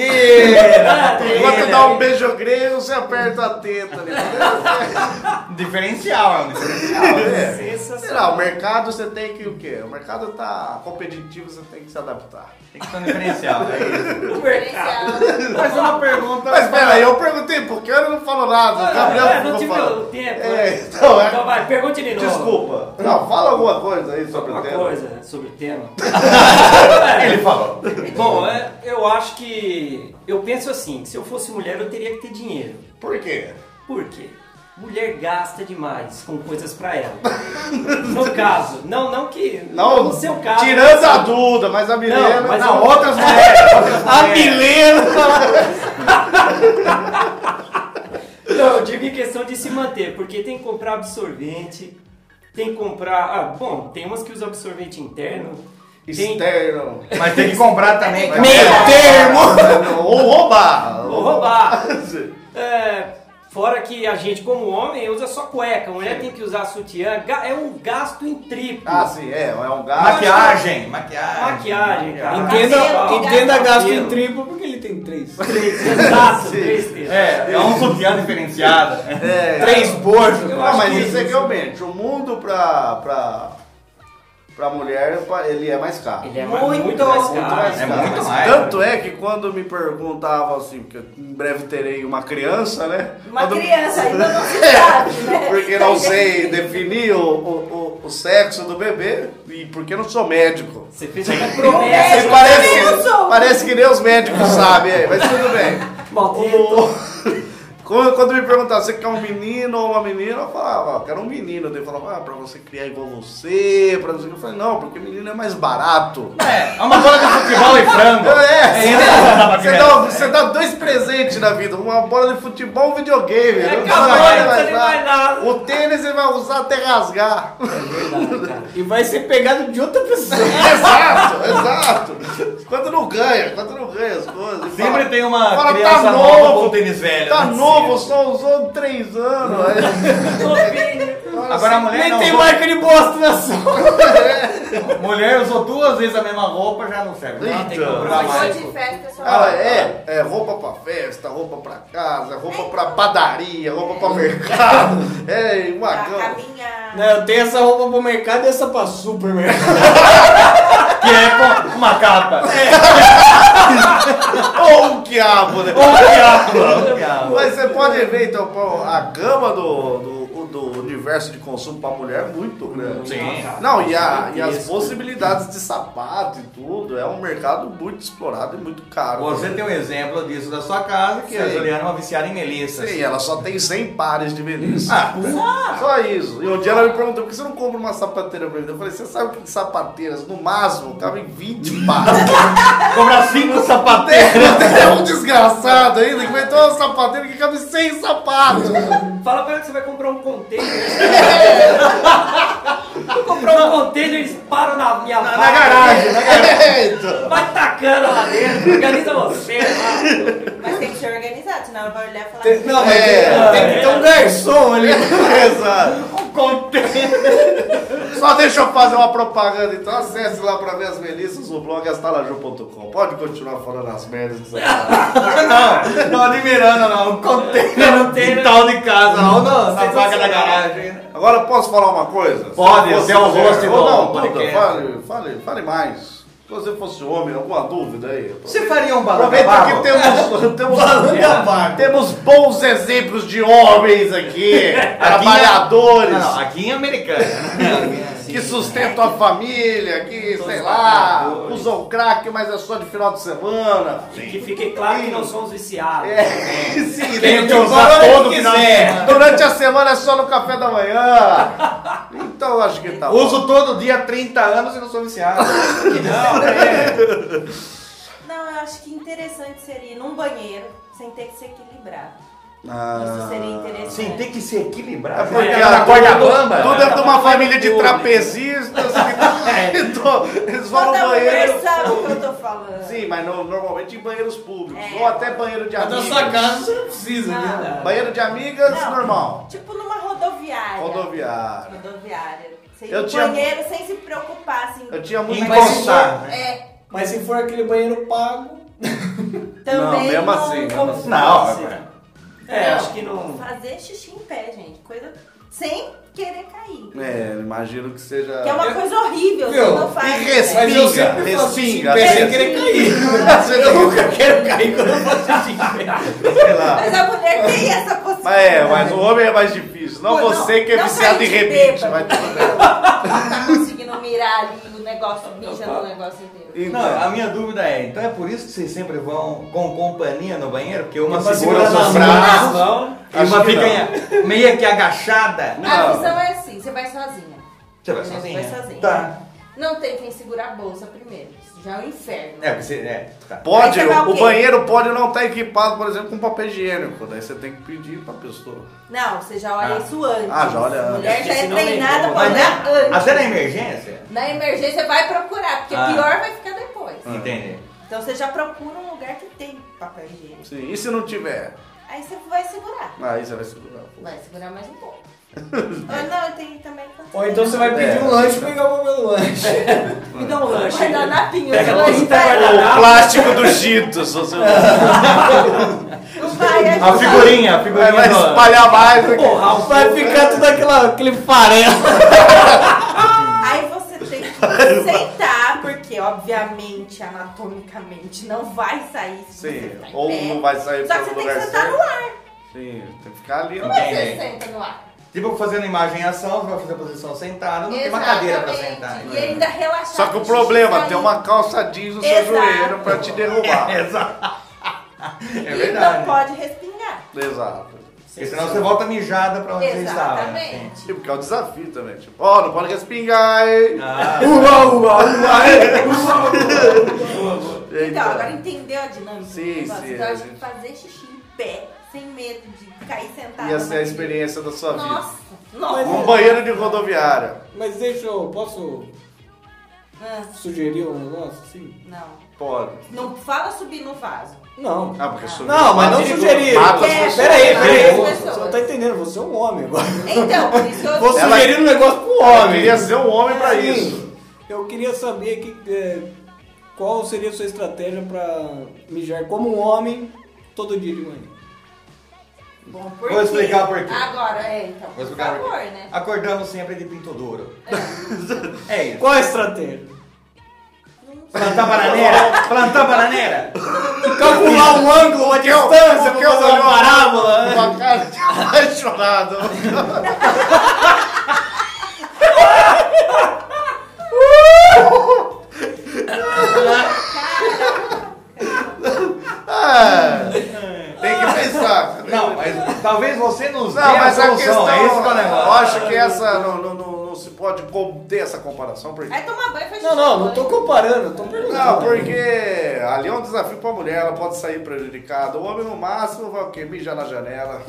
Speaker 4: na
Speaker 3: Enquanto
Speaker 4: telha.
Speaker 3: dá um beijo grego, você aperta a teta ali.
Speaker 4: Diferencial, é um diferencial.
Speaker 3: É. Será, o mercado você tem que o quê? O mercado tá competitivo, você tem que se adaptar.
Speaker 4: Tem que ser um diferencial.
Speaker 7: Diferencial.
Speaker 4: Mas uma pergunta.
Speaker 3: Mas peraí, eu perguntei por que eu não falo nada. O Gabriel
Speaker 6: é, não
Speaker 3: ficou
Speaker 6: tive
Speaker 3: falando.
Speaker 6: o tempo.
Speaker 3: É,
Speaker 6: né?
Speaker 3: então, é-
Speaker 6: Então vai, pergunte de novo.
Speaker 3: Desculpa. Não, fala alguma coisa aí sobre o
Speaker 6: Uma
Speaker 3: tema.
Speaker 6: coisa sobre o tema.
Speaker 4: Ele falou.
Speaker 6: Bom, é, eu acho que. Eu penso assim: que se eu fosse mulher, eu teria que ter dinheiro.
Speaker 3: Por quê?
Speaker 6: Por quê? Mulher gasta demais com coisas pra ela. No caso, não, não que.
Speaker 3: Não,
Speaker 6: no seu caso.
Speaker 3: tirando a Duda, mas a Milena.
Speaker 6: mas
Speaker 3: né? não,
Speaker 6: eu-
Speaker 3: outras mulheres. outras
Speaker 8: A
Speaker 3: mulheres.
Speaker 8: Milena.
Speaker 6: Não, eu digo em questão de se manter, porque tem que comprar absorvente, tem que comprar. Ah, bom, tem umas que usam absorvente interno. Tem,
Speaker 3: Externo. É,
Speaker 4: Mas tem que comprar também. cara.
Speaker 8: Meio termo.
Speaker 3: Ou um roubar.
Speaker 6: Vou roubar!
Speaker 3: Sim.
Speaker 6: É, fora que a gente, como homem, usa só cueca, a mulher tem que usar sutiã, ga- é um gasto em triplo.
Speaker 3: Ah, sim, é. É um gato.
Speaker 4: Maquiagem, maquiagem.
Speaker 6: Maquiagem,
Speaker 4: Ah,
Speaker 6: cara.
Speaker 8: Entenda,
Speaker 7: Cabelo,
Speaker 8: entenda
Speaker 6: cabelo.
Speaker 8: gasto em triplo porque ele tem três.
Speaker 6: Três, exato,
Speaker 3: Sim.
Speaker 6: três terços.
Speaker 4: É, é um sutiã diferenciado.
Speaker 3: É.
Speaker 8: Três bordos.
Speaker 6: Eu
Speaker 3: Não,
Speaker 6: acho
Speaker 3: mas
Speaker 6: que-
Speaker 3: isso é realmente. O mundo pra, pra, pra mulher, ele é mais caro.
Speaker 6: Ele é
Speaker 7: Muito,
Speaker 6: muito, muito mais
Speaker 7: muito
Speaker 6: caro.
Speaker 3: mais
Speaker 4: É
Speaker 3: caro.
Speaker 4: muito
Speaker 3: Mas
Speaker 4: mais.
Speaker 3: Tanto é que quando me perguntavam assim, porque em breve terei uma criança, né?
Speaker 7: Uma
Speaker 3: Quando-
Speaker 7: criança ainda não se sabe, né?
Speaker 3: É, Porque não sei definir o, o, o, o sexo do bebê e porque não sou médico.
Speaker 6: Você fez uma
Speaker 7: É,
Speaker 6: promessa.
Speaker 3: Você
Speaker 7: eu
Speaker 3: parece,
Speaker 7: também não
Speaker 3: que,
Speaker 7: sou.
Speaker 3: parece que nem os médicos sabem, é, mas tudo bem.
Speaker 6: Maldito.
Speaker 3: O- Quando, quando me perguntavam você quer um menino ou uma menina, eu falava, "Ah, quero um menino. Daí falava, ah, pra você criar igual você, pra não sei o que. Eu falei, não, porque menino é mais barato.
Speaker 4: É, é uma bola de futebol e frango.
Speaker 3: É,
Speaker 4: isso que eu tava
Speaker 3: você,
Speaker 4: querendo.
Speaker 3: dá, um, você dá dois presentes na vida, uma bola de futebol e um videogame. não
Speaker 6: É,
Speaker 3: precisa mais
Speaker 6: acabou, não precisa
Speaker 3: nada.
Speaker 6: de mais nada.
Speaker 3: O tênis você vai usar até rasgar.
Speaker 6: Verdade, cara.
Speaker 8: E vai ser pegado de outra pessoa.
Speaker 4: É.
Speaker 3: exato, exato. Quando não ganha, quando não ganha as coisas. E
Speaker 4: Sempre
Speaker 3: fala-
Speaker 4: tem uma
Speaker 3: fala,
Speaker 4: criança
Speaker 3: tá
Speaker 4: nova
Speaker 3: novo,
Speaker 4: com tênis velho.
Speaker 3: Tá
Speaker 4: né?
Speaker 3: novo, só usou três anos.
Speaker 4: Agora a mulher
Speaker 8: Nem
Speaker 4: não
Speaker 8: tem
Speaker 4: usou-
Speaker 8: marca de bosta na sua.
Speaker 4: Mulher usou duas vezes a mesma roupa, já não serve. Ela tem que
Speaker 3: Eita.
Speaker 4: comprar
Speaker 7: Mas
Speaker 4: mais.
Speaker 7: hoje de festa só.
Speaker 3: Ela Então, é, é roupa pra festa, roupa pra casa, roupa pra padaria, roupa pra mercado. É, uma
Speaker 7: Pra
Speaker 3: gama.
Speaker 7: caminhar.
Speaker 8: Não, eu tenho essa roupa pro mercado e essa pra supermercado.
Speaker 4: Que é com uma capa.
Speaker 3: Ou o quiabo, né?
Speaker 7: um
Speaker 4: Um diabo.
Speaker 3: Mas você pode ver, então, pô, a gama do, do, do universo de consumo pra mulher é muito grande.
Speaker 4: Sim.
Speaker 3: Não, e, a- e as possibilidades de sapato e tudo, é um mercado muito explorado e muito caro.
Speaker 4: Você tem um exemplo disso da sua casa, que a
Speaker 3: Sim.
Speaker 4: Juliana é uma viciada em melissas.
Speaker 3: Sim, ela só tem 100 pares de Melissa.
Speaker 4: Ah,
Speaker 3: Só isso. E um dia ela me perguntou, por que você não compra uma sapateira pra mim? Eu falei, você sabe que sapateiras, no máximo, cabem 20 pares.
Speaker 4: Comprar cinco sapateiros.
Speaker 3: é um desgraçado ainda que inventou uma sapateira que cabe 100 sapatos.
Speaker 6: Fala pra ela que você vai comprar um container. Vou comprar um container, eles param na minha na,
Speaker 4: garagem,
Speaker 3: né? Eita.
Speaker 6: Vai tacando lá dentro, organiza você lá.
Speaker 7: Mas tem que ser organizado, senão ela vai olhar e falar.
Speaker 8: Não, mas
Speaker 3: É.
Speaker 8: tem, tem que ter um garçom ali.
Speaker 3: Exato.
Speaker 8: Um
Speaker 3: Só deixa eu fazer uma propaganda, então acesse lá pra ver as melissas, o blog é astalaju.com. Pode continuar falando as merdas que você fala.
Speaker 4: Não, não admirando, não. Um container no quintal de casa, não, não na vaga da garagem.
Speaker 3: Agora posso falar uma coisa?
Speaker 4: Pode,
Speaker 3: Se eu fosse
Speaker 4: dê o
Speaker 3: mulher-
Speaker 4: rosto e
Speaker 3: Ou
Speaker 4: dá um
Speaker 3: Não, Duda,
Speaker 4: podcast.
Speaker 3: fale, fale, fale mais. Se você fosse homem, alguma dúvida aí?
Speaker 4: Você faria um balão
Speaker 3: Aproveita que
Speaker 4: cavalo?
Speaker 3: temos, temos, temos bons exemplos de homens aqui, é-
Speaker 4: Aqui em-
Speaker 3: trabalhadores,
Speaker 4: Não, aqui em Americana.
Speaker 3: que sustentam a família, que, sei lá, usam crack, mas é só de final de semana.
Speaker 6: Que fique claro que não somos viciados.
Speaker 3: É, sim,
Speaker 4: Tem que
Speaker 3: durante-
Speaker 4: usar
Speaker 3: durante-
Speaker 4: todo o final de semana.
Speaker 3: Durante a semana é só no café da manhã. Então acho que tá bom.
Speaker 4: Uso todo dia 30 anos e não sou viciado.
Speaker 6: Não, é.
Speaker 7: assim, Não, eu acho que interessante seria ir num banheiro sem ter que se equilibrar.
Speaker 3: Ah,
Speaker 7: Isso seria interessante.
Speaker 4: Sim, tem que se equilibrar.
Speaker 3: Porque
Speaker 4: É,
Speaker 3: ela
Speaker 4: na corda
Speaker 3: tudo-
Speaker 4: bamba.
Speaker 3: Tudo é de uma família de
Speaker 4: Tudo.
Speaker 3: trapezistas que entrou- eles vão no
Speaker 7: Todo mundo
Speaker 3: banheiro.
Speaker 7: um sabe o que eu tô falando.
Speaker 3: Sim, mas no- normalmente em banheiros públicos.
Speaker 7: É.
Speaker 3: Ou até banheiro de
Speaker 8: Mas
Speaker 3: amigas.
Speaker 8: na sua casa você não precisa,
Speaker 7: Não.
Speaker 8: né?
Speaker 3: Banheiro de amigas, normal.
Speaker 7: Tipo numa rodoviária.
Speaker 3: Rodoviária.
Speaker 7: Rodoviária. Você
Speaker 3: Eu
Speaker 7: ir no
Speaker 3: tinha-
Speaker 7: banheiro sem se preocupar, assim.
Speaker 3: Eu tinha é muito
Speaker 7: Mas-
Speaker 4: Encostar, né?
Speaker 7: É,
Speaker 8: Mas se for aquele banheiro pago.
Speaker 3: Não,
Speaker 7: também
Speaker 3: mesmo
Speaker 7: não
Speaker 3: assim, mesmo
Speaker 7: como
Speaker 3: assim.
Speaker 7: se
Speaker 4: Não,
Speaker 7: fosse.
Speaker 4: é-
Speaker 6: É, acho que não.
Speaker 7: Fazer xixi em pé, gente. Coisa sem querer cair.
Speaker 3: É, imagino que seja.
Speaker 7: Que é uma coisa horrível.
Speaker 8: Meu,
Speaker 7: você não faz.
Speaker 3: e res-
Speaker 7: né?
Speaker 8: Mas eu sempre falo
Speaker 3: Respinga,
Speaker 8: assim,
Speaker 3: respinga,
Speaker 8: pé sem
Speaker 3: respinga.
Speaker 8: querer cair.
Speaker 3: Você
Speaker 8: Eu
Speaker 3: não-
Speaker 8: nunca quero cair quando eu faço xixi.
Speaker 3: sei lá.
Speaker 7: Mas a mulher tem essa possibilidade.
Speaker 3: Mas é, mas o homem é mais difícil. Não você que é
Speaker 7: não
Speaker 3: viciado em
Speaker 7: cair de
Speaker 3: rebite,
Speaker 7: bêbado,
Speaker 3: mas tudo
Speaker 7: entendeu?
Speaker 3: bem.
Speaker 7: Tá conseguindo mirar ali o negócio, mija no negócio inteiro.
Speaker 3: Então,
Speaker 4: Não, a minha dúvida é, então é por isso que vocês sempre vão com companhia no banheiro? Porque uma
Speaker 8: Uma
Speaker 4: segura
Speaker 8: segura
Speaker 4: seus
Speaker 8: na
Speaker 4: braços
Speaker 8: mão.
Speaker 4: e
Speaker 3: Acho
Speaker 4: uma
Speaker 3: que
Speaker 4: fica meio que agachada.
Speaker 7: A visão é assim, você vai sozinha.
Speaker 4: Você vai
Speaker 7: Você
Speaker 4: sozinha?
Speaker 7: vai sozinha.
Speaker 4: Tá.
Speaker 7: Não tem quem segurar a bolsa primeiro. Isso já é um inferno.
Speaker 4: É, porque você... É, tá.
Speaker 3: Pode,
Speaker 7: Aí você vai o
Speaker 3: o
Speaker 7: quê?
Speaker 3: banheiro pode não estar equipado, por exemplo, com papel higiênico. Daí você tem que pedir pra pessoa.
Speaker 7: Não, você já olha
Speaker 4: Ah.
Speaker 7: isso antes.
Speaker 3: Ah, já olha
Speaker 7: A mulher
Speaker 6: antes.
Speaker 7: já é
Speaker 6: Senão nem
Speaker 7: treinada pra
Speaker 4: Mas
Speaker 7: olhar
Speaker 4: né,
Speaker 7: antes.
Speaker 4: até na emergência?
Speaker 7: Na emergência vai procurar, porque
Speaker 4: Ah. Hum.
Speaker 7: pior vai ficar depois.
Speaker 3: Ah.
Speaker 4: Entendi.
Speaker 7: Então você já procura um lugar que tem papel higiênico.
Speaker 3: Sim, e se não tiver?
Speaker 7: Aí você vai segurar.
Speaker 3: Aí você vai segurar.
Speaker 7: Vai segurar mais um pouco. Ou Ah, não, tem também.
Speaker 8: Ou então você vai pedir
Speaker 4: É,
Speaker 8: um lanche e
Speaker 4: tá.
Speaker 8: pegar o meu lanche.
Speaker 6: Me dá um lanche.
Speaker 7: Guardanapinho.
Speaker 6: Pega
Speaker 7: os dois
Speaker 6: 30
Speaker 7: pés.
Speaker 3: O
Speaker 6: guardanapo.
Speaker 3: plástico do Cheetos. Você
Speaker 7: Não vai é
Speaker 4: A
Speaker 7: ajudar.
Speaker 4: figurinha, a
Speaker 3: vai,
Speaker 4: figurinha
Speaker 3: vai
Speaker 4: do-
Speaker 3: espalhar mais. do que-
Speaker 8: Vai ficar tudo aquela, aquele farelo.
Speaker 7: Aí você tem que sentar, porque obviamente, anatomicamente, não vai sair se você
Speaker 3: Sim,
Speaker 7: ficar em
Speaker 3: ou
Speaker 7: pé.
Speaker 3: não vai sair
Speaker 7: Só
Speaker 3: pelo
Speaker 7: que você tem
Speaker 3: lugar
Speaker 7: que sentar
Speaker 3: certo.
Speaker 7: no ar.
Speaker 3: Sim, tem que ficar ali.
Speaker 7: Como
Speaker 3: né?
Speaker 7: é que você
Speaker 4: Entendi.
Speaker 7: senta no ar?
Speaker 4: Tipo, fazendo imagem em ação, vai fazer a posição sentada, não tem uma cadeira pra sentar.
Speaker 7: Exatamente. E ainda relaxar.
Speaker 3: Só que o problema é
Speaker 7: Sair.
Speaker 3: ter uma calça jeans no seu
Speaker 7: Exato.
Speaker 3: joelho pra te derrubar.
Speaker 4: Exato. É
Speaker 7: E
Speaker 4: verdade.
Speaker 7: não pode respingar.
Speaker 3: Exato.
Speaker 4: Porque senão você volta mijada pra onde você estava. né?
Speaker 7: Exatamente.
Speaker 3: Sim, porque é um desafio também. Tipo, ó, não pode respingar, hein?
Speaker 4: Ah,
Speaker 8: Uau, uau, uau.
Speaker 7: Então, agora entendeu a dinâmica
Speaker 3: Sim,
Speaker 7: do negócio?
Speaker 3: sim,
Speaker 7: então,
Speaker 3: a
Speaker 7: acho que
Speaker 3: gente-
Speaker 7: fazer xixi em pé, sem medo de cair sentado.
Speaker 3: Ia ser a experiência da sua vida.
Speaker 7: Nossa, nossa.
Speaker 3: Um banheiro de rodoviária.
Speaker 8: Mas deixa eu. Posso
Speaker 7: Ah,
Speaker 8: sugerir um negócio assim?
Speaker 7: não.
Speaker 3: Pode.
Speaker 7: Não fala subir no vaso.
Speaker 8: Não.
Speaker 3: Ah, porque subir.
Speaker 8: Não, mas não
Speaker 3: Mata-
Speaker 8: sugerir.
Speaker 3: Mata as
Speaker 7: É.
Speaker 3: pessoas.
Speaker 8: Peraí,
Speaker 7: Mas
Speaker 8: peraí.
Speaker 7: as
Speaker 8: Você
Speaker 7: pessoas.
Speaker 8: não tá entendendo, você é um homem agora.
Speaker 7: Então, por isso que eu...
Speaker 8: Vou
Speaker 3: Ela-
Speaker 8: sugerir um negócio pro
Speaker 3: Ela
Speaker 8: homem.
Speaker 3: queria ser um homem pra
Speaker 8: Assim,
Speaker 3: isso.
Speaker 8: Eu queria saber que, é, qual seria a sua estratégia pra mijar como um homem todo dia de manhã.
Speaker 7: Bom, por
Speaker 4: Vou
Speaker 7: quê?
Speaker 4: explicar por quê.
Speaker 7: Agora, é, então.
Speaker 4: Vou
Speaker 7: Por
Speaker 4: explicar
Speaker 7: favor,
Speaker 4: por quê.
Speaker 7: né?
Speaker 4: Acordamos sempre de pinto duro. É isso.
Speaker 8: Qual a estratégia?
Speaker 4: Plantar bananeira? Plantar bananeira?
Speaker 8: Calcular um ângulo, uma distância,
Speaker 3: Porque eu
Speaker 8: fazer
Speaker 3: olhei
Speaker 8: uma parábola.
Speaker 4: né?
Speaker 3: Com a cara de apaixonado. É, Tem que pensar.
Speaker 4: Não, mas talvez você nos dê
Speaker 3: Não, mas a
Speaker 4: solução.
Speaker 3: questão.
Speaker 4: é isso que é o
Speaker 3: Eu
Speaker 4: negócio.
Speaker 3: acho que essa. Não, não, não, não se pode ter essa comparação. Porque
Speaker 7: Vai tomar banho e faz
Speaker 8: Não,
Speaker 7: xixi
Speaker 8: não,
Speaker 7: no
Speaker 8: não tô
Speaker 7: banho.
Speaker 8: comparando, eu tô perguntando.
Speaker 3: Não, porque ali é um desafio pra mulher, ela pode sair prejudicada. O homem, no máximo, vai o quê? Mijar na janela.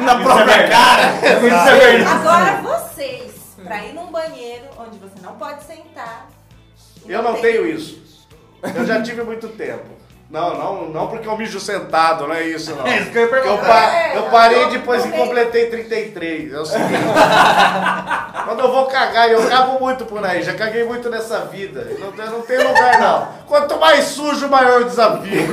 Speaker 4: Na própria cara. é Isso é verdade.
Speaker 7: Agora vocês, pra ir num banheiro onde você não pode sentar... e
Speaker 3: Eu não
Speaker 7: tem-
Speaker 3: tenho isso. Eu já tive muito tempo. Não, não, não porque eu mijo sentado, não é isso, não.
Speaker 4: É isso que eu ia perguntar.
Speaker 3: Eu, pa-
Speaker 7: É,
Speaker 3: eu parei
Speaker 7: eu
Speaker 3: depois que
Speaker 7: também.
Speaker 3: completei 33. É o seguinte. Quando eu vou cagar, e eu cago muito por aí, já caguei muito nessa vida. Não, eu não tem lugar, não. Quanto mais sujo, maior o desafio.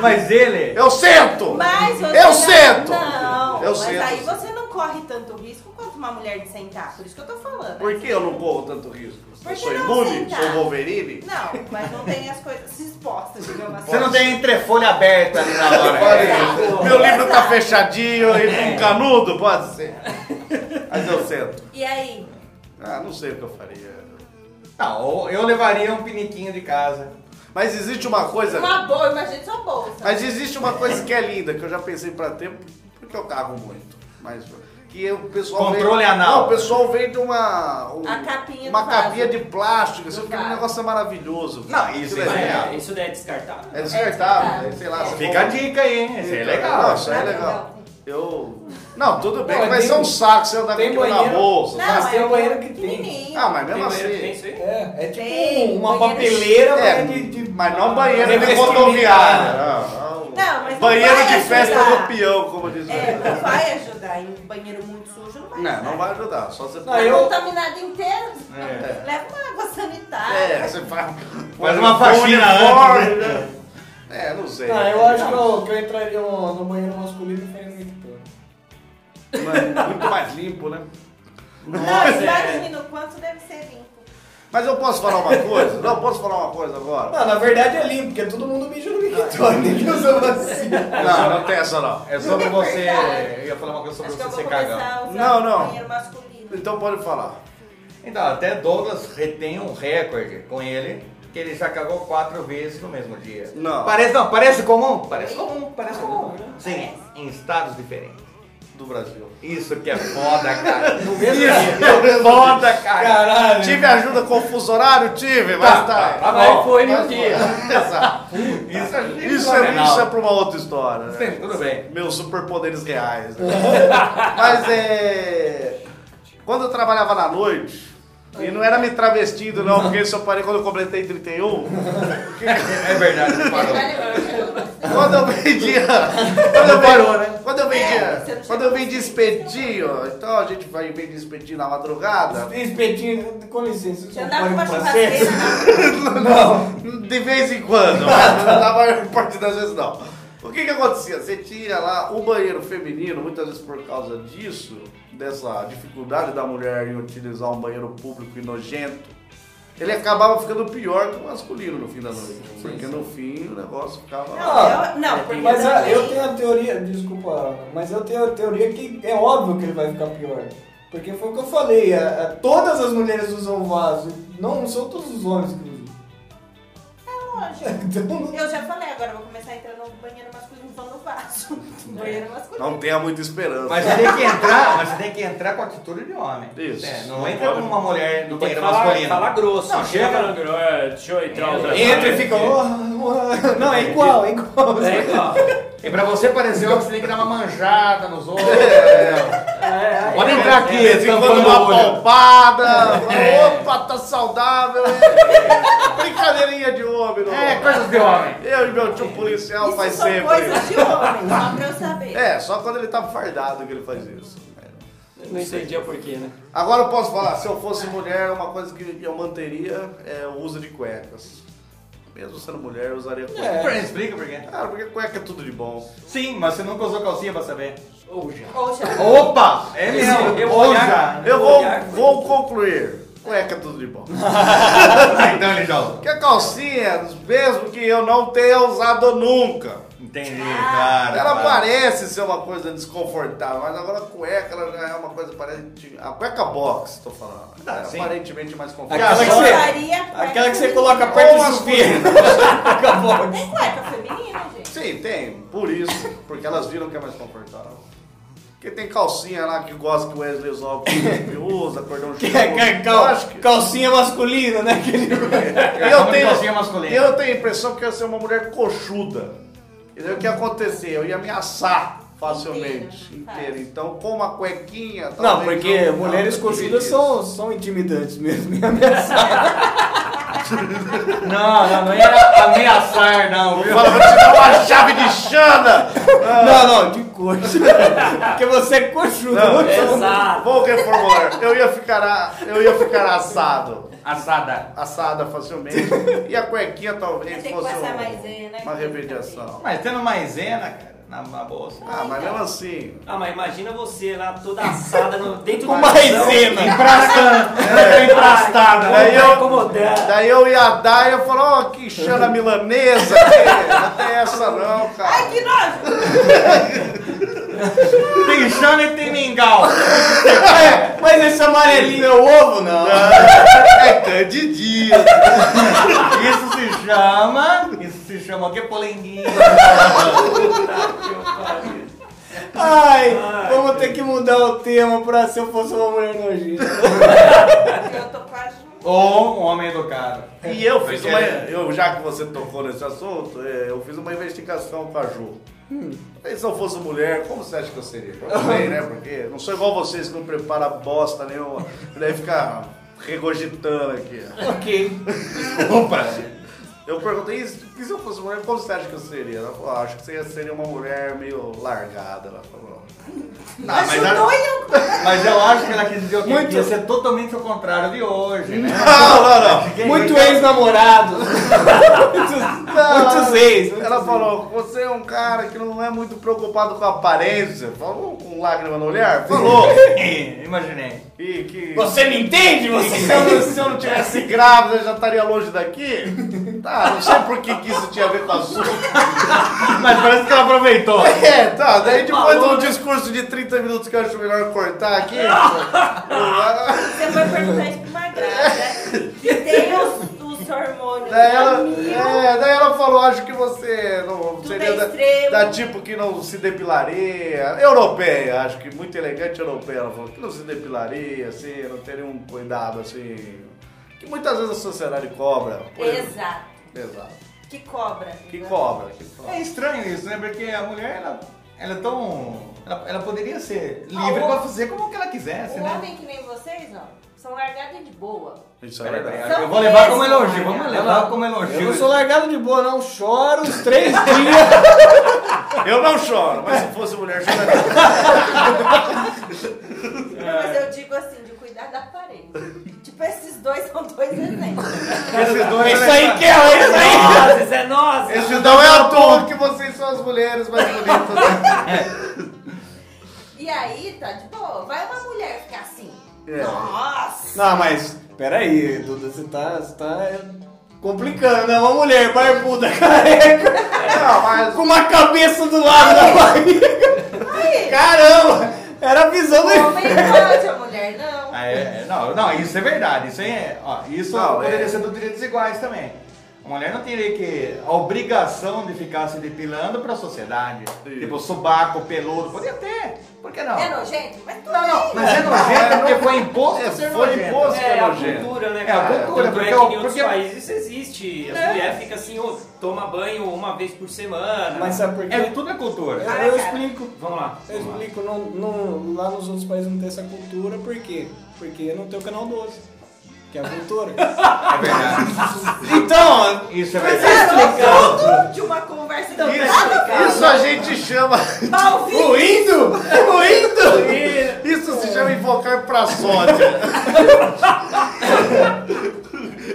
Speaker 4: Mas ele.
Speaker 3: Eu sento!
Speaker 7: Mas você
Speaker 3: eu
Speaker 7: não-
Speaker 3: sento!
Speaker 7: Não,
Speaker 3: eu
Speaker 7: mas
Speaker 3: sento.
Speaker 7: aí você não corre tanto risco quanto uma mulher de sentar. Por isso que eu tô falando.
Speaker 3: Por que eu não corro tanto risco?
Speaker 7: Por
Speaker 3: eu
Speaker 7: que
Speaker 3: sou
Speaker 7: não
Speaker 3: imune?
Speaker 7: sentar?
Speaker 3: Sou Wolverine?
Speaker 7: Não, mas não tem as coisas expostas, digamos assim.
Speaker 4: Você não tem entrefolha aberta ali na hora.
Speaker 3: Olha, Meu livro tá fechadinho e com canudo, pode ser. Mas eu sento.
Speaker 7: E aí?
Speaker 3: Ah, não sei o que eu faria.
Speaker 4: É. Não, ou eu levaria um piniquinho de casa.
Speaker 3: Mas existe uma coisa.
Speaker 7: Uma boa, imagina sua bolsa.
Speaker 3: Mas existe uma coisa que é linda, que eu já pensei pra ter, porque eu cago muito. Mas que o pessoal
Speaker 4: Controle
Speaker 3: vem,
Speaker 4: anal.
Speaker 3: Não, o pessoal vem de uma um-
Speaker 7: A capinha do
Speaker 3: uma
Speaker 7: vaso.
Speaker 3: capinha de plástico, isso fica um
Speaker 7: vaso.
Speaker 3: negócio maravilhoso.
Speaker 4: Não, isso
Speaker 3: Aquilo
Speaker 4: é-
Speaker 3: legal.
Speaker 6: É, isso daí é descartável.
Speaker 3: É descartável,
Speaker 7: É.
Speaker 3: sei lá. você
Speaker 4: Fica a
Speaker 3: compra-
Speaker 4: dica aí, hein? Esse é legal.
Speaker 3: Não, isso aí é legal. Eu. Não, tudo bem, que vai ser um saco você andar com
Speaker 8: tem
Speaker 3: aquilo na
Speaker 8: banheiro-
Speaker 3: bolsa.
Speaker 7: Não,
Speaker 8: Mas
Speaker 7: é
Speaker 8: tem um banheiro que tem.
Speaker 7: pequenininho.
Speaker 3: Ah, mas mesmo
Speaker 6: Tem banheiro que tem
Speaker 3: assim.
Speaker 6: isso aí?
Speaker 8: É, é tipo
Speaker 7: Tem,
Speaker 8: uma
Speaker 7: banheiro
Speaker 8: papeleira,
Speaker 3: É,
Speaker 8: mas de, de-
Speaker 3: mas não banheiro de
Speaker 8: Revestimento.
Speaker 3: rodoviária. não, não.
Speaker 7: Não, mas não
Speaker 3: Banheiro
Speaker 7: vai
Speaker 3: de festa
Speaker 7: ajudar.
Speaker 3: do peão, como diz o
Speaker 7: É, não vai ajudar. Em um banheiro muito sujo não vai
Speaker 3: Não,
Speaker 7: ajudar.
Speaker 3: não vai ajudar. Só você.
Speaker 8: Não,
Speaker 7: Tá
Speaker 8: eu-
Speaker 7: contaminado inteiro.
Speaker 4: É.
Speaker 7: Leva uma água sanitária.
Speaker 3: É, você faz.
Speaker 4: Faz uma faxina
Speaker 3: Uniforme,
Speaker 4: antes,
Speaker 3: né? É, não sei.
Speaker 8: Ah, eu acho que eu, que eu entraria no, no banheiro masculino e faria um editor.
Speaker 3: Mas Muito mais limpo, né?
Speaker 7: Não,
Speaker 6: Nossa, é.
Speaker 7: imagina o quanto deve ser limpo.
Speaker 3: Mas eu posso falar uma coisa? Não, posso falar uma coisa agora?
Speaker 8: Não, na verdade é limpo, porque todo mundo mija no mictório, ninguém usa vacina.
Speaker 3: Não, não tem essa não.
Speaker 4: É sobre você.
Speaker 7: Verdade.
Speaker 4: Eu ia falar uma coisa sobre
Speaker 7: Acho que eu
Speaker 4: você
Speaker 7: vou
Speaker 4: ser
Speaker 7: começar
Speaker 4: cagão.
Speaker 7: a usar
Speaker 3: Não, não.
Speaker 7: banheiro masculino.
Speaker 3: Então pode falar.
Speaker 4: Então, até Douglas retém um recorde com ele, que ele já cagou quatro vezes no mesmo dia.
Speaker 3: Não.
Speaker 4: Parece, não, parece comum? Parece comum, parece comum. Sim,
Speaker 7: Parece.
Speaker 4: em estados diferentes.
Speaker 3: Do Brasil.
Speaker 4: Isso que é foda, cara. No mesmo
Speaker 3: Isso,
Speaker 4: dia.
Speaker 3: é foda, cara.
Speaker 8: Caralho.
Speaker 3: Tive ajuda com o fuso horário? Tive, mas tá.
Speaker 4: tá
Speaker 6: Mas
Speaker 4: bom.
Speaker 6: foi no
Speaker 3: Mas-
Speaker 6: dia.
Speaker 3: Exato.
Speaker 4: Isso, é-
Speaker 3: Isso é, isso é pra uma outra história. né?
Speaker 4: Sim, tudo bem.
Speaker 3: Meus superpoderes reais. né? Mas é. Quando eu trabalhava na noite, e não era me travestindo, não, porque isso eu parei quando eu completei 31.
Speaker 4: É verdade, você parou.
Speaker 3: Quando eu vendia. Quando eu
Speaker 4: Parou, né?
Speaker 3: vendia. Quando eu
Speaker 7: É, você
Speaker 3: vendia,
Speaker 7: não
Speaker 3: quando eu vendia espetinho, então a gente vai vender espetinho na madrugada.
Speaker 8: Espetinho, com licença.
Speaker 7: Já andava com uma
Speaker 8: pode fazer?
Speaker 7: churrasqueira na
Speaker 8: Não.
Speaker 3: De vez em quando, mas na maior parte das vezes não. O que que acontecia? Você tinha lá o banheiro feminino, muitas vezes por causa disso, dessa dificuldade da mulher em utilizar um banheiro público e nojento, ele acabava ficando pior que o masculino no fim da noite. porque no fim o negócio ficava...
Speaker 7: Não, eu, não, porque
Speaker 8: Mas ah,
Speaker 7: também-
Speaker 8: eu tenho a teoria, desculpa, mas eu tenho a teoria que é óbvio que ele vai ficar pior. Porque foi o que eu falei, a- a- todas as mulheres usam vaso, não, não são todos os homens que usam.
Speaker 7: Lógico.
Speaker 8: Então, não-
Speaker 7: Eu já falei, agora eu vou começar a entrar no banheiro masculino e vou no
Speaker 8: É.
Speaker 7: vaso. Banheiro
Speaker 4: é.
Speaker 7: masculino.
Speaker 3: Não tenha muita esperança.
Speaker 4: Mas você tem que entrar, mas você tem que entrar com a atitude de homem.
Speaker 3: Isso.
Speaker 4: É, não entra com uma mulher
Speaker 6: Tem
Speaker 4: no
Speaker 6: que
Speaker 4: banheiro
Speaker 6: falar,
Speaker 4: masculino.
Speaker 6: falar grosso.
Speaker 4: Não, chega.
Speaker 6: falando grosso. é, Deixa eu entrar outra
Speaker 4: Entra e
Speaker 6: vez.
Speaker 4: fica.
Speaker 6: É.
Speaker 8: Ah, Não, é igual, é igual.
Speaker 6: É, ó.
Speaker 4: E pra você parecer que você tem que dar uma manjada nos outros.
Speaker 6: É, é.
Speaker 4: Pode entrar aqui,
Speaker 3: De vez em quando
Speaker 4: tampando
Speaker 3: uma
Speaker 4: o olho. É.
Speaker 3: palpada, fala, opa, tá saudável. hein?" Brincadeirinha de homem, não.
Speaker 4: É, coisas de homem.
Speaker 3: Eu e meu tio policial
Speaker 7: Isso
Speaker 3: faz
Speaker 7: são
Speaker 3: sempre.
Speaker 7: coisas de homem, só pra eu saber.
Speaker 3: É, só quando ele tá fardado que ele faz isso.
Speaker 6: Não entedia porquê, né?
Speaker 3: Agora eu posso falar, se eu fosse mulher, uma coisa que eu manteria é o uso de cuecas. Mesmo sendo mulher, eu usaria cueca.
Speaker 4: Explica por quê.
Speaker 3: Cara, porque cueca é tudo de bom.
Speaker 4: Sim, mas você nunca usou calcinha pra saber.
Speaker 6: Ou já.
Speaker 7: Ou já.
Speaker 4: Opa! É mesmo.
Speaker 6: eu
Speaker 4: Ou
Speaker 6: olhar-
Speaker 4: já.
Speaker 3: Eu vou, vou concluir. Cueca é tudo de bom.
Speaker 4: Ah, então ele já usou.
Speaker 3: Porque a calcinha, mesmo que eu não tenha usado nunca,
Speaker 4: Entendi, cara.
Speaker 3: ela
Speaker 4: cara.
Speaker 3: parece ser uma coisa desconfortável, mas agora a cueca ela já é uma coisa parece. A cueca box, tô falando.
Speaker 4: Ah,
Speaker 3: é
Speaker 4: sim.
Speaker 3: aparentemente mais
Speaker 8: Aquela
Speaker 3: confortável.
Speaker 8: que
Speaker 7: Eu
Speaker 8: você-
Speaker 7: usaria cueca
Speaker 8: Aquela que você
Speaker 7: feminina.
Speaker 8: coloca
Speaker 3: Ou
Speaker 8: perto do
Speaker 3: masculina.
Speaker 8: chuveiro. Acabou.
Speaker 7: Tem cueca feminina, gente.
Speaker 3: Sim, tem. Por isso. Porque elas viram que é mais confortável. Porque tem calcinha lá que gosta que o Wesley usa, que o Felipe usa, cordão
Speaker 8: Que
Speaker 3: chique.
Speaker 8: é ca-
Speaker 3: Eu acho
Speaker 8: cal- é
Speaker 3: que...
Speaker 8: Calcinha masculina, né? Aquele...
Speaker 4: Eu,
Speaker 3: Eu
Speaker 4: tenho calcinha
Speaker 3: tenho,
Speaker 4: masculina.
Speaker 3: eu tenho a impressão que eu ia ser uma mulher coxuda. Entendeu? O que ia acontecer? Eu ia ameaçar facilmente.
Speaker 7: Inteiro.
Speaker 3: Inteiro. Então, com uma cuequinha...
Speaker 8: Não,
Speaker 3: talvez
Speaker 8: porque
Speaker 3: eu-
Speaker 8: mulheres
Speaker 3: não,
Speaker 8: coxudas
Speaker 3: isso.
Speaker 8: são, são intimidantes mesmo.
Speaker 4: Não, não, não era ameaçar, não, viu?
Speaker 3: Fala, vou te dar uma chave de chana!
Speaker 8: Não, não, de coxa. Porque você é coxudo.
Speaker 3: Não,
Speaker 8: não
Speaker 3: eu-
Speaker 6: Exato.
Speaker 3: Vou reformular. Eu ia ficar, a- eu ia ficar assado.
Speaker 4: Assada.
Speaker 3: assada facilmente. e a cuequinha talvez
Speaker 7: Mas tem que
Speaker 3: fosse
Speaker 7: passar
Speaker 3: um-
Speaker 7: maisena, né?
Speaker 3: uma remediação.
Speaker 4: Mas tendo maisena, cara, na, na bolsa.
Speaker 3: Ah, mas
Speaker 7: Então.
Speaker 3: mesmo assim.
Speaker 6: Ah, mas imagina você lá toda assada no, dentro do
Speaker 8: Com
Speaker 6: maisão.
Speaker 8: maisena.
Speaker 4: Emprastando. É, emprastada.
Speaker 6: Ai,
Speaker 3: Daí
Speaker 6: Vai
Speaker 3: eu,
Speaker 6: incomodar.
Speaker 3: daí eu ia dar e eu falava, ó, que chana milanesa, que- não tem essa não,
Speaker 7: Ai,
Speaker 3: cara.
Speaker 7: É que nojo!
Speaker 4: Tem chana e tem mingau.
Speaker 8: É, mas esse amarelinho é ovo, não.
Speaker 3: É candidia.
Speaker 4: Isso se chama. Isso se chama o quê? Polenguinho.
Speaker 8: Ai, vamos ter que mudar o tema pra se eu fosse uma mulher nojenta.
Speaker 4: Ou um homem educado.
Speaker 3: E eu fiz
Speaker 4: É, Porque-
Speaker 3: uma. Eu, já que você tocou nesse assunto, é, eu fiz uma investigação com a Ju.
Speaker 4: Hum.
Speaker 3: E se eu fosse mulher, como você acha que eu seria? Eu sei, né? Porque não sou igual vocês que não prepara bosta nenhuma. E daí fica regurgitando aqui.
Speaker 4: Ok.
Speaker 3: Desculpa. Eu perguntei isso, e se eu fosse mulher, como você acha que eu seria? Ela falou, ah, acho que você seria uma mulher meio largada. Ela falou.
Speaker 4: Não, mas, ela- mas eu acho que ela quis dizer o quê? Que ia ser totalmente o contrário de hoje, né?
Speaker 3: Não, não,
Speaker 4: Fiquei
Speaker 3: não.
Speaker 4: muito
Speaker 8: ex-namorado.
Speaker 3: Muitos
Speaker 8: ex.
Speaker 3: Ela falou, você é um cara que não é muito preocupado com a aparência. Falou com lágrima no olhar? Falou.
Speaker 4: Imaginei.
Speaker 3: E que...
Speaker 8: Você me entende, você?
Speaker 3: E que Se eu, não, se eu não tivesse
Speaker 4: é
Speaker 3: grávida, eu já estaria longe daqui. Tá, não sei por que, que isso tinha a ver com a sua.
Speaker 4: Mas parece que ela aproveitou.
Speaker 3: É, tá. Daí depois de
Speaker 4: Falou,
Speaker 3: um
Speaker 4: né?
Speaker 3: discurso de 30 minutos que eu acho melhor cortar aqui. eu-
Speaker 7: Você foi perguntar isso pra uma grávida que tem os, os hormônios.
Speaker 3: Daí ela,
Speaker 7: mil.
Speaker 3: é, daí ela falou, acho que você não
Speaker 7: é
Speaker 3: seria da,
Speaker 7: extremo.
Speaker 3: da tipo que não se depilaria. Europeia, acho que muito elegante europeia. Ela falou que não se depilaria, assim, não teria um cuidado, assim. Que muitas vezes a sociedade cobra. por exemplo.
Speaker 7: Exato.
Speaker 3: Exato.
Speaker 7: Que cobra.
Speaker 3: Que cobra, que cobra.
Speaker 4: É estranho isso, né? Porque a mulher, ela, ela é tão. Ela, ela poderia ser
Speaker 7: Ah,
Speaker 4: livre
Speaker 7: o-
Speaker 4: pra fazer como que ela quisesse,
Speaker 7: Um
Speaker 4: né?
Speaker 7: homem que nem vocês, não. São largados de boa.
Speaker 3: Isso é
Speaker 4: Peraí,
Speaker 3: verdade.
Speaker 4: peraí, Eu vou levar como elogio, vamos levar como elogio.
Speaker 8: Eu não sou largado de boa, não. Choro os três dias.
Speaker 3: Eu não choro, mas se fosse mulher, choraria.
Speaker 7: Não, mas eu digo assim, de cuidar da aparência. tipo, esses dois são dois exemplos.
Speaker 4: Esses dois.
Speaker 8: Isso aí que é, isso aí.
Speaker 6: Nozes, é nozes.
Speaker 3: Esse não é à toa que vocês são as mulheres mais bonitas. né?
Speaker 7: E aí, tá de boa. Vai uma mulher ficar assim.
Speaker 3: É.
Speaker 7: Nossa!
Speaker 8: Não, mas peraí, Duda, você tá, você tá complicando, né? Uma mulher barbuda, careca,
Speaker 3: Não, mas...
Speaker 8: com uma cabeça do lado da barriga.
Speaker 7: Aí,
Speaker 8: Caramba, era a visão
Speaker 7: o homem
Speaker 8: do...
Speaker 7: pode, a mulher não.
Speaker 4: Ah, é, é, não, não, isso é verdade. Isso aí é. Ó, isso
Speaker 3: Não,
Speaker 4: poderia
Speaker 3: é.
Speaker 4: ser do direitos iguais também. A mulher não teria que. a obrigação de ficar se depilando pra sociedade.
Speaker 3: Isso.
Speaker 4: Tipo, sobaco, peludo. Poderia ter. Por que não?
Speaker 7: É nojento? Mas tudo
Speaker 4: Não, não,
Speaker 7: bem.
Speaker 4: mas é nojento porque foi imposto
Speaker 3: É,
Speaker 4: ser
Speaker 3: foi
Speaker 4: nojento.
Speaker 3: imposto.
Speaker 6: É, a
Speaker 3: nojento.
Speaker 6: cultura, né,
Speaker 4: É, a
Speaker 6: cara?
Speaker 4: cultura,
Speaker 6: Tanto é
Speaker 4: porque
Speaker 6: que
Speaker 4: o-
Speaker 6: em outros
Speaker 4: porque-
Speaker 6: países isso existe.
Speaker 8: É.
Speaker 6: As mulheres ficam assim, ô, toma banho uma vez por semana.
Speaker 8: Mas sabe por quê?
Speaker 4: É, tudo é cultura.
Speaker 8: Eu, eu explico,
Speaker 6: Vamos lá.
Speaker 8: eu
Speaker 6: vamos lá.
Speaker 8: explico, não, não, lá nos outros países não tem essa cultura, por quê? Porque não tem o canal 12, que é a cultura.
Speaker 4: É verdade.
Speaker 8: então,
Speaker 4: Isso é
Speaker 7: Mas
Speaker 4: verdade.
Speaker 7: era o assunto de uma conversa de nada. Tá
Speaker 3: Isso a gente chama...
Speaker 7: Mal vindo.
Speaker 4: é
Speaker 3: Ruindo? Ruindo? Isso se chama invocar pra sódio.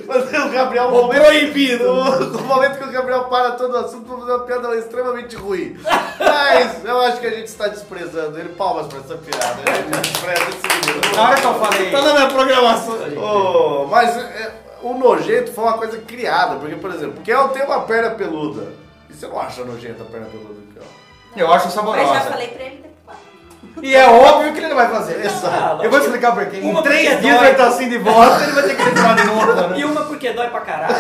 Speaker 3: Mas o Gabriel... O momento, proibido. No momento que o Gabriel para todo o assunto, vou fazer uma piada extremamente ruim. Mas eu acho que a gente está desprezando ele. Palmas pra essa piada. A gente despreza esse menino.
Speaker 4: Na hora que eu falei.
Speaker 8: tá na minha programação.
Speaker 3: Ô, mas é, o nojento foi uma coisa criada, porque, por exemplo, Kel tem uma perna peluda. E você não acha nojento a perna peluda do Kel?
Speaker 4: Eu acho
Speaker 7: Mas já
Speaker 4: saborosa.
Speaker 7: falei pra ele depois.
Speaker 4: E é óbvio que ele não vai fazer.
Speaker 7: é
Speaker 4: Exato. Eu vou explicar por quê.
Speaker 6: Uma
Speaker 4: Em três
Speaker 6: porque
Speaker 4: dias
Speaker 6: dói.
Speaker 4: vai estar assim de volta, ele vai ter que entrar de novo. Né?
Speaker 6: E uma porque dói pra caralho.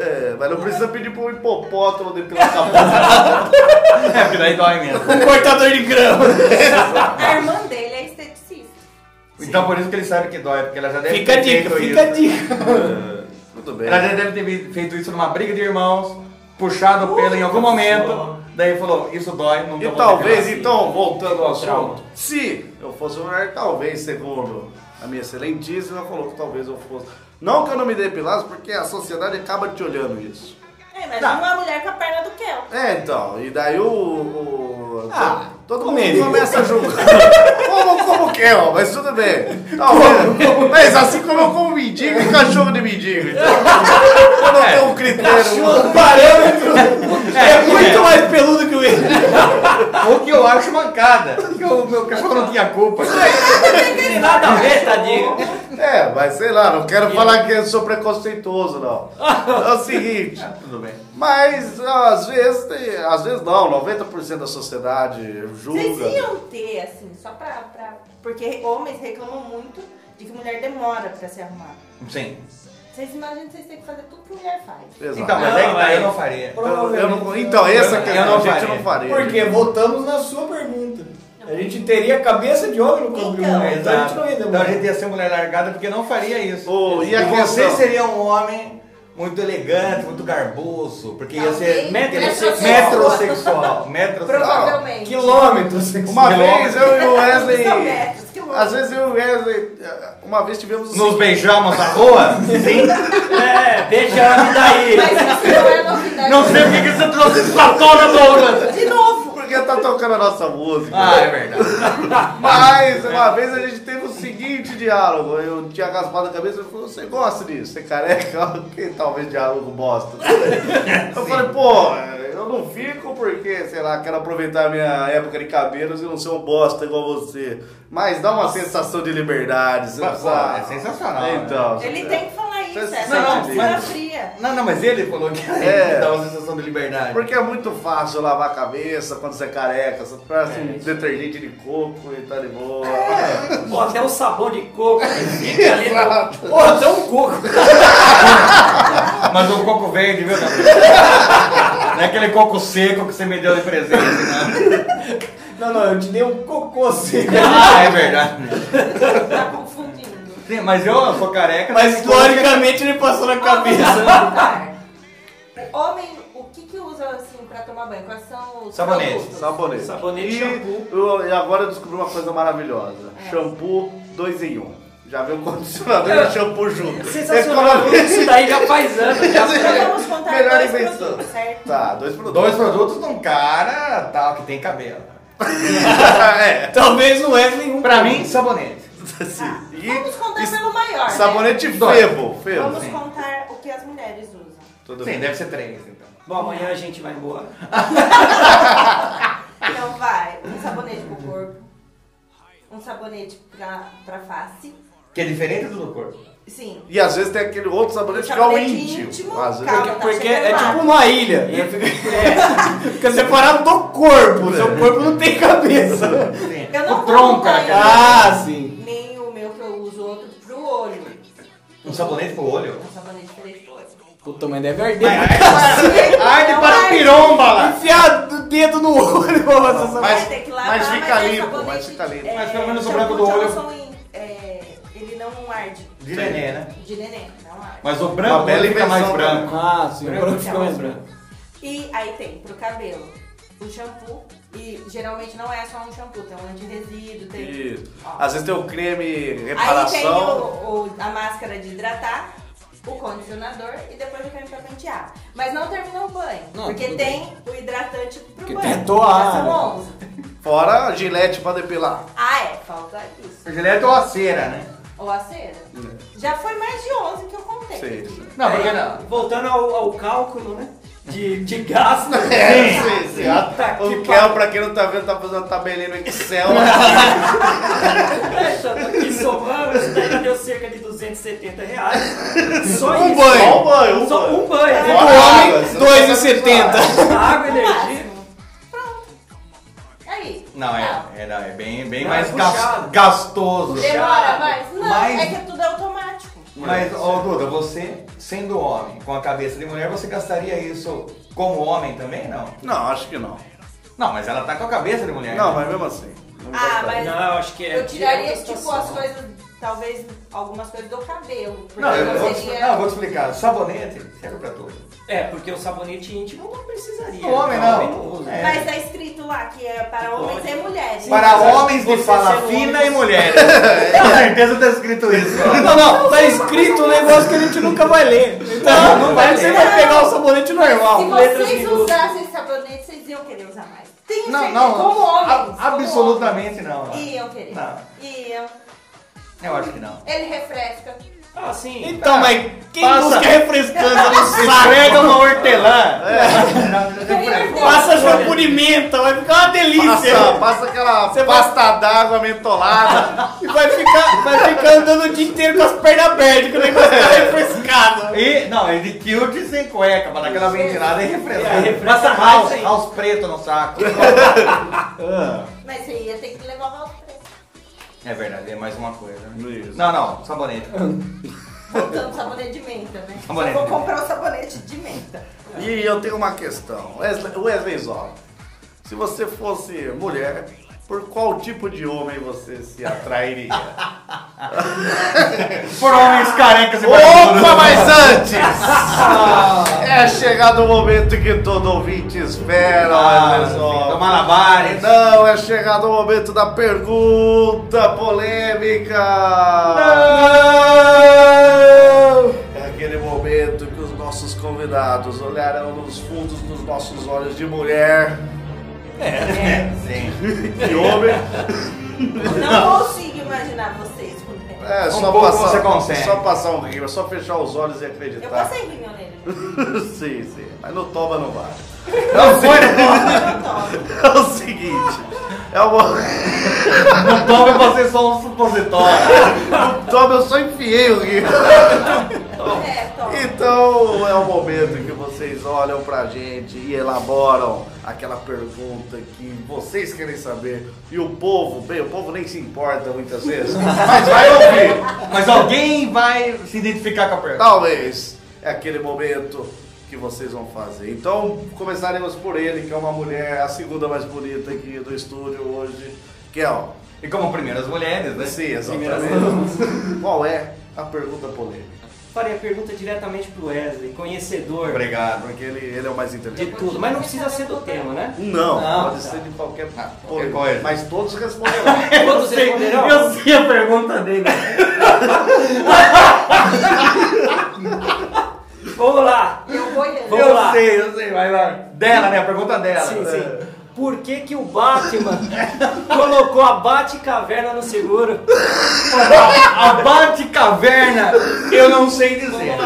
Speaker 3: É, mas não precisa pedir pro hipopótamo depilar a boca.
Speaker 4: É, porque daí dói mesmo.
Speaker 8: Cortador de grama.
Speaker 7: A irmã dele é esteticista.
Speaker 4: Então por isso que ele sabe que dói, porque ela já deve
Speaker 8: Fica a
Speaker 4: ter
Speaker 8: dica,
Speaker 4: feito
Speaker 8: fica a
Speaker 4: isso.
Speaker 8: dica.
Speaker 3: Tudo bem.
Speaker 4: Ela já deve ter feito isso numa briga de irmãos, puxado o pelo em algum momento. Daí falou, isso dói, não
Speaker 3: E
Speaker 4: dá
Speaker 3: talvez, então, voltando ao
Speaker 6: Trauma.
Speaker 3: assunto, se eu fosse mulher, talvez, segundo a minha excelentíssima, falou que talvez eu fosse. Não que eu não me depilasse, porque a sociedade acaba te olhando isso.
Speaker 7: É, mas
Speaker 4: Tá.
Speaker 7: uma mulher com a perna do Kel.
Speaker 3: É, então, e daí o. o-
Speaker 8: Ah,
Speaker 3: todo
Speaker 8: como
Speaker 3: mundo
Speaker 8: ele.
Speaker 3: começa a julgar. como, como que é, ó, mas tudo bem. Talvez, mas assim como eu como mendigo e cachorro de mendigo. Então, eu não
Speaker 4: É.
Speaker 3: tenho um critério.
Speaker 8: O parâmetro é muito mais peludo que o ele.
Speaker 4: O que eu acho mancada. Porque o meu cachorro não tinha culpa.
Speaker 6: Tem nada a ver, tadinho.
Speaker 3: É, mas sei lá, não quero falar que eu sou preconceituoso, não. É o seguinte.
Speaker 4: Tudo bem.
Speaker 3: Mas às vezes, tem- às vezes não, 90% da sociedade
Speaker 7: Vocês
Speaker 3: julga.
Speaker 7: iam ter, assim, só pra, pra. Porque homens reclamam muito de que mulher demora pra se arrumar.
Speaker 4: Sim.
Speaker 7: Vocês Vocês imaginam que vocês têm que fazer tudo que mulher faz.
Speaker 3: Exato.
Speaker 4: Então, mas é que tá, eu não faria.
Speaker 3: Eu- eu não- então, essa
Speaker 4: Eu
Speaker 3: questão
Speaker 4: não
Speaker 3: a gente
Speaker 4: faria.
Speaker 3: não faria.
Speaker 8: Porque voltamos na sua pergunta. A gente teria cabeça de homem no corpo de
Speaker 7: Então.
Speaker 8: mulher. Então a gente não ia
Speaker 4: Exato. Então a
Speaker 8: demorar.
Speaker 4: gente ia ser mulher largada porque não faria isso.
Speaker 3: Ô, e a
Speaker 4: você
Speaker 3: questão?
Speaker 4: seria um homem muito elegante, muito garboso, porque ia ser
Speaker 7: Talvez
Speaker 4: metrosexual.
Speaker 7: metrosexual.
Speaker 4: Metrosexual. metrosexual.
Speaker 7: Provavelmente.
Speaker 8: Quilômetros. Né?
Speaker 3: Uma vez eu e o
Speaker 7: São
Speaker 3: Wesley.
Speaker 7: metros, quilômetros.
Speaker 3: né, Às vezes eu e o Wesley. Uma vez tivemos.
Speaker 4: Nos beijamos na rua? Sim.
Speaker 6: É, beijame daí.
Speaker 7: Mas isso não é novidade.
Speaker 4: Não sei porque que você trouxe isso pra tona, Douglas.
Speaker 3: De novo! Porque tá tocando a nossa música.
Speaker 4: Ah, é verdade.
Speaker 3: Mas uma vez a gente teve o seguinte diálogo. Eu tinha raspado a cabeça e ele falou: Você gosta disso? Você é careca? Que talvez diálogo bosta. Eu falei: Pô, eu não fico porque, sei lá, quero aproveitar a minha época de cabelos e não ser um bosta igual você. Mas dá uma sensação de liberdade. Você não
Speaker 4: Mas, pô,
Speaker 3: sabe?
Speaker 4: é sensacional, né?
Speaker 3: Então.
Speaker 7: Ele tem que falar isso,
Speaker 3: Você
Speaker 7: essa
Speaker 3: sabe
Speaker 7: é uma
Speaker 3: disso.
Speaker 7: pessoa fria.
Speaker 4: Não, não, mas ele falou que
Speaker 3: É.
Speaker 4: dá uma sensação de liberdade.
Speaker 3: Porque é muito fácil lavar a cabeça quando você é careca. Você parece
Speaker 7: É
Speaker 3: um detergente de coco e tá de boa.
Speaker 6: Pô, até um sabão de coco. né? Fica ali no-
Speaker 8: Pô, até um coco.
Speaker 4: Mas um coco verde, viu, Gabriel? Não é aquele coco seco que você me deu de presente, né?
Speaker 8: Não, não, eu te dei um cocô seco.
Speaker 4: Ah, é verdade.
Speaker 7: Tá confundindo.
Speaker 4: Sim, mas eu, eu sou careca.
Speaker 8: Mas
Speaker 4: tem coisa
Speaker 8: historicamente ele passou na cabeça.
Speaker 7: Homem, o que que usa assim pra tomar banho? Quais são os
Speaker 4: Sabonete,
Speaker 7: produtos?
Speaker 3: Sabonete. é
Speaker 6: Sabonete,
Speaker 3: e
Speaker 6: shampoo.
Speaker 3: eu- e agora eu descobri uma coisa maravilhosa.
Speaker 7: É.
Speaker 3: Shampoo dois em um. Já veio o condicionador e o shampoo junto.
Speaker 6: Sensacional. Isso daí já faz anos. Já
Speaker 7: Então vamos contar
Speaker 3: Melhor
Speaker 7: dois
Speaker 3: invenção.
Speaker 7: produtos, certo?
Speaker 3: Tá, dois
Speaker 4: que-
Speaker 3: produtos.
Speaker 4: Dois produtos de um cara tal que tem cabelo.
Speaker 7: Tá.
Speaker 3: é.
Speaker 8: Talvez não é nenhum.
Speaker 4: Pra mim, sabonete.
Speaker 3: Sim. assim, E
Speaker 7: Vamos contar
Speaker 3: um- e
Speaker 7: pelo maior, né?
Speaker 3: Sabonete
Speaker 4: Dois.
Speaker 3: febo. Febo.
Speaker 7: Vamos contar o que as mulheres usam.
Speaker 3: Tudo
Speaker 4: Sim,
Speaker 3: bem.
Speaker 4: deve ser três, então.
Speaker 6: Bom, amanhã a gente vai embora.
Speaker 7: Então vai, um sabonete pro corpo, um sabonete pra, pra face.
Speaker 4: Que é diferente do do corpo.
Speaker 7: Sim. Um
Speaker 3: E às vezes tem aquele outro sabonete que é o
Speaker 7: Sabonete
Speaker 3: íntimo.
Speaker 7: íntimo,
Speaker 3: Às vezes
Speaker 7: calma, tá
Speaker 8: Porque é
Speaker 7: chegando lá.
Speaker 8: tipo uma ilha. né? Fica- Fica separado do corpo. Seu corpo não tem cabeça.
Speaker 7: Eu não
Speaker 4: o
Speaker 7: vou
Speaker 4: tronco
Speaker 7: contar
Speaker 4: era
Speaker 7: isso.
Speaker 8: Ah, sim.
Speaker 7: Nem o meu que eu uso, outro pro olho.
Speaker 4: Um sabonete pro olho.
Speaker 7: Um sabonete diferente pro olho.
Speaker 8: Puta, mas deve arder.
Speaker 4: Arde
Speaker 7: Não
Speaker 4: para
Speaker 7: arde.
Speaker 4: piromba lá.
Speaker 8: Enfiar o dedo no olho. nossa,
Speaker 7: Vai
Speaker 3: Mas-
Speaker 7: ter que
Speaker 3: mas
Speaker 7: lavar,
Speaker 3: fica
Speaker 7: é um
Speaker 3: limpo,
Speaker 7: sabonete,
Speaker 3: mas fica limpo.
Speaker 7: é,
Speaker 4: Mas pelo menos o
Speaker 7: shampoo
Speaker 4: branco do
Speaker 7: de
Speaker 4: olho-
Speaker 7: Johnson Win, é, ele não arde.
Speaker 4: De nenê, né?
Speaker 7: De neném, não arde.
Speaker 4: Mas o branco
Speaker 3: Uma bela
Speaker 4: fica mais
Speaker 3: invenção,
Speaker 4: branco.
Speaker 8: Ah, sim.
Speaker 4: Branco
Speaker 8: Branco
Speaker 7: fica
Speaker 8: fica mais
Speaker 7: mais
Speaker 8: branco.
Speaker 7: E aí tem pro cabelo o shampoo. E geralmente não é só um shampoo, tem um anti-resíduo, tem.
Speaker 3: E
Speaker 7: Ó.
Speaker 3: às vezes tem o creme
Speaker 7: Aí tem
Speaker 3: reparação.
Speaker 7: o, o- a máscara de hidratar, o condicionador e depois o creme pra pentear. Mas não terminou o banho,
Speaker 8: Não,
Speaker 7: porque
Speaker 8: tudo
Speaker 7: tem o hidratante pro
Speaker 8: Porque ah, né?
Speaker 7: banho.
Speaker 8: tem toalha.
Speaker 7: Já são 11.
Speaker 3: Fora gilete pra depilar.
Speaker 7: Ah, é, falta isso.
Speaker 4: O gilete ou a é cera, né?
Speaker 7: Ou a cera. Já foi mais de 11 que eu contei.
Speaker 3: Sim.
Speaker 4: Não, porque
Speaker 6: Aí,
Speaker 4: não.
Speaker 6: Voltando ao, ao cálculo, né? De, de gasto.
Speaker 3: É, sim, sim.
Speaker 6: Puta que
Speaker 3: O Kel, pra quem não tá vendo, tá fazendo uma tabelinha no Excel.
Speaker 6: Deixa, tô aqui somando, isso daí já deu cerca de 270 reais. Só
Speaker 3: Um
Speaker 6: isso.
Speaker 3: banho. Só um banho, um
Speaker 6: Só
Speaker 3: banho.
Speaker 6: um banho.
Speaker 3: Fora
Speaker 6: né?
Speaker 3: água,
Speaker 4: Ah,
Speaker 8: homem,
Speaker 3: você não
Speaker 8: dois e
Speaker 3: sabe
Speaker 8: setenta.
Speaker 3: falar.
Speaker 6: Água,
Speaker 7: No
Speaker 6: energia.
Speaker 7: máximo. Pronto. Aí.
Speaker 4: Não,
Speaker 7: Ah,
Speaker 4: é, é, não, é bem, bem
Speaker 6: Não,
Speaker 4: mais
Speaker 6: é
Speaker 4: gas-
Speaker 6: puxado.
Speaker 4: gastoso.
Speaker 7: Demora, mas não,
Speaker 4: Mas-
Speaker 7: é que tudo é automático.
Speaker 4: Mas, ô Duda, você, sendo homem, com a cabeça de mulher, você gastaria isso como homem também? Não.
Speaker 3: Não, acho que não.
Speaker 4: Não, mas ela tá com a cabeça de mulher.
Speaker 3: Não,
Speaker 4: né?
Speaker 3: mas mesmo assim. não
Speaker 7: Ah,
Speaker 3: gosto.
Speaker 7: mas
Speaker 6: Não, acho que é.
Speaker 7: eu tiraria,
Speaker 6: direto da
Speaker 7: tipo, as
Speaker 6: situação.
Speaker 7: coisas, talvez algumas coisas do cabelo. Porque
Speaker 4: Não, eu vou,
Speaker 7: não
Speaker 4: te-
Speaker 7: seria.
Speaker 4: não, eu vou te explicar. Sabonete serve pra tudo.
Speaker 6: É, porque o sabonete íntimo não
Speaker 8: é
Speaker 6: precisaria.
Speaker 4: O homem
Speaker 6: Então,
Speaker 4: não.
Speaker 6: o homem usa.
Speaker 4: É.
Speaker 7: Mas tá escrito lá que é para homens e mulheres.
Speaker 4: Para
Speaker 6: mas
Speaker 4: homens de
Speaker 6: você
Speaker 4: fala
Speaker 6: sendo
Speaker 4: fina
Speaker 6: homem,
Speaker 4: e mulheres. com certeza tá escrito isso.
Speaker 8: Não, não, tá escrito um negócio que a gente nunca vai ler. Então, não vai, você vai pegar o sabonete normal. assim.
Speaker 7: Se
Speaker 6: letras
Speaker 7: vocês
Speaker 6: minúsculas.
Speaker 7: usassem sabonete, vocês iam querer usar mais. Tenho
Speaker 4: Não,
Speaker 7: certeza,
Speaker 4: não.
Speaker 7: como homens.
Speaker 4: a-
Speaker 7: como
Speaker 4: absolutamente não.
Speaker 7: homens. Iam querer.
Speaker 4: Não.
Speaker 7: Iam.
Speaker 4: Eu acho que não.
Speaker 7: Ele refresca.
Speaker 6: Ah, sim.
Speaker 8: Então, mas quem
Speaker 4: Passa.
Speaker 8: busca refrescância no
Speaker 4: Esfrega
Speaker 8: saco?
Speaker 4: uma hortelã. É.
Speaker 8: Passa shampoo de menta, vai ficar uma delícia.
Speaker 3: Passa, passa aquela
Speaker 8: Você vai-
Speaker 3: pasta d'água mentolada.
Speaker 8: E vai ficar, vai ficar andando o dia inteiro com as pernas abertas, que o negócio tá refrescado.
Speaker 4: E, não, é de kilt sem cueca, pra dar aquela ventilada e
Speaker 6: É,
Speaker 4: refrescar.
Speaker 6: refresca
Speaker 4: Passa
Speaker 6: mais
Speaker 4: house,
Speaker 6: ainda.
Speaker 4: house preto no saco.
Speaker 7: Mas você ia ter que levar o outro.
Speaker 4: É verdade, é mais uma coisa. né?
Speaker 3: Isso.
Speaker 4: Não, não, sabonete.
Speaker 7: Voltando sabonete de menta, né?
Speaker 3: Sabonete
Speaker 7: Só
Speaker 3: de
Speaker 7: vou comprar o sabonete de menta.
Speaker 3: E eu tenho uma questão. Wesley, Wesley Zola, se você fosse mulher, por qual tipo de homem você se atrairia?
Speaker 4: Por homens carecas e
Speaker 3: Opa, mas antes! é chegado o momento que todo ouvinte espera,
Speaker 4: Ah,
Speaker 3: pessoal.
Speaker 4: do Malabares.
Speaker 3: Não, é chegado o momento da pergunta polêmica. É aquele momento que os nossos convidados olharão nos fundos dos nossos olhos de mulher.
Speaker 7: É.
Speaker 3: De homem.
Speaker 7: Não consigo imaginar vocês com menta.
Speaker 3: É, só,
Speaker 4: pouco
Speaker 3: passar,
Speaker 4: você consegue.
Speaker 3: só passar um rio, é só fechar os olhos e acreditar.
Speaker 7: Eu passei rímel nele.
Speaker 3: sim, sim. Mas no toba não vale. Não foi É o seguinte. É o mo-
Speaker 4: Não tome você só um supositório.
Speaker 3: no toba eu só enfiei o rio.
Speaker 7: É, toma.
Speaker 3: Então é o momento que vocês olham pra gente e elaboram aquela pergunta que vocês querem saber. E o povo, bem, o povo nem se importa muitas vezes, mas vai ouvir.
Speaker 4: Mas alguém vai se identificar com a pergunta.
Speaker 3: Talvez é aquele momento que vocês vão fazer. Então começaremos por ele, que é uma mulher, a segunda mais bonita aqui do estúdio hoje, que é ó.
Speaker 4: E como primeiras mulheres, né?
Speaker 3: Sim, exatamente. Qual é a pergunta polêmica?
Speaker 6: Farei a pergunta diretamente pro Wesley, conhecedor
Speaker 4: Obrigado.
Speaker 3: Porque ele, ele é o mais inteligente.
Speaker 6: de tudo, mas não precisa ser do tema, né?
Speaker 3: Não,
Speaker 6: Não,
Speaker 3: pode
Speaker 6: tá.
Speaker 3: ser de qualquer,
Speaker 4: qualquer coisa.
Speaker 3: Mas todos responderão.
Speaker 6: Todos
Speaker 4: sei,
Speaker 6: responderão?
Speaker 4: eu sei a pergunta dele.
Speaker 6: Vamos lá!
Speaker 7: Eu vou olhando.
Speaker 6: Vamos
Speaker 4: eu
Speaker 6: lá.
Speaker 4: sei, eu sei, vai lá. Dela, né? A pergunta dela.
Speaker 6: Sim,
Speaker 3: É.
Speaker 6: sim. Por que, que o Batman colocou a Batcaverna no seguro?
Speaker 4: A Bate-Caverna, eu não sei dizer.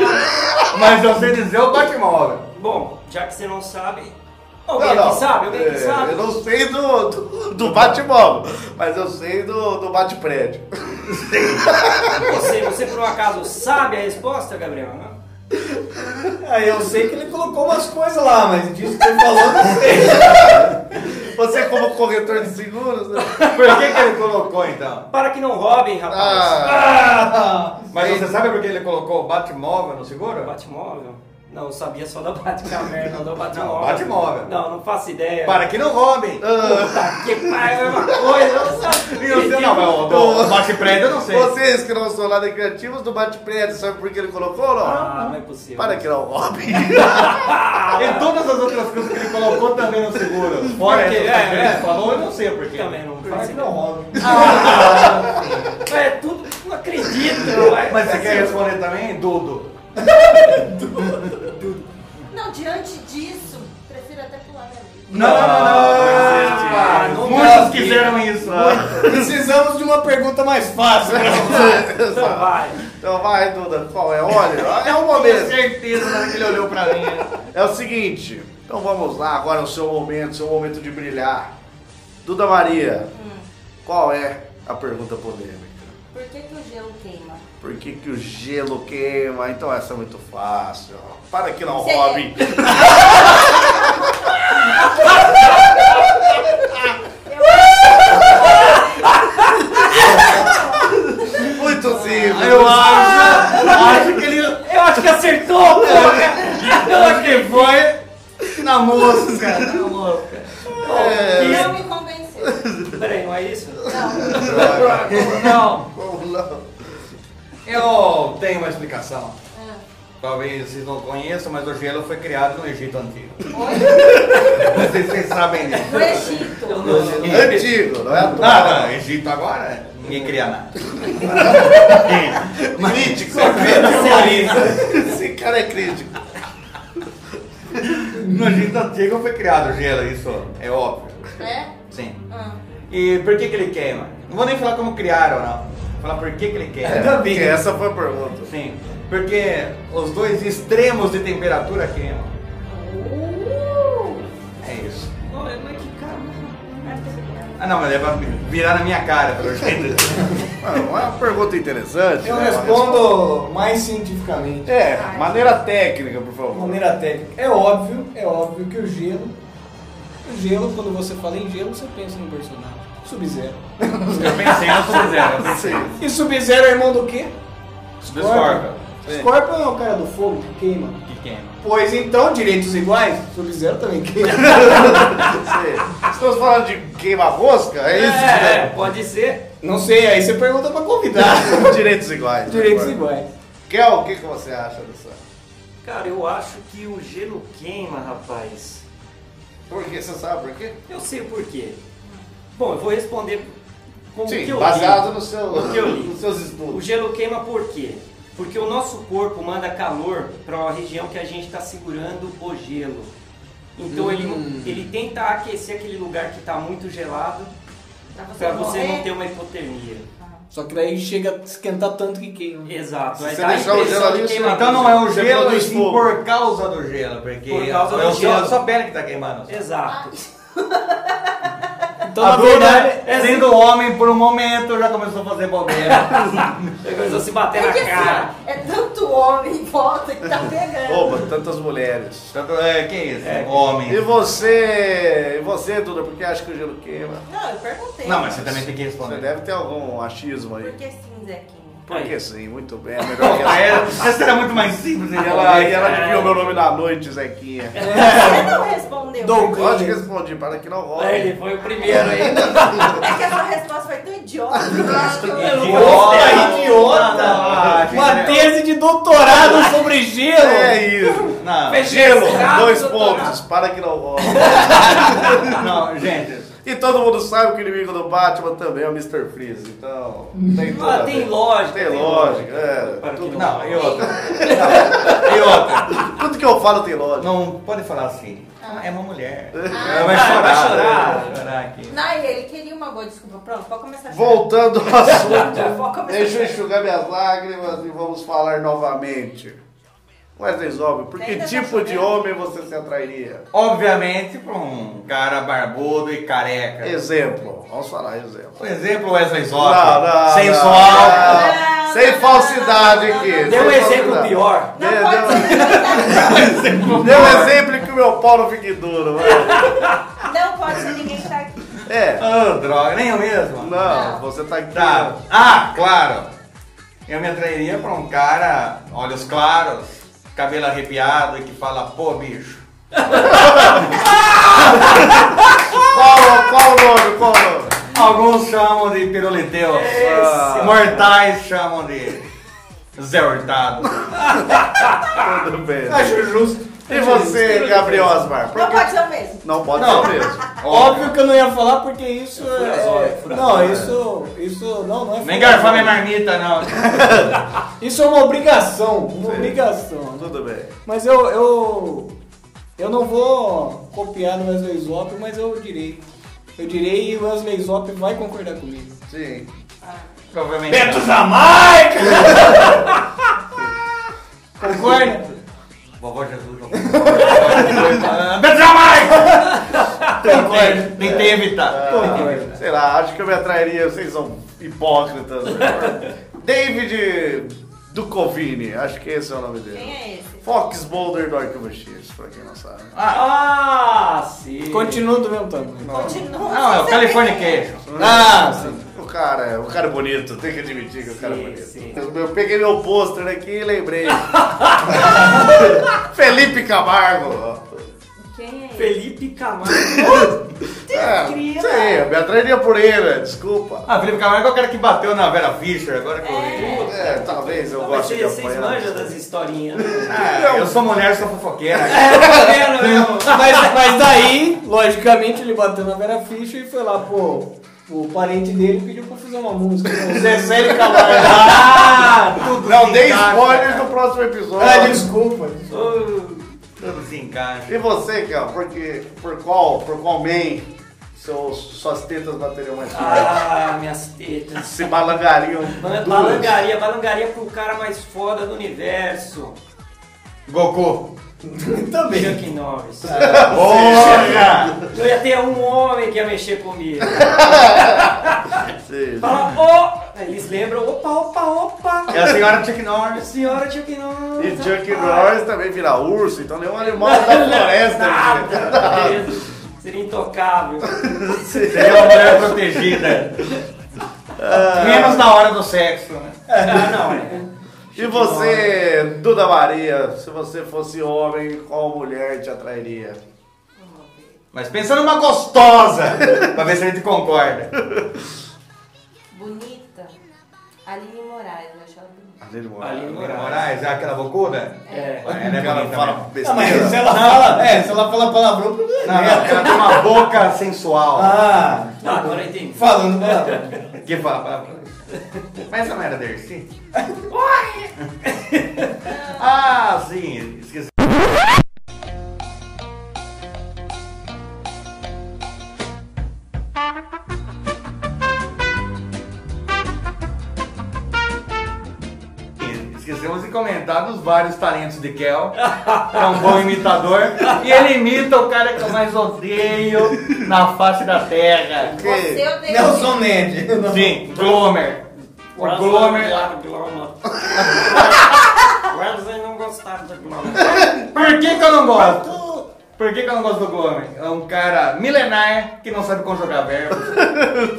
Speaker 4: Mas eu sei dizer o Batmóvel.
Speaker 6: Bom, já que você não sabe. Alguém
Speaker 3: Não, não.
Speaker 6: aqui sabe? Alguém
Speaker 3: É,
Speaker 6: aqui sabe?
Speaker 3: Eu não sei do, do, do bate-móvel, mas eu sei do, do bate-prédio.
Speaker 6: Você, você por um acaso sabe a resposta, Gabriel? Não?
Speaker 8: Ah, eu sei que ele colocou umas coisas lá, mas disso que ele falou, né? eu não sei.
Speaker 3: Você como corretor de seguros, né?
Speaker 4: Por que, que ele colocou então?
Speaker 6: Para que não roubem, rapaz.
Speaker 3: Ah,
Speaker 4: Mas você sabe por que ele colocou o Batmóvel no seguro?
Speaker 6: Batmóvel? Não, eu sabia só da Batcaverna, não da Batmóvel.
Speaker 4: Ah. Não, Batmóvel.
Speaker 6: Não, não faço ideia.
Speaker 4: Para que não roubem.
Speaker 6: Puta que pariu, é uma coisa, eu não
Speaker 4: E eu sei,
Speaker 6: sabia.
Speaker 4: não, mas o, o Bate-Prédio eu não sei.
Speaker 3: vocês que não são nada criativos do bate-prédio, sabe por que ele colocou ou não?
Speaker 6: Ah, não é possível.
Speaker 3: Para que não roube.
Speaker 4: E Ah, todas as outras coisas que ele colocou também no seguro. Fora
Speaker 6: Porque,
Speaker 4: essas
Speaker 6: é,
Speaker 4: que ele
Speaker 6: é.
Speaker 4: falou, eu não sei por quê.
Speaker 6: Também não
Speaker 8: Para que não rola.
Speaker 6: É tudo, não acredito. não é?
Speaker 4: Mas você quer responder também, Dudu?
Speaker 7: Não, diante disso, prefiro até pular da vida.
Speaker 4: Não, não,
Speaker 6: Ah,
Speaker 4: não, não.
Speaker 6: não
Speaker 4: Muitos
Speaker 6: dá.
Speaker 4: quiseram isso. É
Speaker 8: Precisamos de uma pergunta mais fácil.
Speaker 6: Então vai.
Speaker 3: Então vai, Duda, qual é? Olha, é o
Speaker 4: Tenho
Speaker 3: momento.
Speaker 4: certeza na hora que ele olhou pra mim.
Speaker 3: É o seguinte, então vamos lá, agora é o seu momento, seu momento de brilhar. Duda Maria, qual é a pergunta polêmica?
Speaker 7: Por que, que o gelo queima?
Speaker 3: Por que, que o gelo queima? Então essa é muito fácil. ó. Para que não
Speaker 7: Sei.
Speaker 3: roube. Muito simples.
Speaker 4: Eu acho, Ah, acho que ele.
Speaker 6: Eu acho que acertou, porra!
Speaker 4: Eu acho que foi na mosca. Na mosca.
Speaker 3: É.
Speaker 7: Não me convenceu.
Speaker 6: Peraí, não é isso?
Speaker 3: É,
Speaker 4: Não,
Speaker 3: Como não?
Speaker 4: eu tenho uma explicação. Talvez vocês não conheçam, mas o gelo foi criado no Egito Antigo. Vocês, vocês sabem disso.
Speaker 7: No Egito.
Speaker 3: Antigo, não é atual.
Speaker 4: Nada, Egito agora, ninguém cria nada.
Speaker 3: Crítico. Esse cara é crítico.
Speaker 4: No Egito Antigo foi criado o gelo, isso é óbvio.
Speaker 7: É?
Speaker 4: Sim.
Speaker 7: Ah.
Speaker 4: E por que, que ele queima? Não vou nem falar como criaram, não. Vou falar por que, que ele queima.
Speaker 3: É, porque essa foi a pergunta.
Speaker 4: Sim. Porque os dois extremos de temperatura queimam. É isso. Ah não, mas ele vai virar na minha cara, pelo jeito.
Speaker 3: Mano, é uma pergunta interessante.
Speaker 8: Eu
Speaker 3: né?
Speaker 8: respondo mais cientificamente.
Speaker 3: É, maneira técnica, por favor.
Speaker 8: De maneira técnica. É óbvio, é óbvio que o gelo. O gelo, quando você fala em gelo, você pensa no personagem. Sub-Zero.
Speaker 4: Eu pensei no Sub-Zero, eu pensei.
Speaker 3: Sim.
Speaker 8: E Sub-Zero é irmão do quê?
Speaker 4: Do Scorpion.
Speaker 8: Scorpion é o cara do fogo que queima.
Speaker 4: Que queima.
Speaker 8: Pois então, direitos iguais, Sub-Zero também queima.
Speaker 3: Estamos falando de queima-rosca? É isso?
Speaker 6: É, é, pode ser.
Speaker 8: Não sei, aí você pergunta pra convidar.
Speaker 3: Direitos iguais.
Speaker 8: direitos
Speaker 3: Agora.
Speaker 8: iguais.
Speaker 3: Kel, o que, que você acha dessa?
Speaker 6: Cara, eu acho que o gelo queima, rapaz.
Speaker 3: Por quê? Você sabe por quê?
Speaker 6: Eu sei por quê. Bom, eu vou responder com o
Speaker 3: Sim,
Speaker 6: que eu
Speaker 3: baseado
Speaker 6: li.
Speaker 3: no seu,
Speaker 6: O que eu li.
Speaker 3: nos seus
Speaker 6: O
Speaker 3: estudos.
Speaker 6: gelo queima por quê? Porque o nosso corpo manda calor para a região que a gente está segurando o gelo. Então
Speaker 3: Hum.
Speaker 6: ele, ele tenta aquecer aquele lugar que está muito gelado
Speaker 7: Pra você,
Speaker 6: para você
Speaker 7: morrer.
Speaker 6: não ter uma hipotermia.
Speaker 8: Só que daí chega a esquentar tanto que queima.
Speaker 6: Exato.
Speaker 3: Se
Speaker 6: Aí
Speaker 3: você
Speaker 6: dá a
Speaker 3: deixar o gelo
Speaker 6: impressão
Speaker 3: ali,
Speaker 6: de
Speaker 3: você-
Speaker 6: queimar.
Speaker 4: Então não é um
Speaker 3: Você
Speaker 4: gelo, e
Speaker 3: produz
Speaker 4: sim
Speaker 3: fogo.
Speaker 4: por causa do gelo, porque
Speaker 6: Por causa
Speaker 4: é
Speaker 6: do
Speaker 4: o gelo,
Speaker 6: gelo.
Speaker 4: só a pele que tá queimando.
Speaker 6: Exato.
Speaker 8: Então,
Speaker 4: a
Speaker 8: na
Speaker 4: Duda,
Speaker 8: verdade,
Speaker 4: sendo homem por um momento, já começou a fazer bobeira.
Speaker 6: Começou a se bater
Speaker 7: É
Speaker 6: na
Speaker 7: que assim,
Speaker 6: cara.
Speaker 7: ó, é tanto homem em volta que tá pegando.
Speaker 3: Opa, tantas mulheres.
Speaker 4: Tanto, é, que isso, homem.
Speaker 3: E você, e você, Duda, por que acha que o gelo queima?
Speaker 7: Não, eu perguntei.
Speaker 4: Não, mas você também tem que
Speaker 3: Você
Speaker 4: responder.
Speaker 3: deve ter algum achismo aí.
Speaker 7: Por que sim, Zequinha?
Speaker 3: Porque sim, muito bem, é melhor que
Speaker 4: Ah,
Speaker 3: ela.
Speaker 4: é, Essa era muito mais simples. né?
Speaker 3: E ela, é e ela É, adivinhou meu nome na noite, Zequinha.
Speaker 7: Você não respondeu.
Speaker 8: Douglas.
Speaker 3: Lógico que respondi, para que não rola.
Speaker 6: Aí Ele foi o primeiro ainda.
Speaker 7: É que a sua resposta foi tão idiota. Eu acho que eu-
Speaker 4: Idiota!
Speaker 8: idiota!
Speaker 4: Ah,
Speaker 8: Uma
Speaker 4: gente,
Speaker 8: é tese de doutorado sobre gelo.
Speaker 3: É isso.
Speaker 4: Não,
Speaker 3: Gelo,
Speaker 6: Errado,
Speaker 3: dois
Speaker 6: doutorado.
Speaker 3: pontos, para que não rola.
Speaker 4: não, gente.
Speaker 3: E todo mundo sabe que o inimigo do Batman também é o Mr. Freeze, então tem tudo
Speaker 6: Ah,
Speaker 3: a
Speaker 6: tem
Speaker 3: ver.
Speaker 6: lógica.
Speaker 3: Tem lógica, é.
Speaker 6: Para que não.
Speaker 4: Não, e outra. Não, e outra.
Speaker 3: Tudo que eu falo tem lógica.
Speaker 4: Não pode falar assim. Ah, é uma mulher.
Speaker 7: Ah,
Speaker 4: Ela vai
Speaker 3: né?
Speaker 4: chorar.
Speaker 6: vai chorar.
Speaker 4: vai chorar aqui.
Speaker 7: Não, e ele queria uma boa desculpa. Pronto, pode começar a chorar.
Speaker 3: Voltando ao assunto,
Speaker 7: Já vou começar a
Speaker 3: deixa eu
Speaker 7: chorar.
Speaker 3: enxugar minhas lágrimas e vamos falar novamente. Mas resolve, por que
Speaker 7: Ainda tá
Speaker 3: tipo de
Speaker 7: chovendo?
Speaker 3: homem você se atrairia?
Speaker 4: Obviamente, pra um cara barbudo e careca.
Speaker 3: Exemplo, vamos falar exemplo.
Speaker 4: Por exemplo, Wesley
Speaker 3: Não,
Speaker 4: Zop.
Speaker 3: não,
Speaker 4: Sensual.
Speaker 3: não, não. Sem falsidade aqui.
Speaker 6: Deu um
Speaker 3: sem
Speaker 6: exemplo
Speaker 3: falsidade.
Speaker 6: pior.
Speaker 3: Deu,
Speaker 7: Não pode
Speaker 3: deu,
Speaker 7: ser ninguém
Speaker 3: deu um exemplo que o meu pau não fique duro, mas...
Speaker 7: tá aqui. Não pode ser ninguém que tá aqui.
Speaker 3: É.
Speaker 4: Ah, droga, nem eu mesmo.
Speaker 3: Não, você tá aqui.
Speaker 4: Tá. Ah, claro. Eu me atrairia pra um cara, olhos claros, cabelo arrepiado e que fala, pô, bicho.
Speaker 3: Qual, qual o nome? Qual o nome?
Speaker 4: Alguns chamam de piroleteus.
Speaker 3: É
Speaker 6: Esse.
Speaker 4: Mortais chamam de Zé Hurtado.
Speaker 3: Tudo bem.
Speaker 8: Acho justo.
Speaker 3: E você, Gabriel Asmar?
Speaker 7: Não pode ser o mesmo.
Speaker 3: Não pode
Speaker 4: Não.
Speaker 3: ser mesmo.
Speaker 8: Óbvio que eu não ia falar porque isso é...
Speaker 6: zóio, fura
Speaker 8: Não, isso... Isso não, não é...
Speaker 4: Nem
Speaker 8: fura-
Speaker 4: garfar minha marmita, não.
Speaker 8: Isso é uma obrigação. Uma obrigação.
Speaker 3: Tudo bem.
Speaker 8: Mas eu, eu. Eu não vou copiar no Wesley Zop, mas eu direi. Eu direi e o Wesley Zop vai concordar comigo.
Speaker 3: Sim.
Speaker 4: Provavelmente.
Speaker 8: Beto
Speaker 4: não.
Speaker 8: Jamaica! Concorda?
Speaker 4: Vovó Jesus não. Beto Jamaica! Tem- Tem que evitar.
Speaker 8: Concorda.
Speaker 3: Sei lá, acho que eu me atrairia, vocês são hipócritas. né? David Ducovini, acho que esse é o nome dele.
Speaker 7: Quem é esse?
Speaker 3: Fox Boulder do Arquivo X, pra quem não sabe.
Speaker 6: Ah, sim.
Speaker 8: Continua do mesmo tamanho.
Speaker 7: Continua.
Speaker 4: Não, é o California Queijo.
Speaker 8: Ah, sim.
Speaker 3: O cara, é- o cara é bonito, tem que admitir que o cara é bonito.
Speaker 6: sim.
Speaker 3: Eu, eu peguei meu pôster aqui e lembrei. Felipe Camargo.
Speaker 7: Quem é esse?
Speaker 6: Felipe Camargo.
Speaker 3: É, sim, eu me atrairia por ele, desculpa.
Speaker 4: Ah, Felipe Camargo é o cara que bateu na Vera Fischer, agora que eu vi.
Speaker 6: Puta,
Speaker 3: É, talvez eu
Speaker 6: Mas
Speaker 3: goste de
Speaker 6: vocês vocês
Speaker 3: apanhar.
Speaker 6: manjam das historinhas. né?
Speaker 4: Ah, eu sou mulher, sou fofoqueira.
Speaker 6: É, tá vendo, meu?
Speaker 8: Mas, mas daí, logicamente, ele bateu na Vera Fischer e foi lá, pô. O parente dele pediu pra fazer uma música. O Zezé de Camargo.
Speaker 4: Ah, tudo
Speaker 3: Não,
Speaker 4: se
Speaker 3: dei
Speaker 6: Tá,
Speaker 4: encaixa,
Speaker 3: spoilers
Speaker 4: cara.
Speaker 3: no próximo episódio.
Speaker 8: Ah, desculpa.
Speaker 4: Tudo se encaixa.
Speaker 3: E você, Kel, por, que- por qual, por qual man seus, suas tetas bateriam mais forte?
Speaker 6: Ah, minhas tetas.
Speaker 3: Se balangariam duas.
Speaker 6: Balangaria, balangaria pro cara mais foda do universo.
Speaker 4: Goku.
Speaker 8: Também.
Speaker 6: Chuck Norris.
Speaker 3: É.
Speaker 4: Porra!
Speaker 6: Eu ia ter um homem que ia mexer comigo.
Speaker 3: Sim.
Speaker 6: Fala, ó! Eles lembram, opa, opa, opa!
Speaker 4: É a senhora Chuck Norris.
Speaker 6: Senhora Chuck Norris.
Speaker 3: E Chuck Norris também vira urso, então nenhum animal da floresta. né? gente.
Speaker 6: Nada. Seria intocável.
Speaker 4: Seria uma mulher Ah. protegida. Menos na hora do sexo, né?
Speaker 6: Ah, não, é.
Speaker 3: E você, Duda Maria, se você fosse homem, qual mulher te atrairia?
Speaker 4: Mas pensa numa gostosa, pra ver se a gente concorda.
Speaker 7: Bonita. Aline Moraes, eu acho ela bonita.
Speaker 3: Aline
Speaker 4: Aline Moraes, é aquela bocuda?
Speaker 7: É.
Speaker 4: Ela é bonita, né?
Speaker 8: Ah, mas se ela fala, é, se ela fala palavrão, o problema é
Speaker 4: Não, não, ela tem uma boca sensual.
Speaker 8: Ah,
Speaker 6: Não, agora eu entendi.
Speaker 8: falando palavrão.
Speaker 4: Que fala. Mas ela não era Dercy? ah, sim, esqueci. Esquecemos de comentar dos vários talentos de Kel, que é um bom imitador, e ele imita o cara que eu mais odeio na face da terra.
Speaker 7: Você eu dei.
Speaker 8: Nelson Ned.
Speaker 4: Sim, Glomer. O
Speaker 6: um
Speaker 4: Glomer.
Speaker 6: Gloma. Mas eu não gostava da Gloma.
Speaker 4: Por que, que eu não gosto? Por que, que eu não gosto do Glomer? É um cara milenar que não sabe conjugar verbos.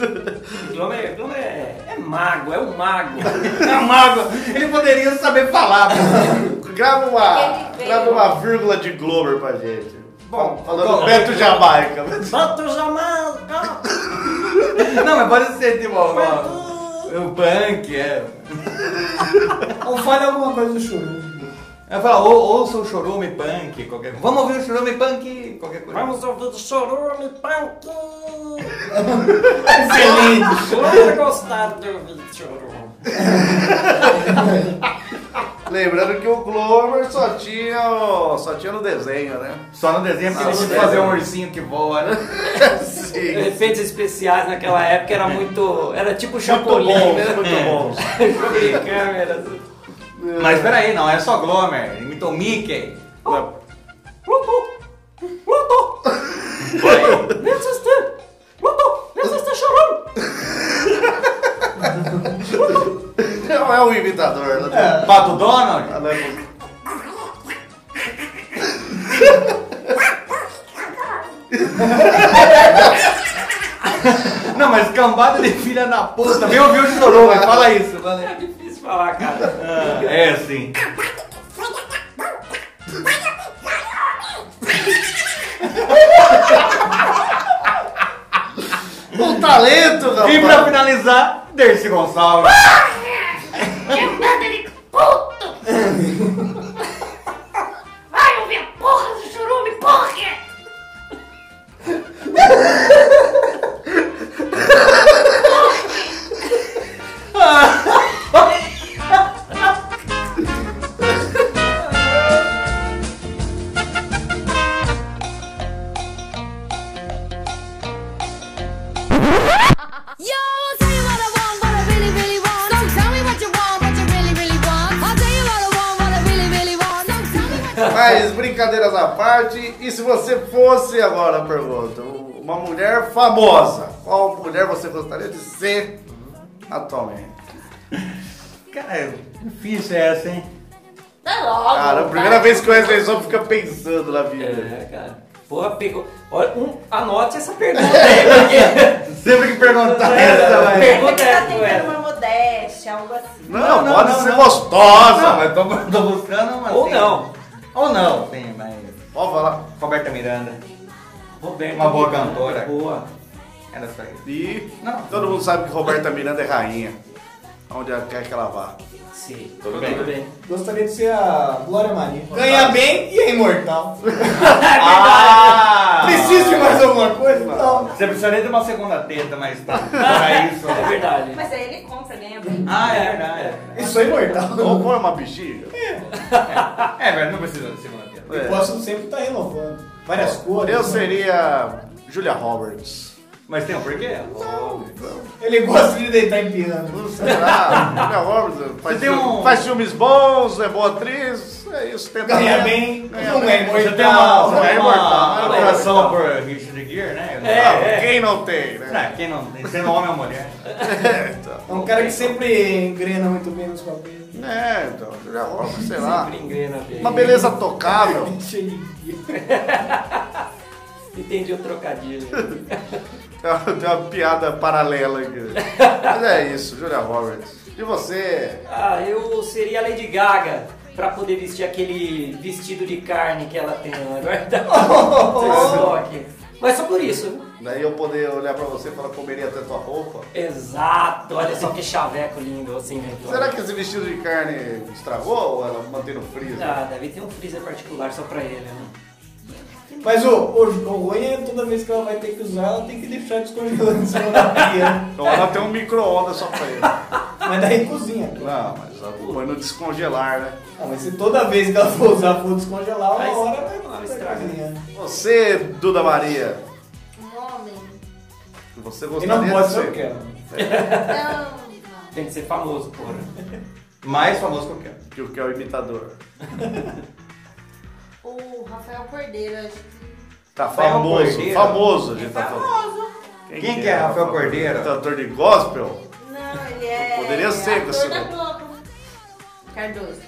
Speaker 6: Gloma, é, Gloma é, é mago, é um mago.
Speaker 4: É um mago. Ele poderia saber falar. pô.
Speaker 3: Grava
Speaker 7: Quem
Speaker 3: uma,
Speaker 7: que veio?
Speaker 3: grava uma vírgula de Glover pra gente.
Speaker 6: Bom,
Speaker 3: falando
Speaker 6: bom.
Speaker 3: Beto Jamaica.
Speaker 6: Santo Jamaica!
Speaker 4: Não, mas pode ser tipo. ó, ó, O punk, é.
Speaker 8: Ou fale alguma coisa do choro.
Speaker 4: Eu falo, ou, ouça o chorume punk, qualquer coisa. Vamos ouvir o chorume punk, qualquer coisa.
Speaker 6: Vamos ouvir o chorume punk!
Speaker 8: Excelente.
Speaker 6: Gloma gostava é de ouvir chorume.
Speaker 3: Lembrando que o Glover só tinha, o- só tinha no desenho, né?
Speaker 4: Só no desenho,
Speaker 3: Só
Speaker 4: porque ele
Speaker 3: no
Speaker 4: tinha que fazer
Speaker 3: desenho.
Speaker 4: um ursinho que voa. né?
Speaker 3: Sim.
Speaker 6: Efeitos especiais naquela época era muito. Era tipo
Speaker 3: Muito
Speaker 6: Chapolin,
Speaker 3: bom,
Speaker 6: né?
Speaker 3: muito bom.
Speaker 4: É.
Speaker 6: Jogo de câmeras.
Speaker 4: Mas peraí, não é só Glomer. Ele imitou Mickey.
Speaker 6: Oh, Pluto! Pluto! Minha sister! Pluto! Minha sister chorando!
Speaker 3: Não é um imitador, não tem-
Speaker 4: Pato Donald?
Speaker 3: não é-
Speaker 4: Não, mas cambada de filha da puta. Vem ouvir o chorou, mas fala isso. Fala
Speaker 6: É
Speaker 4: aí.
Speaker 6: difícil falar, cara. Ah.
Speaker 4: É assim.
Speaker 3: Um talento,
Speaker 4: E pra
Speaker 3: rapaz.
Speaker 4: finalizar, Dercy Gonçalves.
Speaker 12: Eu nada de puto! Vai ouvir a porra do churume, porra!
Speaker 13: Yo, tell me what I want, what I really, really want. So tell me what you want, what you really, really want. I'll tell you what I want, what I really, really want. So tell me what you
Speaker 3: Mas brincadeiras à parte, e se você fosse agora, eu pergunto, uma mulher famosa, qual mulher você gostaria de ser atualmente?
Speaker 4: Cara, é difícil essa, hein?
Speaker 7: Tá logo.
Speaker 3: Cara, a primeira vez que o Wesley Sop fica pensando na vida.
Speaker 6: É, cara. Porra, pegou. Olha, um, anote essa pergunta aí, porque.
Speaker 4: Sempre que perguntar essa,
Speaker 6: É,
Speaker 4: vai.
Speaker 7: Ele
Speaker 6: Pergunta
Speaker 7: tá
Speaker 6: essa,
Speaker 7: tentando
Speaker 6: ué.
Speaker 7: uma modéstia, algo assim.
Speaker 3: Não,
Speaker 4: Não, não,
Speaker 3: pode
Speaker 4: não,
Speaker 3: ser
Speaker 4: não.
Speaker 3: gostosa.
Speaker 4: Não, mas tô, tô buscando uma.
Speaker 6: Ou
Speaker 4: assim.
Speaker 6: não.
Speaker 4: Ou não, tem, mas.
Speaker 3: Ó, vai lá.
Speaker 4: Roberta Miranda.
Speaker 6: Roberto.
Speaker 4: Uma boa
Speaker 6: Miranda,
Speaker 4: cantora.
Speaker 6: tá Boa.
Speaker 4: Era só isso.
Speaker 3: E
Speaker 4: Não.
Speaker 3: todo mundo sabe que Roberta Miranda é rainha. Onde ela quer que ela vá.
Speaker 6: Sim.
Speaker 3: Tudo bem?
Speaker 6: Tudo bem.
Speaker 8: Gostaria de ser a Glória Maria. Ganha bem e é imortal.
Speaker 4: Ah!
Speaker 8: Preciso de mais alguma coisa? então. Não.
Speaker 4: Você precisaria de uma segunda teta, mas tá. Pra isso.
Speaker 6: É verdade.
Speaker 7: Mas aí ele compra, ganha bem.
Speaker 4: Ah, é verdade.
Speaker 8: Isso é imortal.
Speaker 3: Ou põe uma bexiga.
Speaker 4: É verdade, não precisa de segunda teta.
Speaker 8: O próximo sempre tá renovando. Várias cores.
Speaker 3: É. Eu
Speaker 8: né?
Speaker 3: seria Julia Roberts.
Speaker 4: Mas tem um porquê?
Speaker 8: Ele gosta de deitar em piano.
Speaker 3: Não sei lá, Julia Roberts faz,
Speaker 4: tem
Speaker 3: filme-
Speaker 4: um-
Speaker 3: faz filmes bons, é boa atriz, é isso, tenta
Speaker 8: Ganha bem,
Speaker 3: ganha
Speaker 8: não é
Speaker 3: bem.
Speaker 8: imortal.
Speaker 4: Você tem uma,
Speaker 3: Não é
Speaker 4: uma,
Speaker 3: imortal,
Speaker 4: uma
Speaker 3: não é
Speaker 4: adoração por Richard Gere, né?
Speaker 3: Ah,
Speaker 6: É, é.
Speaker 3: Quem não tem, né?
Speaker 4: Ah, quem não? Sendo homem ou mulher?
Speaker 8: É um cara que sempre engrena muito bem nos papéis.
Speaker 3: É, então, Julia Roberts, sei lá.
Speaker 6: Sempre engrena bem.
Speaker 3: Uma beleza tocável.
Speaker 8: Cheio de
Speaker 6: Entendi o trocadilho.
Speaker 3: Tem uma- tem uma piada paralela aqui. Mas é isso, Julia Roberts. E você?
Speaker 6: Ah, eu seria a Lady Gaga pra poder vestir aquele vestido de carne que ela tem né? lá guardado no estoque. Mas só por isso.
Speaker 3: Daí eu poder olhar pra você e falar, comeria até tua roupa?
Speaker 6: Exato, olha só que chaveco lindo assim, né? você inventou.
Speaker 3: Será que esse vestido de carne estragou ou ela mantém no freezer?
Speaker 6: Ah, deve ter um freezer particular só pra ele, né?
Speaker 8: Mas o, o, o ruim é toda vez que ela vai ter que usar, ela tem que deixar descongelando em cima da pia.
Speaker 3: Então ela tem um micro-ondas só pra ele.
Speaker 8: Mas daí cozinha.
Speaker 3: Não, mas ela põe no descongelar, né?
Speaker 8: Ah, mas se toda vez que ela for usar, for descongelar, uma
Speaker 3: Mas-
Speaker 8: hora vai, vai
Speaker 3: estraga.
Speaker 14: né?
Speaker 8: cozinhar.
Speaker 3: Você, Duda Maria,
Speaker 12: Um homem.
Speaker 3: você
Speaker 8: E
Speaker 3: gostaria
Speaker 8: não pode
Speaker 3: de
Speaker 8: ser o
Speaker 3: ser...
Speaker 8: que ela.
Speaker 12: Então, Não.
Speaker 6: Tem que ser famoso, porra.
Speaker 4: Mais famoso que o Kel.
Speaker 3: Que o Kel é imitador.
Speaker 12: O Rafael Cordeiro, acho que.
Speaker 3: Tá
Speaker 4: Rafael
Speaker 3: famoso,
Speaker 4: Cordeiro.
Speaker 3: famoso a gente tá falando.
Speaker 12: Famoso.
Speaker 4: Quem que é Rafael Cordeiro?
Speaker 3: Cantor de gospel?
Speaker 12: Não, ele é.
Speaker 3: Poderia ser
Speaker 12: ator
Speaker 3: com esse
Speaker 12: da
Speaker 3: nome.
Speaker 12: Globo. Cardoso.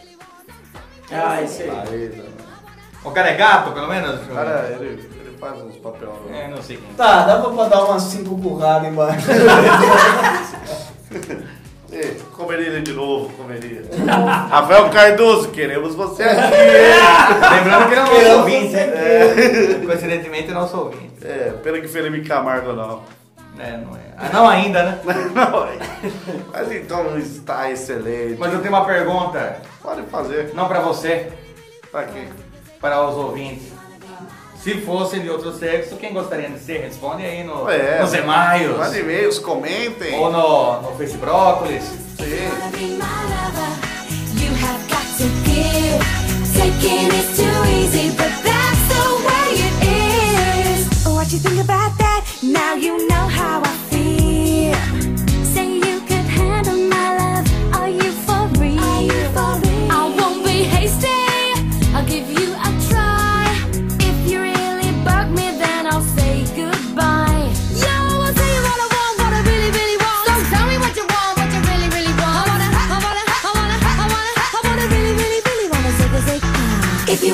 Speaker 8: é?
Speaker 6: Ah, isso aí.
Speaker 3: Aí, não.
Speaker 4: O cara é gato, pelo menos?
Speaker 3: Cara, ele, ele faz uns papel. né?
Speaker 4: É, não sei quem.
Speaker 8: Tá, dá pra- pra dar umas cinco burradas embaixo.
Speaker 3: Ei, Comeria ele de novo, comeria. Rafael Cardoso, queremos você aqui, hein?
Speaker 4: Lembrando que ele é
Speaker 8: Eu
Speaker 4: nosso
Speaker 8: não
Speaker 4: ouvinte.
Speaker 8: sei
Speaker 4: É. Coincidentemente, é nosso ouvinte.
Speaker 3: É, pena que Felipe Camargo não.
Speaker 4: É, não é. Ah, não ainda, né?
Speaker 3: Não, é. mas então está excelente.
Speaker 4: Mas eu tenho uma pergunta,
Speaker 3: Pode fazer. tá
Speaker 4: não pra você,
Speaker 3: Pra quem?
Speaker 4: para os ouvintes. Se fossem de outro sexo, quem gostaria de ser? Responde aí no,
Speaker 3: É,
Speaker 4: nos e-mails.
Speaker 3: Manda e-mails, comentem.
Speaker 4: Ou no, no Face Brócolis.
Speaker 3: Sim.
Speaker 10: You have got to give. Taking is too easy, but that's the way it is. What you think about that? Now you know how I feel. Say you could handle my love. Are you for real? I won't be hasty. I'll give you a try. If you really bug me, then I'll say goodbye. Yo, I'll tell you what I want, what I really, really want. So tell me what you want, what you really, really want. I wanna, I wanna, I wanna, I wanna, I wanna really, really, really wanna say, say, ah. If you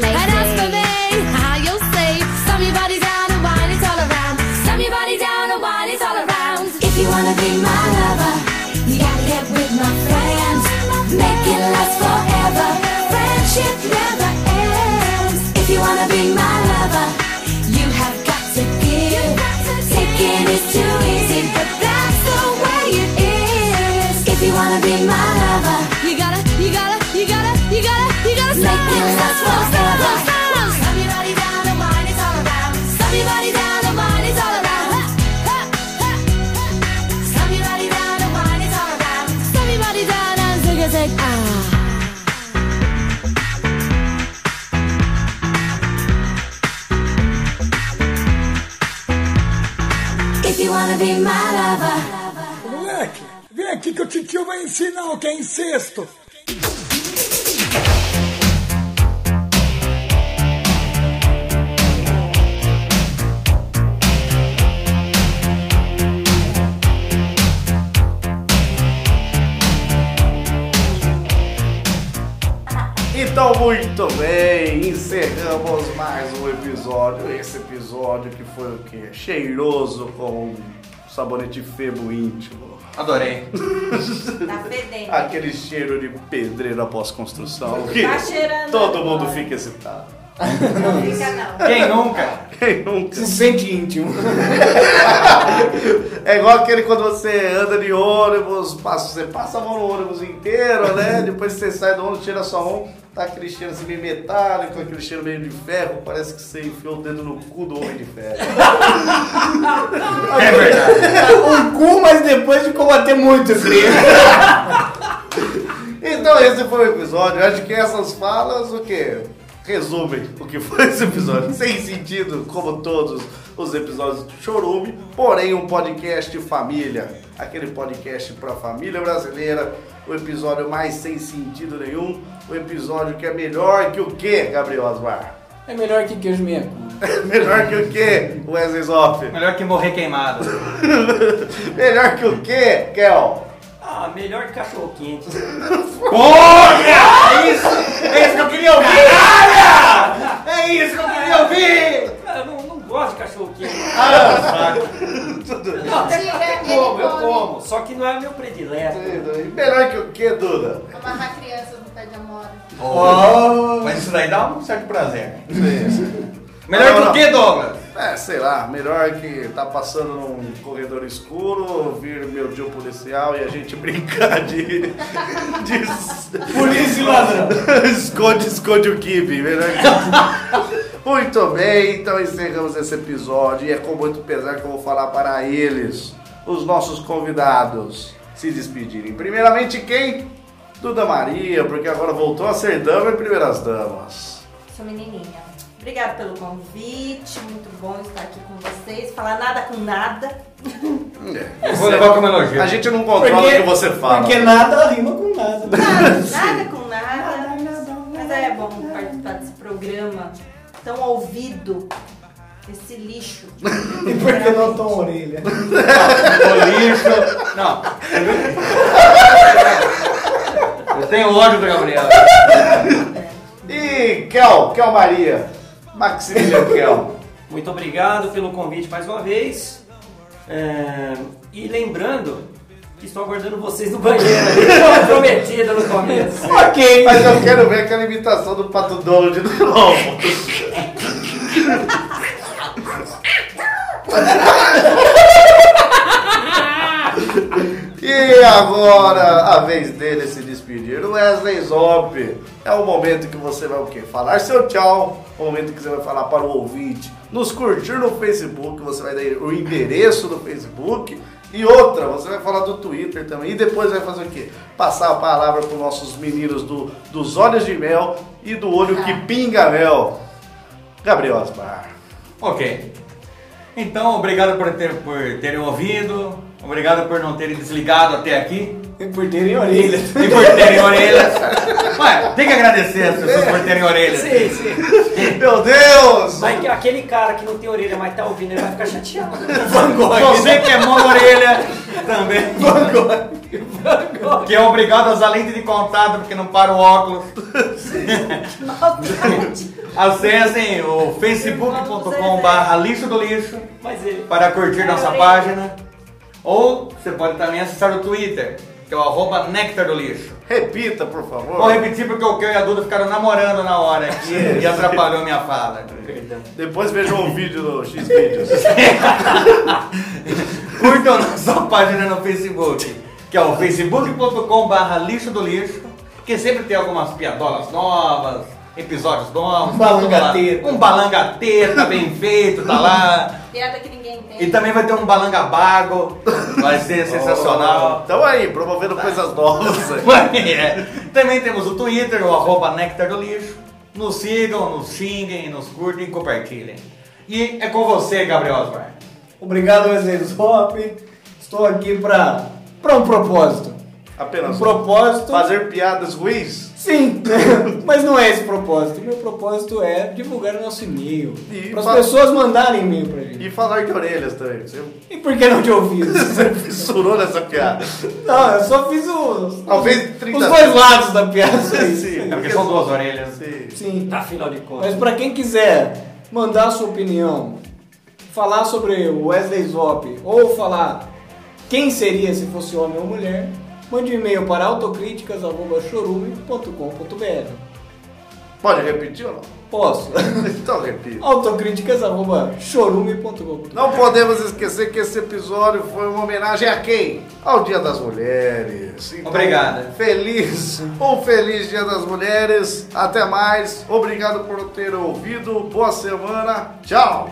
Speaker 10: lady. And as for me, how you'll see, slam your body down and wine it all around. Slam your body down and wine it all around. If you wanna be my lover, you gotta get with my friends. Make it last forever. Friendship never ends. If you wanna be my lover, you have got to give. Taking is too easy, but that's the way it is. If you wanna be my lover, you gotta, you gotta, you gotta, you gotta, you gotta make it last forever. Slam your body down and wine it all around. Slam your body down and wine it all around. Ha, ha, ha, ha. Slam your body down and wine it all around. Slam your body down and zig-a-zig, ah. If you wanna be my lover.
Speaker 5: Moleque, vem aqui que o titio vai ensinar o que é incesto.
Speaker 3: Então, muito bem, encerramos mais um episódio. Esse episódio que foi o quê? Cheiroso com um sabonete febo íntimo.
Speaker 4: Adorei.
Speaker 7: Tá fedendo.
Speaker 3: Aquele cheiro de pedreiro após construção. Que
Speaker 7: Tá cheirando
Speaker 3: todo mundo
Speaker 7: agora.
Speaker 3: fica excitado.
Speaker 7: Não fica não.
Speaker 4: Quem nunca?
Speaker 3: Quem nunca?
Speaker 8: Se sente íntimo.
Speaker 3: É igual aquele quando você anda de ônibus, passa, você passa a mão no ônibus inteiro, né? Depois você sai do ônibus, tira sua mão, tá aquele cheiro assim meio metálico, aquele cheiro meio de ferro, parece que você enfiou o dedo no cu do homem de ferro.
Speaker 4: É verdade.
Speaker 8: o Um cu, mas depois de combater muito frio.
Speaker 3: Então esse foi o episódio. Eu Acho que essas falas, o quê? Resumem o que foi esse episódio. Sem sentido, como todos os episódios do Chorume, porém um podcast família. aquele podcast para família brasileira, o episódio mais sem sentido nenhum, o episódio que é melhor que o que, Gabriel Asmar?
Speaker 14: É melhor que queijo minha.
Speaker 3: melhor que o que, Wesley Zoff?
Speaker 4: Melhor que morrer queimado.
Speaker 3: melhor que o que, Kel?
Speaker 6: Ah, melhor que cachorro quente.
Speaker 4: Porra! É isso, é isso que eu queria ouvir! Caralho! É isso que eu queria ouvir!
Speaker 6: Cara, Ah, eu não, não gosto de cachorro quente.
Speaker 4: Ah,
Speaker 6: Não, até-
Speaker 12: Mentira,
Speaker 6: até
Speaker 12: ele
Speaker 6: como, eu
Speaker 12: come.
Speaker 6: como. Só que não é o meu predileto.
Speaker 3: Melhor que o que, Duda?
Speaker 12: Amarrar crianças no pé de amora.
Speaker 4: Oh, Mas isso daí dá um certo prazer. Melhor
Speaker 3: Não,
Speaker 4: que
Speaker 3: não.
Speaker 4: o que, Douglas?
Speaker 3: É, sei lá, melhor que tá passando num corredor escuro, ouvir meu tio policial e a gente brincar de. de...
Speaker 8: Polícia e ladrão.
Speaker 3: esconde, esconde o kibe, melhor que... Muito bem, então encerramos esse episódio e é com muito pesar que eu vou falar para eles, os nossos convidados, se despedirem. Primeiramente quem? Duda Maria, porque agora voltou a ser dama e primeiras damas.
Speaker 7: Sou menininha. Obrigada pelo convite, muito bom estar aqui com vocês. Falar nada com nada.
Speaker 3: É,
Speaker 4: Vou levar como elogio.
Speaker 3: A gente não controla o que você fala.
Speaker 8: Porque nada rima com nada.
Speaker 7: Nada com nada. Mas é bom participar desse programa tão ouvido. Esse lixo.
Speaker 8: E por que não tão orelha?
Speaker 4: O lixo. Não. Eu tenho ódio do Gabriel.
Speaker 3: E Kel, Kel Maria, Maximiliano Kel.
Speaker 6: Muito obrigado pelo convite mais uma vez. É, E lembrando que estou aguardando vocês no banheiro. Estava prometida no começo.
Speaker 3: ok. Mas eu quero ver aquela imitação do Pato Donald de novo. E agora, a vez dele se despedir. Wesley Zop, é o momento que você vai o quê? Falar seu tchau, é o momento que você vai falar para o ouvinte, nos curtir no Facebook, você vai dar o endereço do Facebook. E outra, você vai falar do Twitter também. E depois vai fazer o quê? Passar a palavra para os nossos meninos do, dos olhos de mel e do olho que
Speaker 4: Ah.
Speaker 3: pinga mel. Gabriel Asmar.
Speaker 4: Ok. Então, obrigado por, ter, por terem ouvido. Obrigado por não terem desligado até aqui.
Speaker 8: E por terem orelhas.
Speaker 4: E por terem orelhas. Ué, tem que agradecer as pessoas por terem orelhas.
Speaker 6: É. Sim, sim.
Speaker 3: Meu Deus!
Speaker 6: Mas que- aquele cara que não tem orelha, mas tá ouvindo, ele vai ficar chateado.
Speaker 4: Você que é mão orelha também. Que é obrigado a usar lente de contato porque não para o óculos. Acessem o facebook.com.br lixo do lixo
Speaker 6: Mas ele.
Speaker 4: para curtir nossa página. Ou você pode também acessar o Twitter, que é o arroba Nectar do Lixo.
Speaker 3: Repita, por favor.
Speaker 4: Vou repetir porque o Kel e a Duda ficaram namorando na hora aqui e atrapalhou minha fala.
Speaker 3: Depois vejam o vídeo do X-Videos.
Speaker 4: Curtam nossa página no Facebook, que é o facebook.com.br lixo do lixo, que sempre tem algumas piadolas novas, episódios novos.
Speaker 8: Um
Speaker 4: tá tudo lá.
Speaker 8: balangateta.
Speaker 4: Um balangateta bem feito, tá lá.
Speaker 12: Piada que ninguém entende.
Speaker 4: E também vai ter um balangabago, vai ser sensacional.
Speaker 3: Então aí, promovendo coisas novas. aí.
Speaker 4: É. Também temos o Twitter, o arroba Nectar do Lixo. Nos sigam, nos xinguem, nos curtem, compartilhem. E é com você, Gabriel Osmar.
Speaker 8: Obrigado, Wesley Zop. Estou aqui pra, pra um propósito.
Speaker 3: Apenas
Speaker 8: Um propósito.
Speaker 3: fazer piadas ruins.
Speaker 8: Sim, mas não é esse propósito. Meu propósito é divulgar o nosso e-mail.
Speaker 3: E
Speaker 8: Para as
Speaker 3: fa-
Speaker 8: pessoas mandarem e-mail pra gente.
Speaker 3: E falar de orelhas também. Você
Speaker 8: E por que não de ouvido?
Speaker 3: você fissurou nessa piada.
Speaker 8: não, eu só fiz os,
Speaker 3: Talvez 30
Speaker 8: os dois lados da piada.
Speaker 3: Sim,
Speaker 4: É porque são duas orelhas.
Speaker 3: sim.
Speaker 8: Sim.
Speaker 6: Tá, Afinal de contas.
Speaker 8: Mas pra quem quiser mandar a sua opinião, falar sobre o Wesley Zop ou falar quem seria se fosse homem ou mulher, mande um e-mail para autocríticas@chorume.com.br.
Speaker 3: Pode repetir ou não?
Speaker 8: Posso?
Speaker 3: Então repita.
Speaker 8: autocríticas@chorume.com.br.
Speaker 3: Não podemos esquecer que esse episódio foi uma homenagem a quem? Ao Dia das Mulheres. Então,
Speaker 4: Obrigado.
Speaker 3: Feliz, um feliz Dia das Mulheres. Até mais. Obrigado por ter ouvido. Boa semana. Tchau.